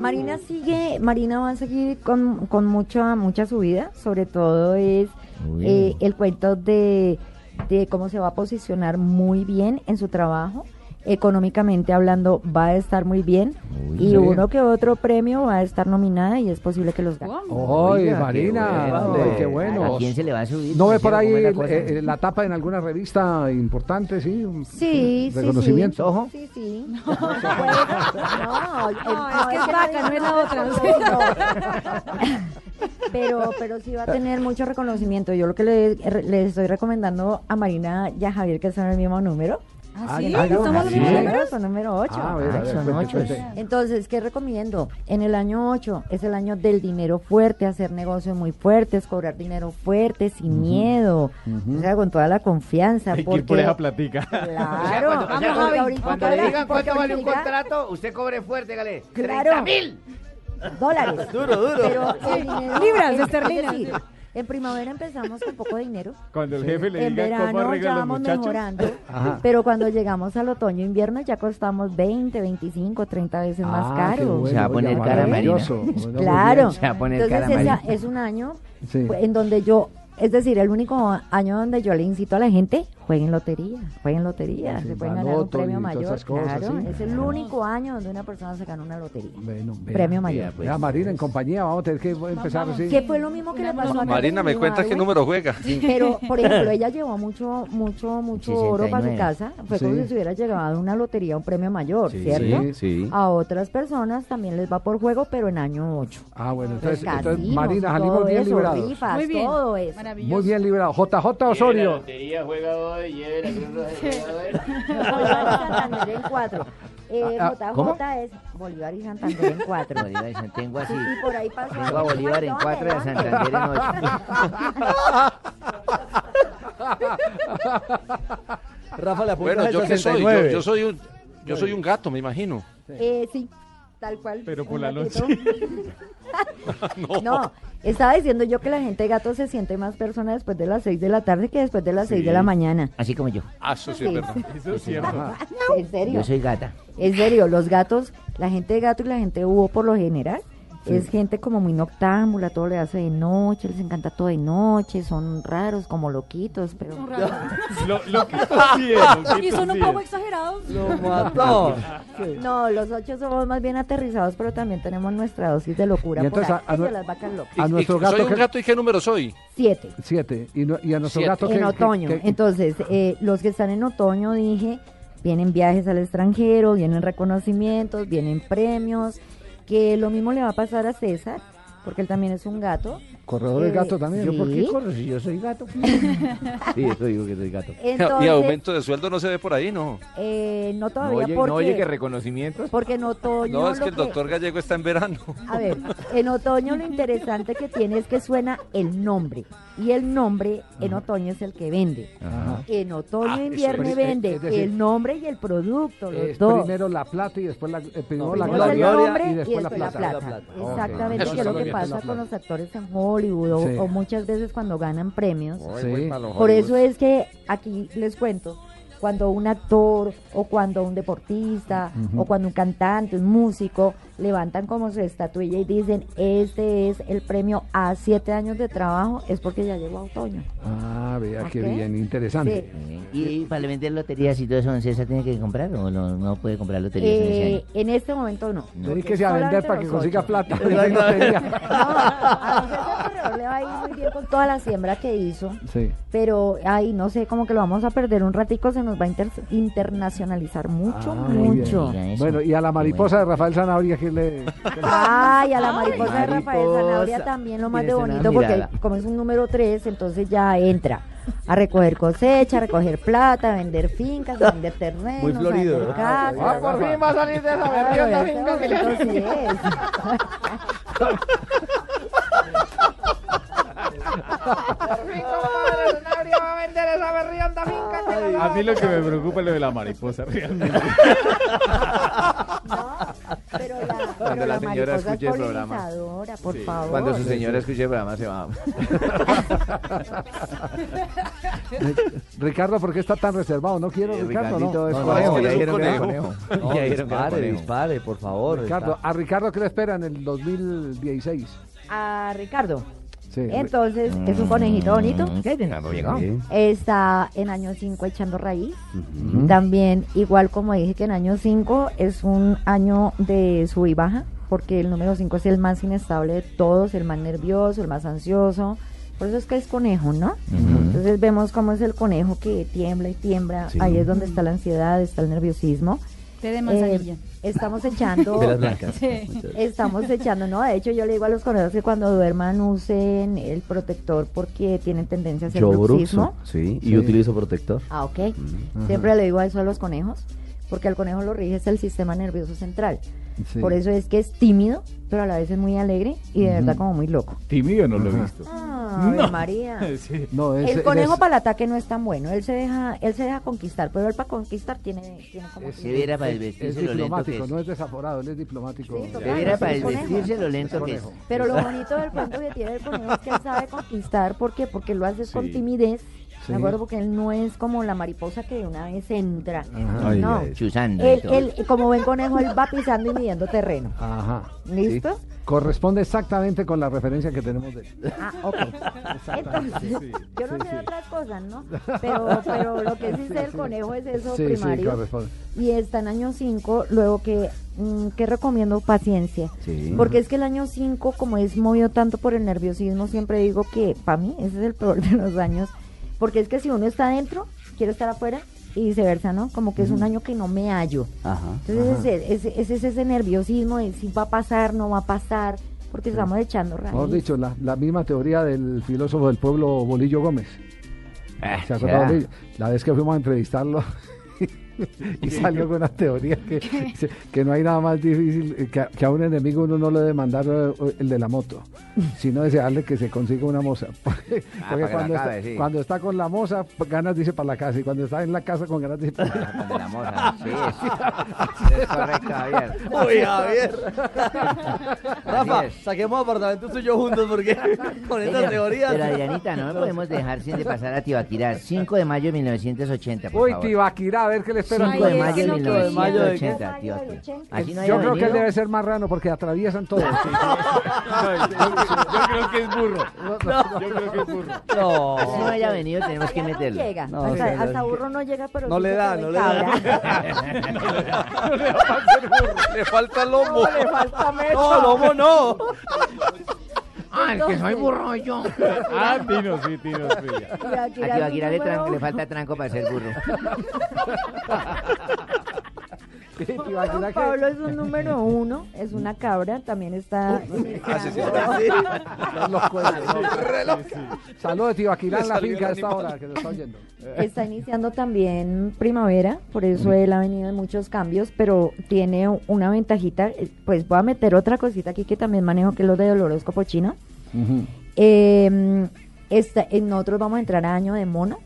[SPEAKER 7] Marina sigue, Marina va a seguir con, con mucha, mucha subida, sobre todo es
[SPEAKER 14] Uy.
[SPEAKER 7] eh, el cuento de, de cómo se va a posicionar muy bien en su trabajo. Económicamente hablando, va a estar muy bien.
[SPEAKER 14] Uy.
[SPEAKER 7] y
[SPEAKER 14] Sí.
[SPEAKER 7] uno que otro premio va a estar nominada y es posible que los gane.
[SPEAKER 1] Oye,
[SPEAKER 14] Oiga, qué
[SPEAKER 1] Marina,
[SPEAKER 14] bueno.
[SPEAKER 1] ay, qué bueno.
[SPEAKER 14] ¿A quién se le va a subir?
[SPEAKER 1] ¿No ve
[SPEAKER 14] Pues,
[SPEAKER 1] por
[SPEAKER 14] cero,
[SPEAKER 1] ahí
[SPEAKER 14] ¿cómo es la
[SPEAKER 1] el-
[SPEAKER 14] cosa?
[SPEAKER 1] eh, eh, la tapa en alguna revista importante, sí? Un-
[SPEAKER 7] Sí, sí,
[SPEAKER 1] reconocimiento.
[SPEAKER 7] sí.
[SPEAKER 1] Ojo.
[SPEAKER 7] Sí, sí. No, no, el- no,
[SPEAKER 9] es que es vaca, no es la otra.
[SPEAKER 7] Pero, pero sí va a tener mucho reconocimiento. Yo lo que le, le estoy recomendando a Marina y a Javier, que son el mismo número.
[SPEAKER 9] ¿Ah, sí? Ah, ¿Estamos
[SPEAKER 1] los mismos números?
[SPEAKER 7] Son número 8.
[SPEAKER 1] Ah, a ver, a ver, cuente, cuente.
[SPEAKER 7] Entonces, ¿qué recomiendo? En el año 8 es el año del dinero fuerte, hacer negocios muy fuertes, cobrar dinero fuerte, sin miedo, o sea, con toda la confianza.
[SPEAKER 6] Hay que
[SPEAKER 7] porque
[SPEAKER 6] ir por esa platica.
[SPEAKER 11] O
[SPEAKER 7] Claro,
[SPEAKER 11] sea, cuando- o sea,
[SPEAKER 7] vamos,
[SPEAKER 11] cuando-
[SPEAKER 7] Javi,
[SPEAKER 11] Cuando le digan
[SPEAKER 7] porque ahorita-
[SPEAKER 11] cuánto
[SPEAKER 7] porque
[SPEAKER 11] vale un
[SPEAKER 7] ahorita-
[SPEAKER 11] contrato, usted cobre fuerte, dígale.
[SPEAKER 7] Claro.
[SPEAKER 11] ¡30 mil!
[SPEAKER 7] dólares.
[SPEAKER 11] Duro, duro.
[SPEAKER 7] Pero
[SPEAKER 11] Sí.
[SPEAKER 7] el dinero-
[SPEAKER 9] Libras
[SPEAKER 7] es-
[SPEAKER 9] esterlinas.
[SPEAKER 7] es decir, en primavera empezamos con poco dinero.
[SPEAKER 6] Cuando el jefe le
[SPEAKER 7] en
[SPEAKER 6] diga cómo
[SPEAKER 7] verano
[SPEAKER 6] arregla
[SPEAKER 7] ya
[SPEAKER 6] a los
[SPEAKER 7] vamos
[SPEAKER 6] muchachos.
[SPEAKER 7] mejorando,
[SPEAKER 6] Ajá.
[SPEAKER 7] pero cuando llegamos al otoño invierno ya costamos 20, 25, 30 veces más
[SPEAKER 11] Ah,
[SPEAKER 7] caro.
[SPEAKER 11] qué bueno, Se va a poner oiga, cara, maravilloso. Marina. Bueno, muy
[SPEAKER 7] Claro.
[SPEAKER 11] bien. Se va a poner
[SPEAKER 7] Entonces
[SPEAKER 11] cara,
[SPEAKER 7] esa-
[SPEAKER 11] Marina.
[SPEAKER 7] es un año
[SPEAKER 11] Sí.
[SPEAKER 7] pues, en donde yo, es decir, el único año donde yo le incito a la gente, jueguen lotería, jueguen lotería,
[SPEAKER 1] Sí,
[SPEAKER 7] se pueden ganar un
[SPEAKER 1] baloto y
[SPEAKER 7] premio
[SPEAKER 1] todas
[SPEAKER 7] mayor,
[SPEAKER 1] esas cosas,
[SPEAKER 7] claro,
[SPEAKER 1] sí.
[SPEAKER 7] es el único año donde una persona se gana una lotería.
[SPEAKER 1] Bueno, vea,
[SPEAKER 7] Premio mayor.
[SPEAKER 1] vea, pues. Vea, Marina, en compañía, vamos a tener que empezar así.
[SPEAKER 7] Que fue lo mismo que le pasó a
[SPEAKER 13] Marina, me
[SPEAKER 7] Catalina
[SPEAKER 13] cuentas qué
[SPEAKER 7] Badue.
[SPEAKER 13] número juega.
[SPEAKER 7] Pero, por ejemplo, ella llevó mucho, mucho, mucho oro para su
[SPEAKER 13] 69.
[SPEAKER 7] casa. Fue
[SPEAKER 13] Sí.
[SPEAKER 7] como si se hubiera llegado a una lotería, un premio mayor,
[SPEAKER 13] Sí,
[SPEAKER 7] ¿cierto?
[SPEAKER 13] sí, sí.
[SPEAKER 7] A otras personas también les va por juego, pero en año 8.
[SPEAKER 1] Ah, bueno,
[SPEAKER 7] Entonces,
[SPEAKER 1] entonces, entonces,
[SPEAKER 7] casinos,
[SPEAKER 1] Marina, salimos
[SPEAKER 7] todo
[SPEAKER 1] bien
[SPEAKER 7] eso,
[SPEAKER 1] librados.
[SPEAKER 7] rifas,
[SPEAKER 9] Muy bien.
[SPEAKER 7] todo eso.
[SPEAKER 1] Muy bien librado. JJ Osorio.
[SPEAKER 11] lotería, juega hoy, lleve la Cruz Roja, juega hoy.
[SPEAKER 7] Bolívar y Santander en 4. Eh,
[SPEAKER 11] Ah,
[SPEAKER 7] JJ
[SPEAKER 11] ¿cómo?
[SPEAKER 7] es Bolívar y Santander en 4.
[SPEAKER 5] Bolívar y Santander, tengo así.
[SPEAKER 7] Y por ahí pasó
[SPEAKER 5] Tengo a
[SPEAKER 7] algo.
[SPEAKER 5] Bolívar en
[SPEAKER 7] ¿Dónde?
[SPEAKER 5] 4 y a
[SPEAKER 7] ¿Dónde?
[SPEAKER 5] Santander en 8.
[SPEAKER 2] Rafa le apunta
[SPEAKER 13] Bueno,
[SPEAKER 2] al
[SPEAKER 13] yo qué soy, yo,
[SPEAKER 2] 69.
[SPEAKER 13] yo soy un, yo soy un gato, me imagino.
[SPEAKER 7] Eh, sí, tal cual.
[SPEAKER 13] Pero por
[SPEAKER 7] un
[SPEAKER 13] la
[SPEAKER 7] gatito.
[SPEAKER 13] No.
[SPEAKER 7] No, estaba diciendo yo que la gente gato se siente más persona después de las 6 de la tarde que después de las 6 de la mañana.
[SPEAKER 5] Así como yo.
[SPEAKER 13] Ah, eso sí es
[SPEAKER 7] Sí.
[SPEAKER 13] verdad.
[SPEAKER 7] Eso es cierto. Ajá. ¿En serio?
[SPEAKER 5] Yo soy gata.
[SPEAKER 7] En serio, los gatos, la gente de gato y la gente hubo por lo general.
[SPEAKER 5] Sí.
[SPEAKER 7] Es gente como muy noctámbula, todo le hace de noche, les encanta todo de noche, son raros, como loquitos, pero...
[SPEAKER 6] Lo, lo que
[SPEAKER 9] Y son un poco exagerados.
[SPEAKER 7] mató. No, los ocho somos más bien aterrizados, pero también tenemos nuestra dosis de locura
[SPEAKER 1] Y
[SPEAKER 7] por
[SPEAKER 1] entonces,
[SPEAKER 7] ahí,
[SPEAKER 1] a- a
[SPEAKER 7] de
[SPEAKER 1] nue-
[SPEAKER 7] las vacas locas.
[SPEAKER 1] A
[SPEAKER 13] Y-
[SPEAKER 1] nuestro
[SPEAKER 13] y-
[SPEAKER 1] gato
[SPEAKER 13] ¿Soy un
[SPEAKER 1] que-
[SPEAKER 13] gato y qué número soy?
[SPEAKER 7] Siete.
[SPEAKER 1] Siete. Y, no- y a nuestro
[SPEAKER 13] Siete.
[SPEAKER 1] gato que-
[SPEAKER 7] en
[SPEAKER 1] que-
[SPEAKER 7] otoño.
[SPEAKER 1] que-
[SPEAKER 7] Entonces, eh, los que están en otoño, dije, vienen viajes al extranjero, vienen reconocimientos, vienen premios, que lo mismo le va a pasar a César, porque él también es un gato.
[SPEAKER 1] corredor de
[SPEAKER 7] Eh,
[SPEAKER 1] gato también.
[SPEAKER 7] ¿Yo por qué sí.
[SPEAKER 1] corro si yo soy gato?
[SPEAKER 3] Sí, eso digo que soy gato.
[SPEAKER 13] y
[SPEAKER 7] Entonces-
[SPEAKER 13] aumento de sueldo no se ve por ahí, ¿no?
[SPEAKER 7] Eh, no
[SPEAKER 3] No
[SPEAKER 7] todavía
[SPEAKER 3] oye,
[SPEAKER 7] porque...
[SPEAKER 3] no oye que reconocimientos.
[SPEAKER 7] porque en otoño...
[SPEAKER 13] No, es
[SPEAKER 7] lo
[SPEAKER 13] que el doctor Gallego está en verano.
[SPEAKER 7] A ver, en otoño lo interesante que tiene es que suena el nombre. Y el nombre en otoño es el que vende.
[SPEAKER 1] Ajá.
[SPEAKER 7] En otoño
[SPEAKER 1] Ah,
[SPEAKER 7] e
[SPEAKER 1] eso
[SPEAKER 7] invierno
[SPEAKER 1] es-
[SPEAKER 7] vende
[SPEAKER 1] es decir,
[SPEAKER 7] el nombre y el producto, los
[SPEAKER 1] Es
[SPEAKER 7] dos.
[SPEAKER 1] Eh, primero la plata y después la, eh,
[SPEAKER 7] No,
[SPEAKER 1] primero la
[SPEAKER 7] primero
[SPEAKER 1] gloria,
[SPEAKER 7] el nombre
[SPEAKER 1] y después la plata. Ok.
[SPEAKER 7] Exactamente,
[SPEAKER 1] Eso
[SPEAKER 7] que es lo
[SPEAKER 1] está
[SPEAKER 7] que
[SPEAKER 1] bien.
[SPEAKER 7] pasa con los actores en Hollywood o-
[SPEAKER 1] Sí. Oh,
[SPEAKER 7] o muchas veces cuando ganan premios.
[SPEAKER 1] Sí. voy para los
[SPEAKER 7] Por eso
[SPEAKER 1] Hollywoods.
[SPEAKER 7] es que aquí les cuento, cuando un actor o cuando un deportista
[SPEAKER 14] Ujú.
[SPEAKER 7] o cuando un cantante, un músico, levantan como su estatuilla y dicen, este es el premio a siete años de trabajo, es porque ya llegó a otoño.
[SPEAKER 1] Ah, vea qué
[SPEAKER 7] Ok.
[SPEAKER 1] bien, interesante.
[SPEAKER 5] Y para vender loterías y todo eso, ¿César tiene que comprar o no, no puede comprar loterías en ese
[SPEAKER 7] Eh,
[SPEAKER 5] año?
[SPEAKER 7] en este momento no.
[SPEAKER 1] Dedíquese a vender
[SPEAKER 7] Solamente
[SPEAKER 1] para que
[SPEAKER 7] los
[SPEAKER 1] consiga
[SPEAKER 7] ocho.
[SPEAKER 1] plata.
[SPEAKER 7] A don César Corredor le va a ir muy bien con toda la siembra que hizo.
[SPEAKER 1] Sí.
[SPEAKER 7] Pero, ay, no sé, como que lo vamos a perder un ratico, se nos va a inter- internacionalizar mucho,
[SPEAKER 1] Ah, muy bien.
[SPEAKER 7] mucho.
[SPEAKER 1] Bueno, y a la mariposa de Rafael Zanabria, que le...
[SPEAKER 7] Ay, a la mariposa de Rafael
[SPEAKER 5] Mariposa.
[SPEAKER 7] Zanabria también lo más de
[SPEAKER 5] Tienes una
[SPEAKER 7] bonito, porque
[SPEAKER 5] mirada.
[SPEAKER 7] como es un número 3, entonces ya entra. a recoger cosecha, a recoger plata, a vender fincas, a vender terrenos,
[SPEAKER 2] Muy florido,
[SPEAKER 7] a
[SPEAKER 2] ¿no?
[SPEAKER 7] vender casas.
[SPEAKER 2] Ah, por fin va a
[SPEAKER 11] salir de esa
[SPEAKER 7] Claro,
[SPEAKER 11] metienda
[SPEAKER 7] ese
[SPEAKER 11] finca que le
[SPEAKER 7] bonito
[SPEAKER 11] hacen.
[SPEAKER 7] sí es.
[SPEAKER 14] va a vender esa berrienda finca que la
[SPEAKER 6] A mí lo que me preocupa es lo de la mariposa, realmente.
[SPEAKER 7] Pero
[SPEAKER 3] Cuando la señora
[SPEAKER 7] mariposa es
[SPEAKER 3] escuche el programa.
[SPEAKER 7] polinizadora, por
[SPEAKER 3] Sí.
[SPEAKER 7] favor.
[SPEAKER 3] Cuando su señora escuche el programa se va.
[SPEAKER 1] Ri- Eh, Ricardo, ¿por qué está tan reservado? No quiero, Ricardo.
[SPEAKER 3] Ricardito
[SPEAKER 1] No,
[SPEAKER 3] es
[SPEAKER 1] No,
[SPEAKER 3] conejo,
[SPEAKER 1] no,
[SPEAKER 3] ya
[SPEAKER 1] Pues es
[SPEAKER 3] dijeron que era
[SPEAKER 1] conejo.
[SPEAKER 3] conejo.
[SPEAKER 2] No,
[SPEAKER 3] Ya dijeron que era
[SPEAKER 2] dispare,
[SPEAKER 3] conejo.
[SPEAKER 2] dispare, por favor.
[SPEAKER 1] Ricardo,
[SPEAKER 2] está-
[SPEAKER 1] ¿a Ricardo qué le espera en el 2016?
[SPEAKER 7] A Ricardo.
[SPEAKER 1] Sí. Mm,
[SPEAKER 7] Entonces, es un conejito bonito.
[SPEAKER 1] ¿Qué tiene, amigo? Sí.
[SPEAKER 7] Está en año 5 echando raíz.
[SPEAKER 1] Mm.
[SPEAKER 7] También, igual como dije que en año 5 es un año de sub y baja, porque el número 5 es el más inestable de todos, el más nervioso, el más ansioso. Por eso es que es conejo, ¿no?
[SPEAKER 1] Mm.
[SPEAKER 7] Entonces vemos cómo es el conejo que tiembla y tiembla.
[SPEAKER 9] Sí.
[SPEAKER 7] Ahí es donde está la ansiedad, está el nerviosismo.
[SPEAKER 9] Té de manzanilla.
[SPEAKER 7] Eh, estamos echando...
[SPEAKER 2] Velas blancas.
[SPEAKER 9] Sí.
[SPEAKER 7] Estamos echando, no, de hecho yo le digo a los conejos que cuando duerman usen el protector porque tienen tendencia a hacer
[SPEAKER 2] Yo
[SPEAKER 7] bruxismo.
[SPEAKER 2] bruxo, sí, y utilizo protector.
[SPEAKER 7] Ah, ok. Siempre le digo eso a los conejos, porque al conejo lo rige es el sistema nervioso central.
[SPEAKER 2] Sí.
[SPEAKER 7] Por eso es que es tímido, pero a la vez es muy alegre y de verdad
[SPEAKER 6] Ujú.
[SPEAKER 7] como muy loco.
[SPEAKER 6] Tímido no lo he visto.
[SPEAKER 7] Ave María.
[SPEAKER 6] Sí.
[SPEAKER 1] No,
[SPEAKER 7] el conejo para el ataque no es tan bueno, él se deja, él se deja conquistar, pero él para conquistar tiene, tiene como
[SPEAKER 1] Es-
[SPEAKER 7] que-
[SPEAKER 11] Si viera para el
[SPEAKER 1] Es
[SPEAKER 11] vestirse lo lento que
[SPEAKER 1] diplomático,
[SPEAKER 11] es.
[SPEAKER 1] no es desaforado, él es diplomático.
[SPEAKER 7] Sí, total,
[SPEAKER 11] Si viera
[SPEAKER 7] es
[SPEAKER 11] para
[SPEAKER 7] un
[SPEAKER 11] el
[SPEAKER 7] conejo.
[SPEAKER 11] vestirse lo lento que es.
[SPEAKER 7] Pero lo bonito del cuento que tiene el conejo es que él sabe conquistar. ¿Por qué? Porque lo hace con
[SPEAKER 11] Sí.
[SPEAKER 7] timidez.
[SPEAKER 11] Sí.
[SPEAKER 7] ¿De acuerdo? Porque él no es como la mariposa que de una vez entra.
[SPEAKER 11] Ay,
[SPEAKER 7] no.
[SPEAKER 11] ay, Chuzando. y
[SPEAKER 7] Él,
[SPEAKER 11] todo.
[SPEAKER 7] él, como buen conejo, él va pisando y midiendo terreno.
[SPEAKER 1] Ajá.
[SPEAKER 7] ¿Listo?
[SPEAKER 1] Sí. Corresponde exactamente con la referencia que tenemos de él.
[SPEAKER 7] Ah, ok. Entonces, yo no sé de otras cosas, ¿no? Pero, pero lo que sí
[SPEAKER 1] Sí,
[SPEAKER 7] sé del
[SPEAKER 1] sí.
[SPEAKER 7] conejo es eso
[SPEAKER 1] Sí, sí,
[SPEAKER 7] primario.
[SPEAKER 1] corresponde.
[SPEAKER 7] y está en año 5, luego que, mm, que recomiendo paciencia.
[SPEAKER 11] Ah,
[SPEAKER 1] Sí.
[SPEAKER 7] Porque es que el año 5, como es movido tanto por el nerviosismo, siempre digo que para mí ese es el peor de los años. Porque es que si uno está adentro, quiere estar afuera y viceversa, ¿no? Como que es un
[SPEAKER 9] Ujú.
[SPEAKER 7] año que no me hallo.
[SPEAKER 9] Ajá.
[SPEAKER 7] Entonces ese es, ese, nerviosismo de si va a pasar, no va a pasar, porque estamos echando raíz.
[SPEAKER 1] Mejor dicho, la, la misma teoría del filósofo del pueblo Bolillo Gómez. ¿Se acuerda,
[SPEAKER 11] ya.
[SPEAKER 1] Bolillo? La vez que fuimos a entrevistarlo y salió con una teoría que, dice que no hay nada más difícil eh, que, a- que a un enemigo uno no le debe mandar eh, el de la moto, sino desearle que se consiga una moza. Porque,
[SPEAKER 11] Ah,
[SPEAKER 1] porque
[SPEAKER 11] para que la
[SPEAKER 1] cuando,
[SPEAKER 11] acabe,
[SPEAKER 1] está,
[SPEAKER 11] sí.
[SPEAKER 1] cuando está con la moza, pues, ganas dice para la casa, y cuando está en la casa con ganas dice para la
[SPEAKER 11] Con la moza, sí, es, es correcto, Javier.
[SPEAKER 2] Uy, Javier. Rafa,
[SPEAKER 11] es.
[SPEAKER 2] saquemos apartamento suyo juntos porque con esta
[SPEAKER 11] Pero-
[SPEAKER 2] teoría.
[SPEAKER 11] Pero Adrianita, no me podemos dejar sin de pasar a Tibaquirá. 5 de mayo de 1980, por
[SPEAKER 1] Uy,
[SPEAKER 11] favor.
[SPEAKER 1] Tibaquirá, a ver qué le espera.
[SPEAKER 11] 5 de
[SPEAKER 1] Ay,
[SPEAKER 11] mayo de
[SPEAKER 1] es que no
[SPEAKER 11] 1980,
[SPEAKER 1] quiero.
[SPEAKER 11] Dios mío. Así no haya
[SPEAKER 1] Yo creo que él
[SPEAKER 11] venido.
[SPEAKER 1] debe ser marrano porque atraviesan todo.
[SPEAKER 6] Yo creo que es burro. Yo creo que es burro.
[SPEAKER 2] No.
[SPEAKER 11] Así no haya venido, tenemos que
[SPEAKER 7] No
[SPEAKER 11] meterlo.
[SPEAKER 7] llega,
[SPEAKER 11] No,
[SPEAKER 7] hasta,
[SPEAKER 11] o sea,
[SPEAKER 7] hasta
[SPEAKER 11] no-
[SPEAKER 7] burro no llega, pero
[SPEAKER 11] No
[SPEAKER 7] sí
[SPEAKER 11] le
[SPEAKER 7] se
[SPEAKER 11] da,
[SPEAKER 7] come
[SPEAKER 11] no le da.
[SPEAKER 7] cabra.
[SPEAKER 13] Le falta lomo.
[SPEAKER 14] No, le falta mecha.
[SPEAKER 13] No, lomo no.
[SPEAKER 14] Ah, el que soy burro soy yo.
[SPEAKER 6] Ah, Tino, sí, Tino. sí, ya.
[SPEAKER 11] A Tibaquirá le, tran- le falta tranco para ser burro.
[SPEAKER 1] Tibaquirá que-
[SPEAKER 7] Pablo es un número uno, es una cabra, también está...
[SPEAKER 1] Los cuernos, ¿no? Saludos de Tibaquirá
[SPEAKER 7] Le
[SPEAKER 1] en la
[SPEAKER 7] salió
[SPEAKER 1] finca a
[SPEAKER 7] el
[SPEAKER 1] esta
[SPEAKER 7] animal.
[SPEAKER 1] hora que nos está oyendo.
[SPEAKER 7] Está iniciando también primavera, por eso él ha venido en muchos cambios, pero tiene una ventajita. eh, Pues voy a meter otra cosita aquí que también manejo, que es lo de horóscopo chino. Eh, esta- eh, nosotros vamos a entrar a año de mono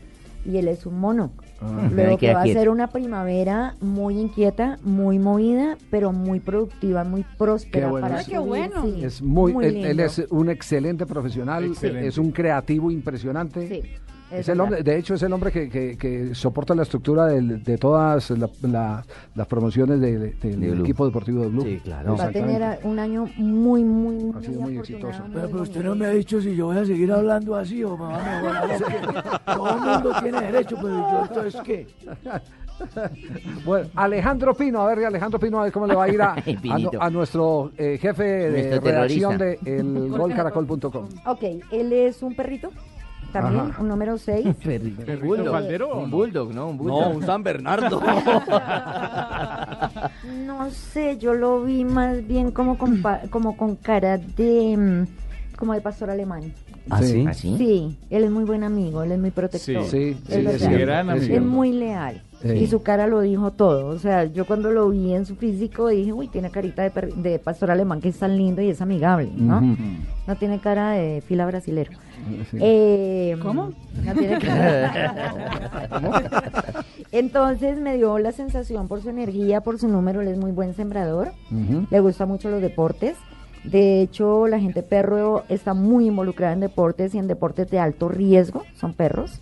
[SPEAKER 7] y él es un mono.
[SPEAKER 1] Ah.
[SPEAKER 7] Luego que va a ser una primavera muy inquieta, muy movida, pero muy productiva, muy próspera para su vida, sí.
[SPEAKER 1] Es muy, él, él
[SPEAKER 7] lindo.
[SPEAKER 1] es un excelente profesional,
[SPEAKER 7] Excelente.
[SPEAKER 1] es un creativo impresionante.
[SPEAKER 7] es
[SPEAKER 1] Es el hombre,
[SPEAKER 7] verdad.
[SPEAKER 1] de hecho, es el hombre que, que- que soporta la estructura del- de, todas la- la- las promociones de- de- del
[SPEAKER 3] De Blue.
[SPEAKER 1] equipo deportivo de Blue.
[SPEAKER 3] Sí, claro.
[SPEAKER 7] Va a tener a- un año muy, muy, muy
[SPEAKER 1] Ha sido muy exitoso.
[SPEAKER 4] Pero, pero usted no me ha dicho si yo voy a seguir hablando así o me va a mejorar. o qué. Todo el mundo tiene derecho, pero yo entonces qué.
[SPEAKER 1] Bueno, Alejandro Pino, a ver, Alejandro Pino, a ver cómo le va a ir a,
[SPEAKER 11] Ay,
[SPEAKER 1] a,
[SPEAKER 11] Pinito.
[SPEAKER 1] a nuestro eh, jefe de
[SPEAKER 11] Nuestro
[SPEAKER 1] redacción de
[SPEAKER 11] terrorista.
[SPEAKER 1] elgolcaracol.com.
[SPEAKER 7] Ok, él es un perrito, también,
[SPEAKER 1] Ajá.
[SPEAKER 7] un número 6.
[SPEAKER 11] Un bulldog, un bulldog, ¿no? Un bulldog.
[SPEAKER 2] No, un San Bernardo.
[SPEAKER 7] Eh, No sé, yo lo vi más bien como con, pa- como con cara de mm, como de pastor alemán.
[SPEAKER 2] ¿Ah, sí?
[SPEAKER 7] Sí, él es muy buen amigo, él es muy protector.
[SPEAKER 1] Sí, sí,
[SPEAKER 7] es
[SPEAKER 1] sí,
[SPEAKER 7] verdad.
[SPEAKER 1] es gran
[SPEAKER 7] Es
[SPEAKER 1] amigo.
[SPEAKER 7] muy leal.
[SPEAKER 1] Sí.
[SPEAKER 7] Y su cara lo dijo todo. O sea, yo cuando lo vi en su físico dije, uy, tiene carita de, perri- de pastor alemán que es tan lindo y es amigable, ¿no?
[SPEAKER 14] Ujú.
[SPEAKER 7] No tiene cara de fila brasilero.
[SPEAKER 14] Sí.
[SPEAKER 7] Eh,
[SPEAKER 14] ¿Cómo?
[SPEAKER 7] No tiene cara.
[SPEAKER 14] ¿Cómo?
[SPEAKER 7] Entonces me dio la sensación por su energía, por su número, él es muy buen sembrador. Le gusta mucho los deportes. De hecho, la gente perro está muy involucrada en deportes y en deportes de alto riesgo. Son perros.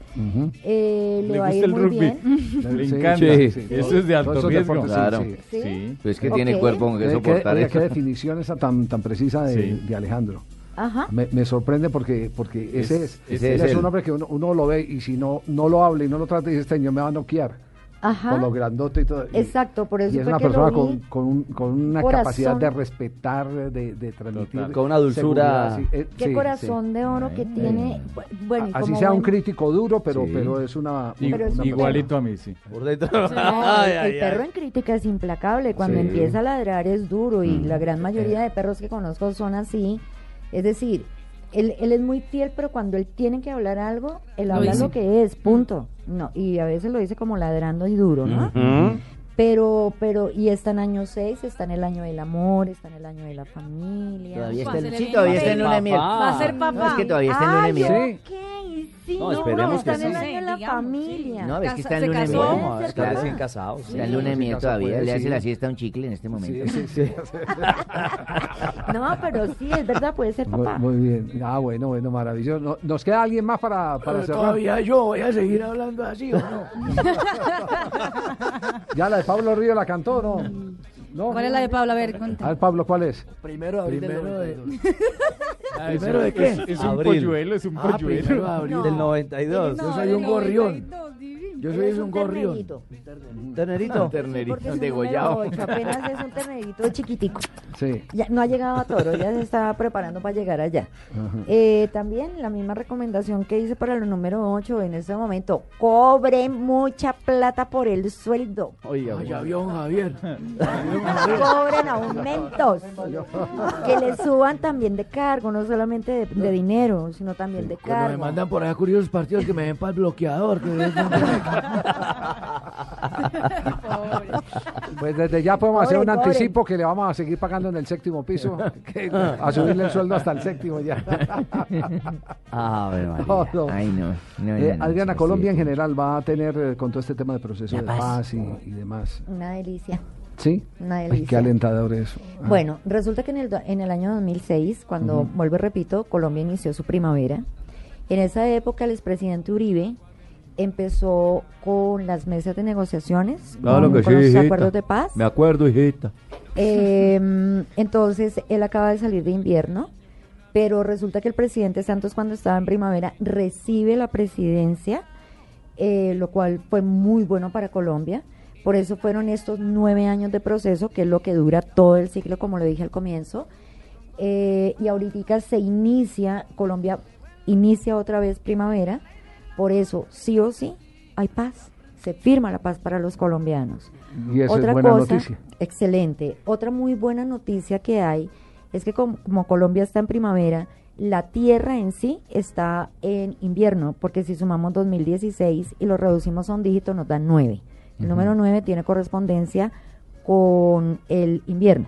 [SPEAKER 7] Eh, le,
[SPEAKER 14] Le
[SPEAKER 7] va a
[SPEAKER 14] gusta
[SPEAKER 7] ir
[SPEAKER 14] el
[SPEAKER 7] muy
[SPEAKER 14] rugby.
[SPEAKER 7] bien.
[SPEAKER 14] Le
[SPEAKER 1] Sí,
[SPEAKER 14] encanta.
[SPEAKER 1] sí,
[SPEAKER 14] Sí,
[SPEAKER 1] sí.
[SPEAKER 14] eso es de
[SPEAKER 1] Todos
[SPEAKER 14] alto
[SPEAKER 1] esos
[SPEAKER 14] riesgo.
[SPEAKER 1] deportes,
[SPEAKER 14] Claro.
[SPEAKER 1] sí, sí.
[SPEAKER 7] Sí.
[SPEAKER 3] Pues es que tiene Ok. cuerpo con que
[SPEAKER 1] Oye,
[SPEAKER 3] soportar
[SPEAKER 1] oye,
[SPEAKER 3] eso.
[SPEAKER 1] Qué definición esa tan, tan precisa de,
[SPEAKER 3] Sí.
[SPEAKER 1] de Alejandro.
[SPEAKER 7] Ajá.
[SPEAKER 1] Me, me sorprende porque, porque ese es,
[SPEAKER 3] Es- ese
[SPEAKER 1] él
[SPEAKER 3] es
[SPEAKER 1] es un
[SPEAKER 3] él.
[SPEAKER 1] hombre que uno, uno lo ve y si no, no lo habla y no lo trata y dice, este yo me va a noquear.
[SPEAKER 7] Ajá.
[SPEAKER 1] Por lo grandote y todo. Y-
[SPEAKER 7] Exacto, por eso
[SPEAKER 1] Y es
[SPEAKER 7] fue
[SPEAKER 1] una
[SPEAKER 7] que lo
[SPEAKER 1] persona
[SPEAKER 7] vi.
[SPEAKER 1] con, con, un- con una
[SPEAKER 7] Corazón.
[SPEAKER 1] capacidad de respetar, de, de transmitir.
[SPEAKER 2] Total. Con una dulzura.
[SPEAKER 1] seguridad, sí, eh,
[SPEAKER 7] Qué
[SPEAKER 1] sí,
[SPEAKER 7] corazón
[SPEAKER 1] sí.
[SPEAKER 7] de oro que tiene. Bu- Bueno, y
[SPEAKER 1] Así
[SPEAKER 7] como
[SPEAKER 1] sea un
[SPEAKER 7] buen-
[SPEAKER 1] crítico duro, pero,
[SPEAKER 3] Sí.
[SPEAKER 1] pero es una...
[SPEAKER 3] Ig-
[SPEAKER 1] una- una
[SPEAKER 6] Igualito a mí, sí.
[SPEAKER 2] Por dentro.
[SPEAKER 7] No, el-
[SPEAKER 2] Ay,
[SPEAKER 7] el
[SPEAKER 2] ay,
[SPEAKER 7] perro
[SPEAKER 2] ay.
[SPEAKER 7] en crítica es implacable. Cuando
[SPEAKER 2] Sí.
[SPEAKER 7] empieza a ladrar es duro y la gran mayoría de perros que conozco son así. Es decir, él, él es muy fiel, pero cuando él tiene que hablar algo, él
[SPEAKER 9] Lo
[SPEAKER 7] habla
[SPEAKER 9] dice.
[SPEAKER 7] lo que
[SPEAKER 2] Mm.
[SPEAKER 7] es, punto. No, y a veces lo dice como ladrando y duro, ¿no?
[SPEAKER 14] Ujú.
[SPEAKER 7] Pero, pero, y está en año 6, está en el año del amor, está en el año de la familia.
[SPEAKER 11] Todavía está en- Va a ser sí, el todavía está en
[SPEAKER 2] Ah,
[SPEAKER 11] luna de miel.
[SPEAKER 13] Ah.
[SPEAKER 11] papá.
[SPEAKER 9] Va a ser papá.
[SPEAKER 11] No, es que todavía está en luna de miel.
[SPEAKER 7] Ay, ok, sí,
[SPEAKER 2] No,
[SPEAKER 7] no,
[SPEAKER 2] esperemos
[SPEAKER 7] está
[SPEAKER 2] que
[SPEAKER 7] en el
[SPEAKER 2] sí.
[SPEAKER 7] año de la familia.
[SPEAKER 11] No, es que está
[SPEAKER 7] Se
[SPEAKER 11] en luna de
[SPEAKER 7] casó,
[SPEAKER 11] miel.
[SPEAKER 7] puede ser
[SPEAKER 2] Está
[SPEAKER 7] papá.
[SPEAKER 2] recién casado. sí.
[SPEAKER 11] Está en luna de miel todavía.
[SPEAKER 2] puede,
[SPEAKER 11] Le
[SPEAKER 2] sí.
[SPEAKER 11] hace la siesta a un chicle en este momento.
[SPEAKER 1] Sí, sí, sí.
[SPEAKER 7] No, pero sí, es verdad, puede ser
[SPEAKER 1] Muy,
[SPEAKER 7] papá.
[SPEAKER 1] muy bien. Ah, bueno, bueno, maravilloso. No- ¿Nos queda alguien más para, para
[SPEAKER 5] Eh,
[SPEAKER 4] Pero
[SPEAKER 1] cerrar?
[SPEAKER 4] todavía yo voy a seguir hablando así o no.
[SPEAKER 1] ¿Ya la de Pablo Río la cantó o no? no?
[SPEAKER 9] ¿Cuál es la de Pablo? A ver, cuenta.
[SPEAKER 1] A ver, Pablo, ¿cuál es?
[SPEAKER 4] Primero de abril del
[SPEAKER 8] Primero de-
[SPEAKER 4] 92.
[SPEAKER 8] Ah, es
[SPEAKER 4] ¿Primero
[SPEAKER 8] un-
[SPEAKER 4] de qué?
[SPEAKER 8] es- es un
[SPEAKER 2] Abril.
[SPEAKER 8] polluelo, es un
[SPEAKER 4] Ah,
[SPEAKER 8] polluelo.
[SPEAKER 4] primero de abril.
[SPEAKER 2] Del 92.
[SPEAKER 4] Yo soy un gorrión. Yo soy
[SPEAKER 7] Eres
[SPEAKER 4] un gorrión.
[SPEAKER 7] ternerito.
[SPEAKER 2] Ternerito.
[SPEAKER 7] Porque es un
[SPEAKER 2] Degollado.
[SPEAKER 7] número ocho, apenas es un ternerito chiquitico.
[SPEAKER 1] Sí.
[SPEAKER 7] Ya, no ha llegado a toro, ya se está preparando para llegar allá. Eh, también la misma recomendación que hice para el número 8 en este momento, cobren mucha plata por el sueldo.
[SPEAKER 8] Oiga,
[SPEAKER 4] Ay, avión Javier.
[SPEAKER 7] cobren aumentos. que le suban también de cargo, no solamente de, de dinero, sino también de
[SPEAKER 4] Cuando me
[SPEAKER 7] cargo.
[SPEAKER 4] mandan por allá curiosos partidos que me den para el bloqueador. que es-
[SPEAKER 1] Pues desde ya podemos hacer un
[SPEAKER 7] Pobre, pobre.
[SPEAKER 1] anticipo que le vamos a seguir pagando en el séptimo piso. que- a subirle el sueldo hasta el séptimo ya.
[SPEAKER 3] Ah, ver, María.
[SPEAKER 1] No, no.
[SPEAKER 3] Ay, no. no,
[SPEAKER 1] Eh,
[SPEAKER 3] no, no,
[SPEAKER 1] Adriana,
[SPEAKER 3] sí,
[SPEAKER 1] Colombia en
[SPEAKER 3] sí.
[SPEAKER 1] general va a tener eh, con todo este tema de proceso
[SPEAKER 7] La
[SPEAKER 1] de
[SPEAKER 7] paz.
[SPEAKER 1] paz y, y demás.
[SPEAKER 7] Una delicia.
[SPEAKER 1] ¿Sí?
[SPEAKER 7] Una
[SPEAKER 1] Ay, qué
[SPEAKER 7] delicia.
[SPEAKER 1] alentador eso. Ah,
[SPEAKER 7] Bueno, resulta que en el, do- en el año 2006, cuando,
[SPEAKER 1] Ujú.
[SPEAKER 7] vuelvo y repito, Colombia inició su primavera, en esa época el expresidente Uribe empezó con las mesas de negociaciones,
[SPEAKER 8] Claro
[SPEAKER 7] con,
[SPEAKER 8] que
[SPEAKER 7] con
[SPEAKER 8] sí,
[SPEAKER 7] los
[SPEAKER 8] hijita.
[SPEAKER 7] acuerdos de paz.
[SPEAKER 8] Me acuerdo, hijita.
[SPEAKER 7] Eh, entonces, él acaba de salir de invierno, pero resulta que el presidente Santos, cuando estaba en primavera, recibe la presidencia, eh, lo cual fue muy bueno para Colombia. Por eso fueron estos nueve años de proceso, que es lo que dura todo el ciclo, como lo dije al comienzo. Eh, y ahorita se inicia, Colombia inicia otra vez primavera. Por eso, sí o sí, hay paz. Se firma la paz para los colombianos.
[SPEAKER 1] Y eso es buena noticia.
[SPEAKER 7] Excelente. Otra muy buena noticia que hay es que com- como Colombia está en primavera, la tierra en sí está en invierno, porque si sumamos 2016 y lo reducimos a un dígito nos da 9. El
[SPEAKER 9] Ujú.
[SPEAKER 7] número 9 tiene correspondencia con el invierno.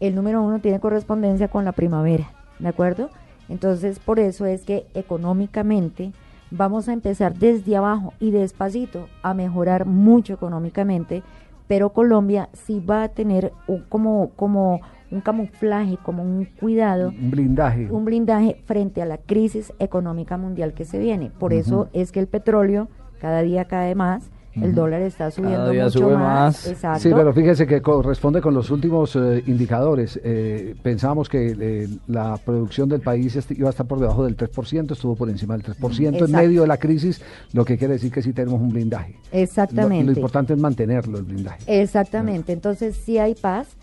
[SPEAKER 7] El número 1 tiene correspondencia con la primavera, ¿de acuerdo? Entonces, por eso es que económicamente vamos a empezar desde abajo y despacito a mejorar mucho económicamente, pero Colombia sí va a tener un- como, como un camuflaje, como un cuidado
[SPEAKER 1] Un blindaje.
[SPEAKER 7] un blindaje frente a la crisis económica mundial que se viene. Por eso
[SPEAKER 1] Ujú.
[SPEAKER 7] es que el petróleo cada día cae más, el
[SPEAKER 1] Ujú.
[SPEAKER 7] dólar está subiendo
[SPEAKER 2] día
[SPEAKER 7] mucho
[SPEAKER 2] sube
[SPEAKER 7] más.
[SPEAKER 2] más.
[SPEAKER 7] Exacto.
[SPEAKER 1] Sí, pero fíjese que corresponde con los últimos eh, indicadores. Eh, pensábamos que eh, la producción del país est- iba a estar por debajo del 3%, estuvo por encima del 3% en
[SPEAKER 7] Exacto.
[SPEAKER 1] medio de la crisis, lo que quiere decir que sí tenemos un blindaje. Lo,
[SPEAKER 7] Exactamente. Eh,
[SPEAKER 1] lo importante es mantenerlo, el blindaje.
[SPEAKER 7] Exactamente, entonces sí hay paz,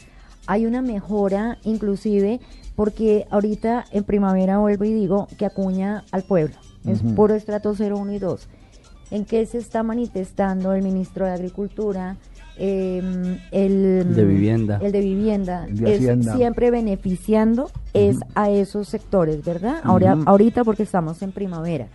[SPEAKER 7] hay una mejora inclusive, porque ahorita en primavera vuelvo y digo que acuña al pueblo, es
[SPEAKER 9] Ujú.
[SPEAKER 7] puro estrato 0, 1 y 2. ¿En qué se está manifestando el ministro de Agricultura, eh, el
[SPEAKER 2] De vivienda.
[SPEAKER 7] el de vivienda
[SPEAKER 2] El de
[SPEAKER 7] es
[SPEAKER 2] Hacienda.
[SPEAKER 7] siempre beneficiando es
[SPEAKER 2] Ujú.
[SPEAKER 7] a esos sectores, ¿verdad? Ahora,
[SPEAKER 2] Ujú.
[SPEAKER 7] ahorita porque estamos en primavera.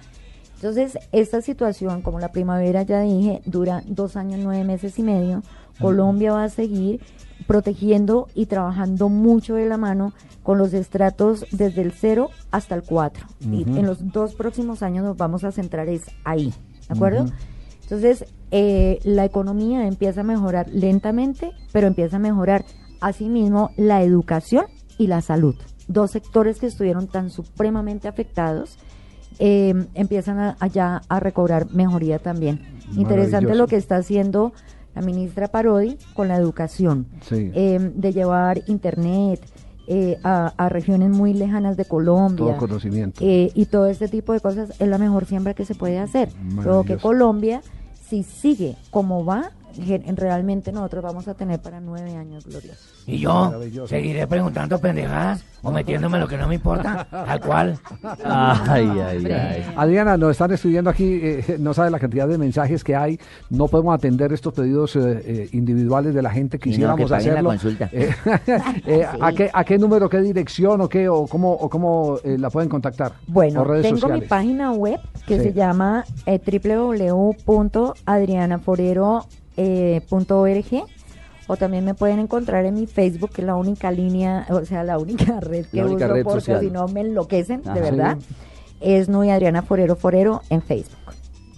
[SPEAKER 7] Entonces, esta situación, como la primavera ya dije, dura dos años, nueve meses y medio. Colombia va a seguir protegiendo y trabajando mucho de la mano con los estratos desde el 0 hasta el 4. Y
[SPEAKER 9] Ujú.
[SPEAKER 7] en los dos próximos años nos vamos a centrar es ahí, ¿de acuerdo?
[SPEAKER 9] Ujú.
[SPEAKER 7] Entonces, eh, la economía empieza a mejorar lentamente, pero empieza a mejorar asimismo la educación y la salud. Dos sectores que estuvieron tan supremamente afectados eh, empiezan a- a ya a recobrar mejoría también. Interesante
[SPEAKER 9] Maravilloso.
[SPEAKER 7] lo que está haciendo la ministra Parodi con la educación,
[SPEAKER 1] Sí.
[SPEAKER 7] eh, de llevar internet eh, a, a regiones muy lejanas de Colombia.
[SPEAKER 1] Todo conocimiento.
[SPEAKER 7] Eh, y todo este tipo de cosas es la mejor siembra que se puede hacer. Luego que
[SPEAKER 1] Maravilloso.
[SPEAKER 7] Colombia, si sigue como va, gen- realmente nosotros vamos a tener para nueve años gloriosos.
[SPEAKER 15] Y yo seguiré preguntando pendejadas o metiéndome lo que no me importa, tal cual.
[SPEAKER 2] Ay, ay, ay.
[SPEAKER 1] Adriana, nos están escribiendo aquí, eh, no sabe la cantidad de mensajes que hay, no podemos atender estos pedidos eh, eh, individuales de la gente,
[SPEAKER 11] Y no,
[SPEAKER 1] quisiéramos
[SPEAKER 11] que paguen la
[SPEAKER 1] hacerlo.
[SPEAKER 11] consulta.
[SPEAKER 1] Eh, eh, ¿a, qué, ¿A qué número, qué dirección o qué, o cómo, o cómo eh, la pueden contactar?
[SPEAKER 7] Bueno,
[SPEAKER 1] O redes
[SPEAKER 7] tengo mi
[SPEAKER 1] sociales.
[SPEAKER 7] página web que
[SPEAKER 1] Sí.
[SPEAKER 7] se llama eh, www.adrianaforero.org eh, o también me pueden encontrar en mi Facebook, que es la única línea, o sea, la única red que
[SPEAKER 18] La única
[SPEAKER 7] uso
[SPEAKER 18] red
[SPEAKER 7] porque
[SPEAKER 18] social.
[SPEAKER 7] si no me enloquecen,
[SPEAKER 1] Ajá.
[SPEAKER 7] de verdad. Es Nui Adriana Forero Forero en Facebook.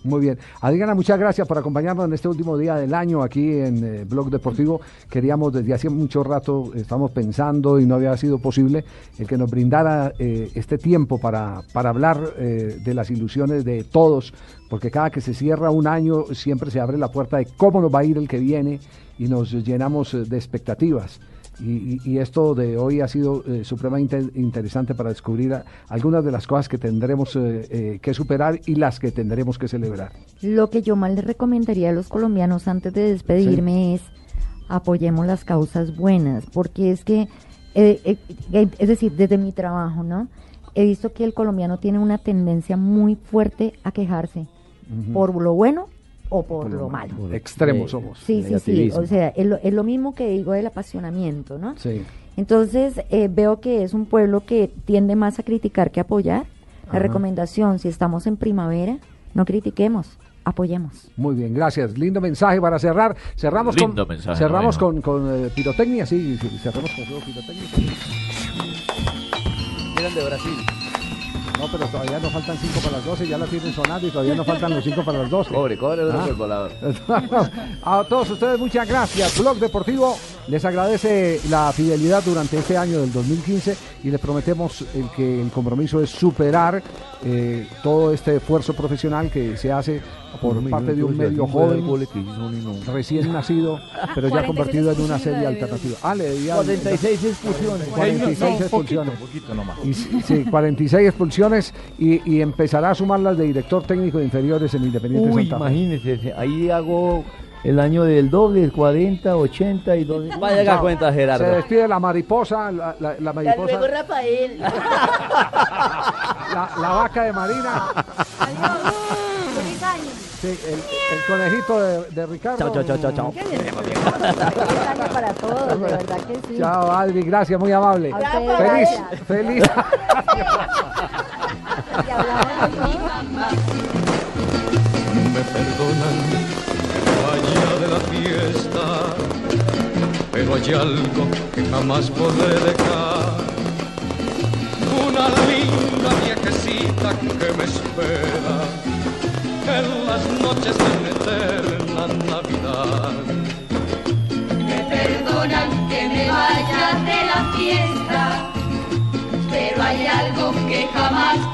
[SPEAKER 1] Muy bien. Adriana, muchas gracias por acompañarnos en este último día del año aquí en eh, Blog Deportivo. Queríamos desde hace mucho rato, estamos pensando y no había sido posible el que nos brindara eh, este tiempo para, para hablar eh, de las ilusiones de todos, porque cada que se cierra un año siempre se abre la puerta de cómo nos va a ir el que viene y nos llenamos eh, de expectativas. Y, y- y esto de hoy ha sido eh, supremamente interesante para descubrir a- algunas de las cosas que tendremos eh, eh, que superar y las que tendremos que celebrar.
[SPEAKER 7] Lo que yo más les recomendaría a los colombianos antes de despedirme es apoyemos las causas buenas, porque es que, eh, eh, eh, es decir, desde mi trabajo, ¿no? He visto que el colombiano tiene una tendencia muy fuerte a quejarse
[SPEAKER 1] Ujú.
[SPEAKER 7] por lo bueno o por, lo, malo.
[SPEAKER 1] Extremos somos.
[SPEAKER 7] Sí, sí, sí. O sea, es lo, es lo mismo que digo del apasionamiento, ¿no?
[SPEAKER 1] Sí.
[SPEAKER 7] Entonces, eh, veo que es un pueblo que tiende más a criticar que a apoyar. La
[SPEAKER 1] Ajá.
[SPEAKER 7] recomendación, si estamos en primavera, no critiquemos, apoyemos.
[SPEAKER 1] Muy bien, gracias. Lindo mensaje para cerrar. Cerramos
[SPEAKER 19] Lindo
[SPEAKER 1] con
[SPEAKER 19] mensaje,
[SPEAKER 1] cerramos
[SPEAKER 19] lo
[SPEAKER 1] con, con, eh, pirotecnia, sí, sí, cerramos con juego pirotecnia.
[SPEAKER 2] Eran de Brasil.
[SPEAKER 1] No, pero todavía nos faltan cinco para las 12, ya la tienen sonando y todavía nos faltan los cinco para las 12.
[SPEAKER 19] Oh,
[SPEAKER 3] Cobre, cobre,
[SPEAKER 1] Ah.
[SPEAKER 3] por palabra.
[SPEAKER 1] A todos ustedes muchas gracias. Blog Deportivo les agradece la fidelidad durante este año del 2015 y les prometemos el que el compromiso es superar eh, todo este esfuerzo profesional que se hace por parte de un medio joven recién nacido, pero ya
[SPEAKER 8] 46
[SPEAKER 1] convertido en una
[SPEAKER 8] expulsiones
[SPEAKER 1] serie
[SPEAKER 8] de
[SPEAKER 1] alternativa. Ah, le debía-
[SPEAKER 8] 46 expulsiones.
[SPEAKER 1] 46
[SPEAKER 8] No, poquito,
[SPEAKER 1] expulsiones.
[SPEAKER 8] poquito nomás.
[SPEAKER 1] Y sí, sí, 46 expulsiones y, y empezará a sumar las de director técnico de inferiores en Independiente
[SPEAKER 8] Uy,
[SPEAKER 1] Santa Fe.
[SPEAKER 8] imagínense, ahí hago el año del doble, el 40, 80 y doble.
[SPEAKER 1] Vaya que a cuenta, Se despide la mariposa, la, la- la mariposa,
[SPEAKER 7] Rafael.
[SPEAKER 1] la, la vaca de Marina, sí, el, el conejito de, de Ricardo.
[SPEAKER 2] Chao, chao, chao, chao, chao.
[SPEAKER 7] para todos, de verdad que sí.
[SPEAKER 1] Chao, Adri, gracias, muy amable.
[SPEAKER 7] A ustedes,
[SPEAKER 1] Feliz,
[SPEAKER 7] gracias.
[SPEAKER 1] feliz.
[SPEAKER 14] Me perdonan, vaya de la fiesta, pero hay algo que jamás podré dejar. Una linda viejecita que me espera en las noches de una eterna Navidad.
[SPEAKER 20] Me perdonan que me vaya de la fiesta, pero hay algo que jamás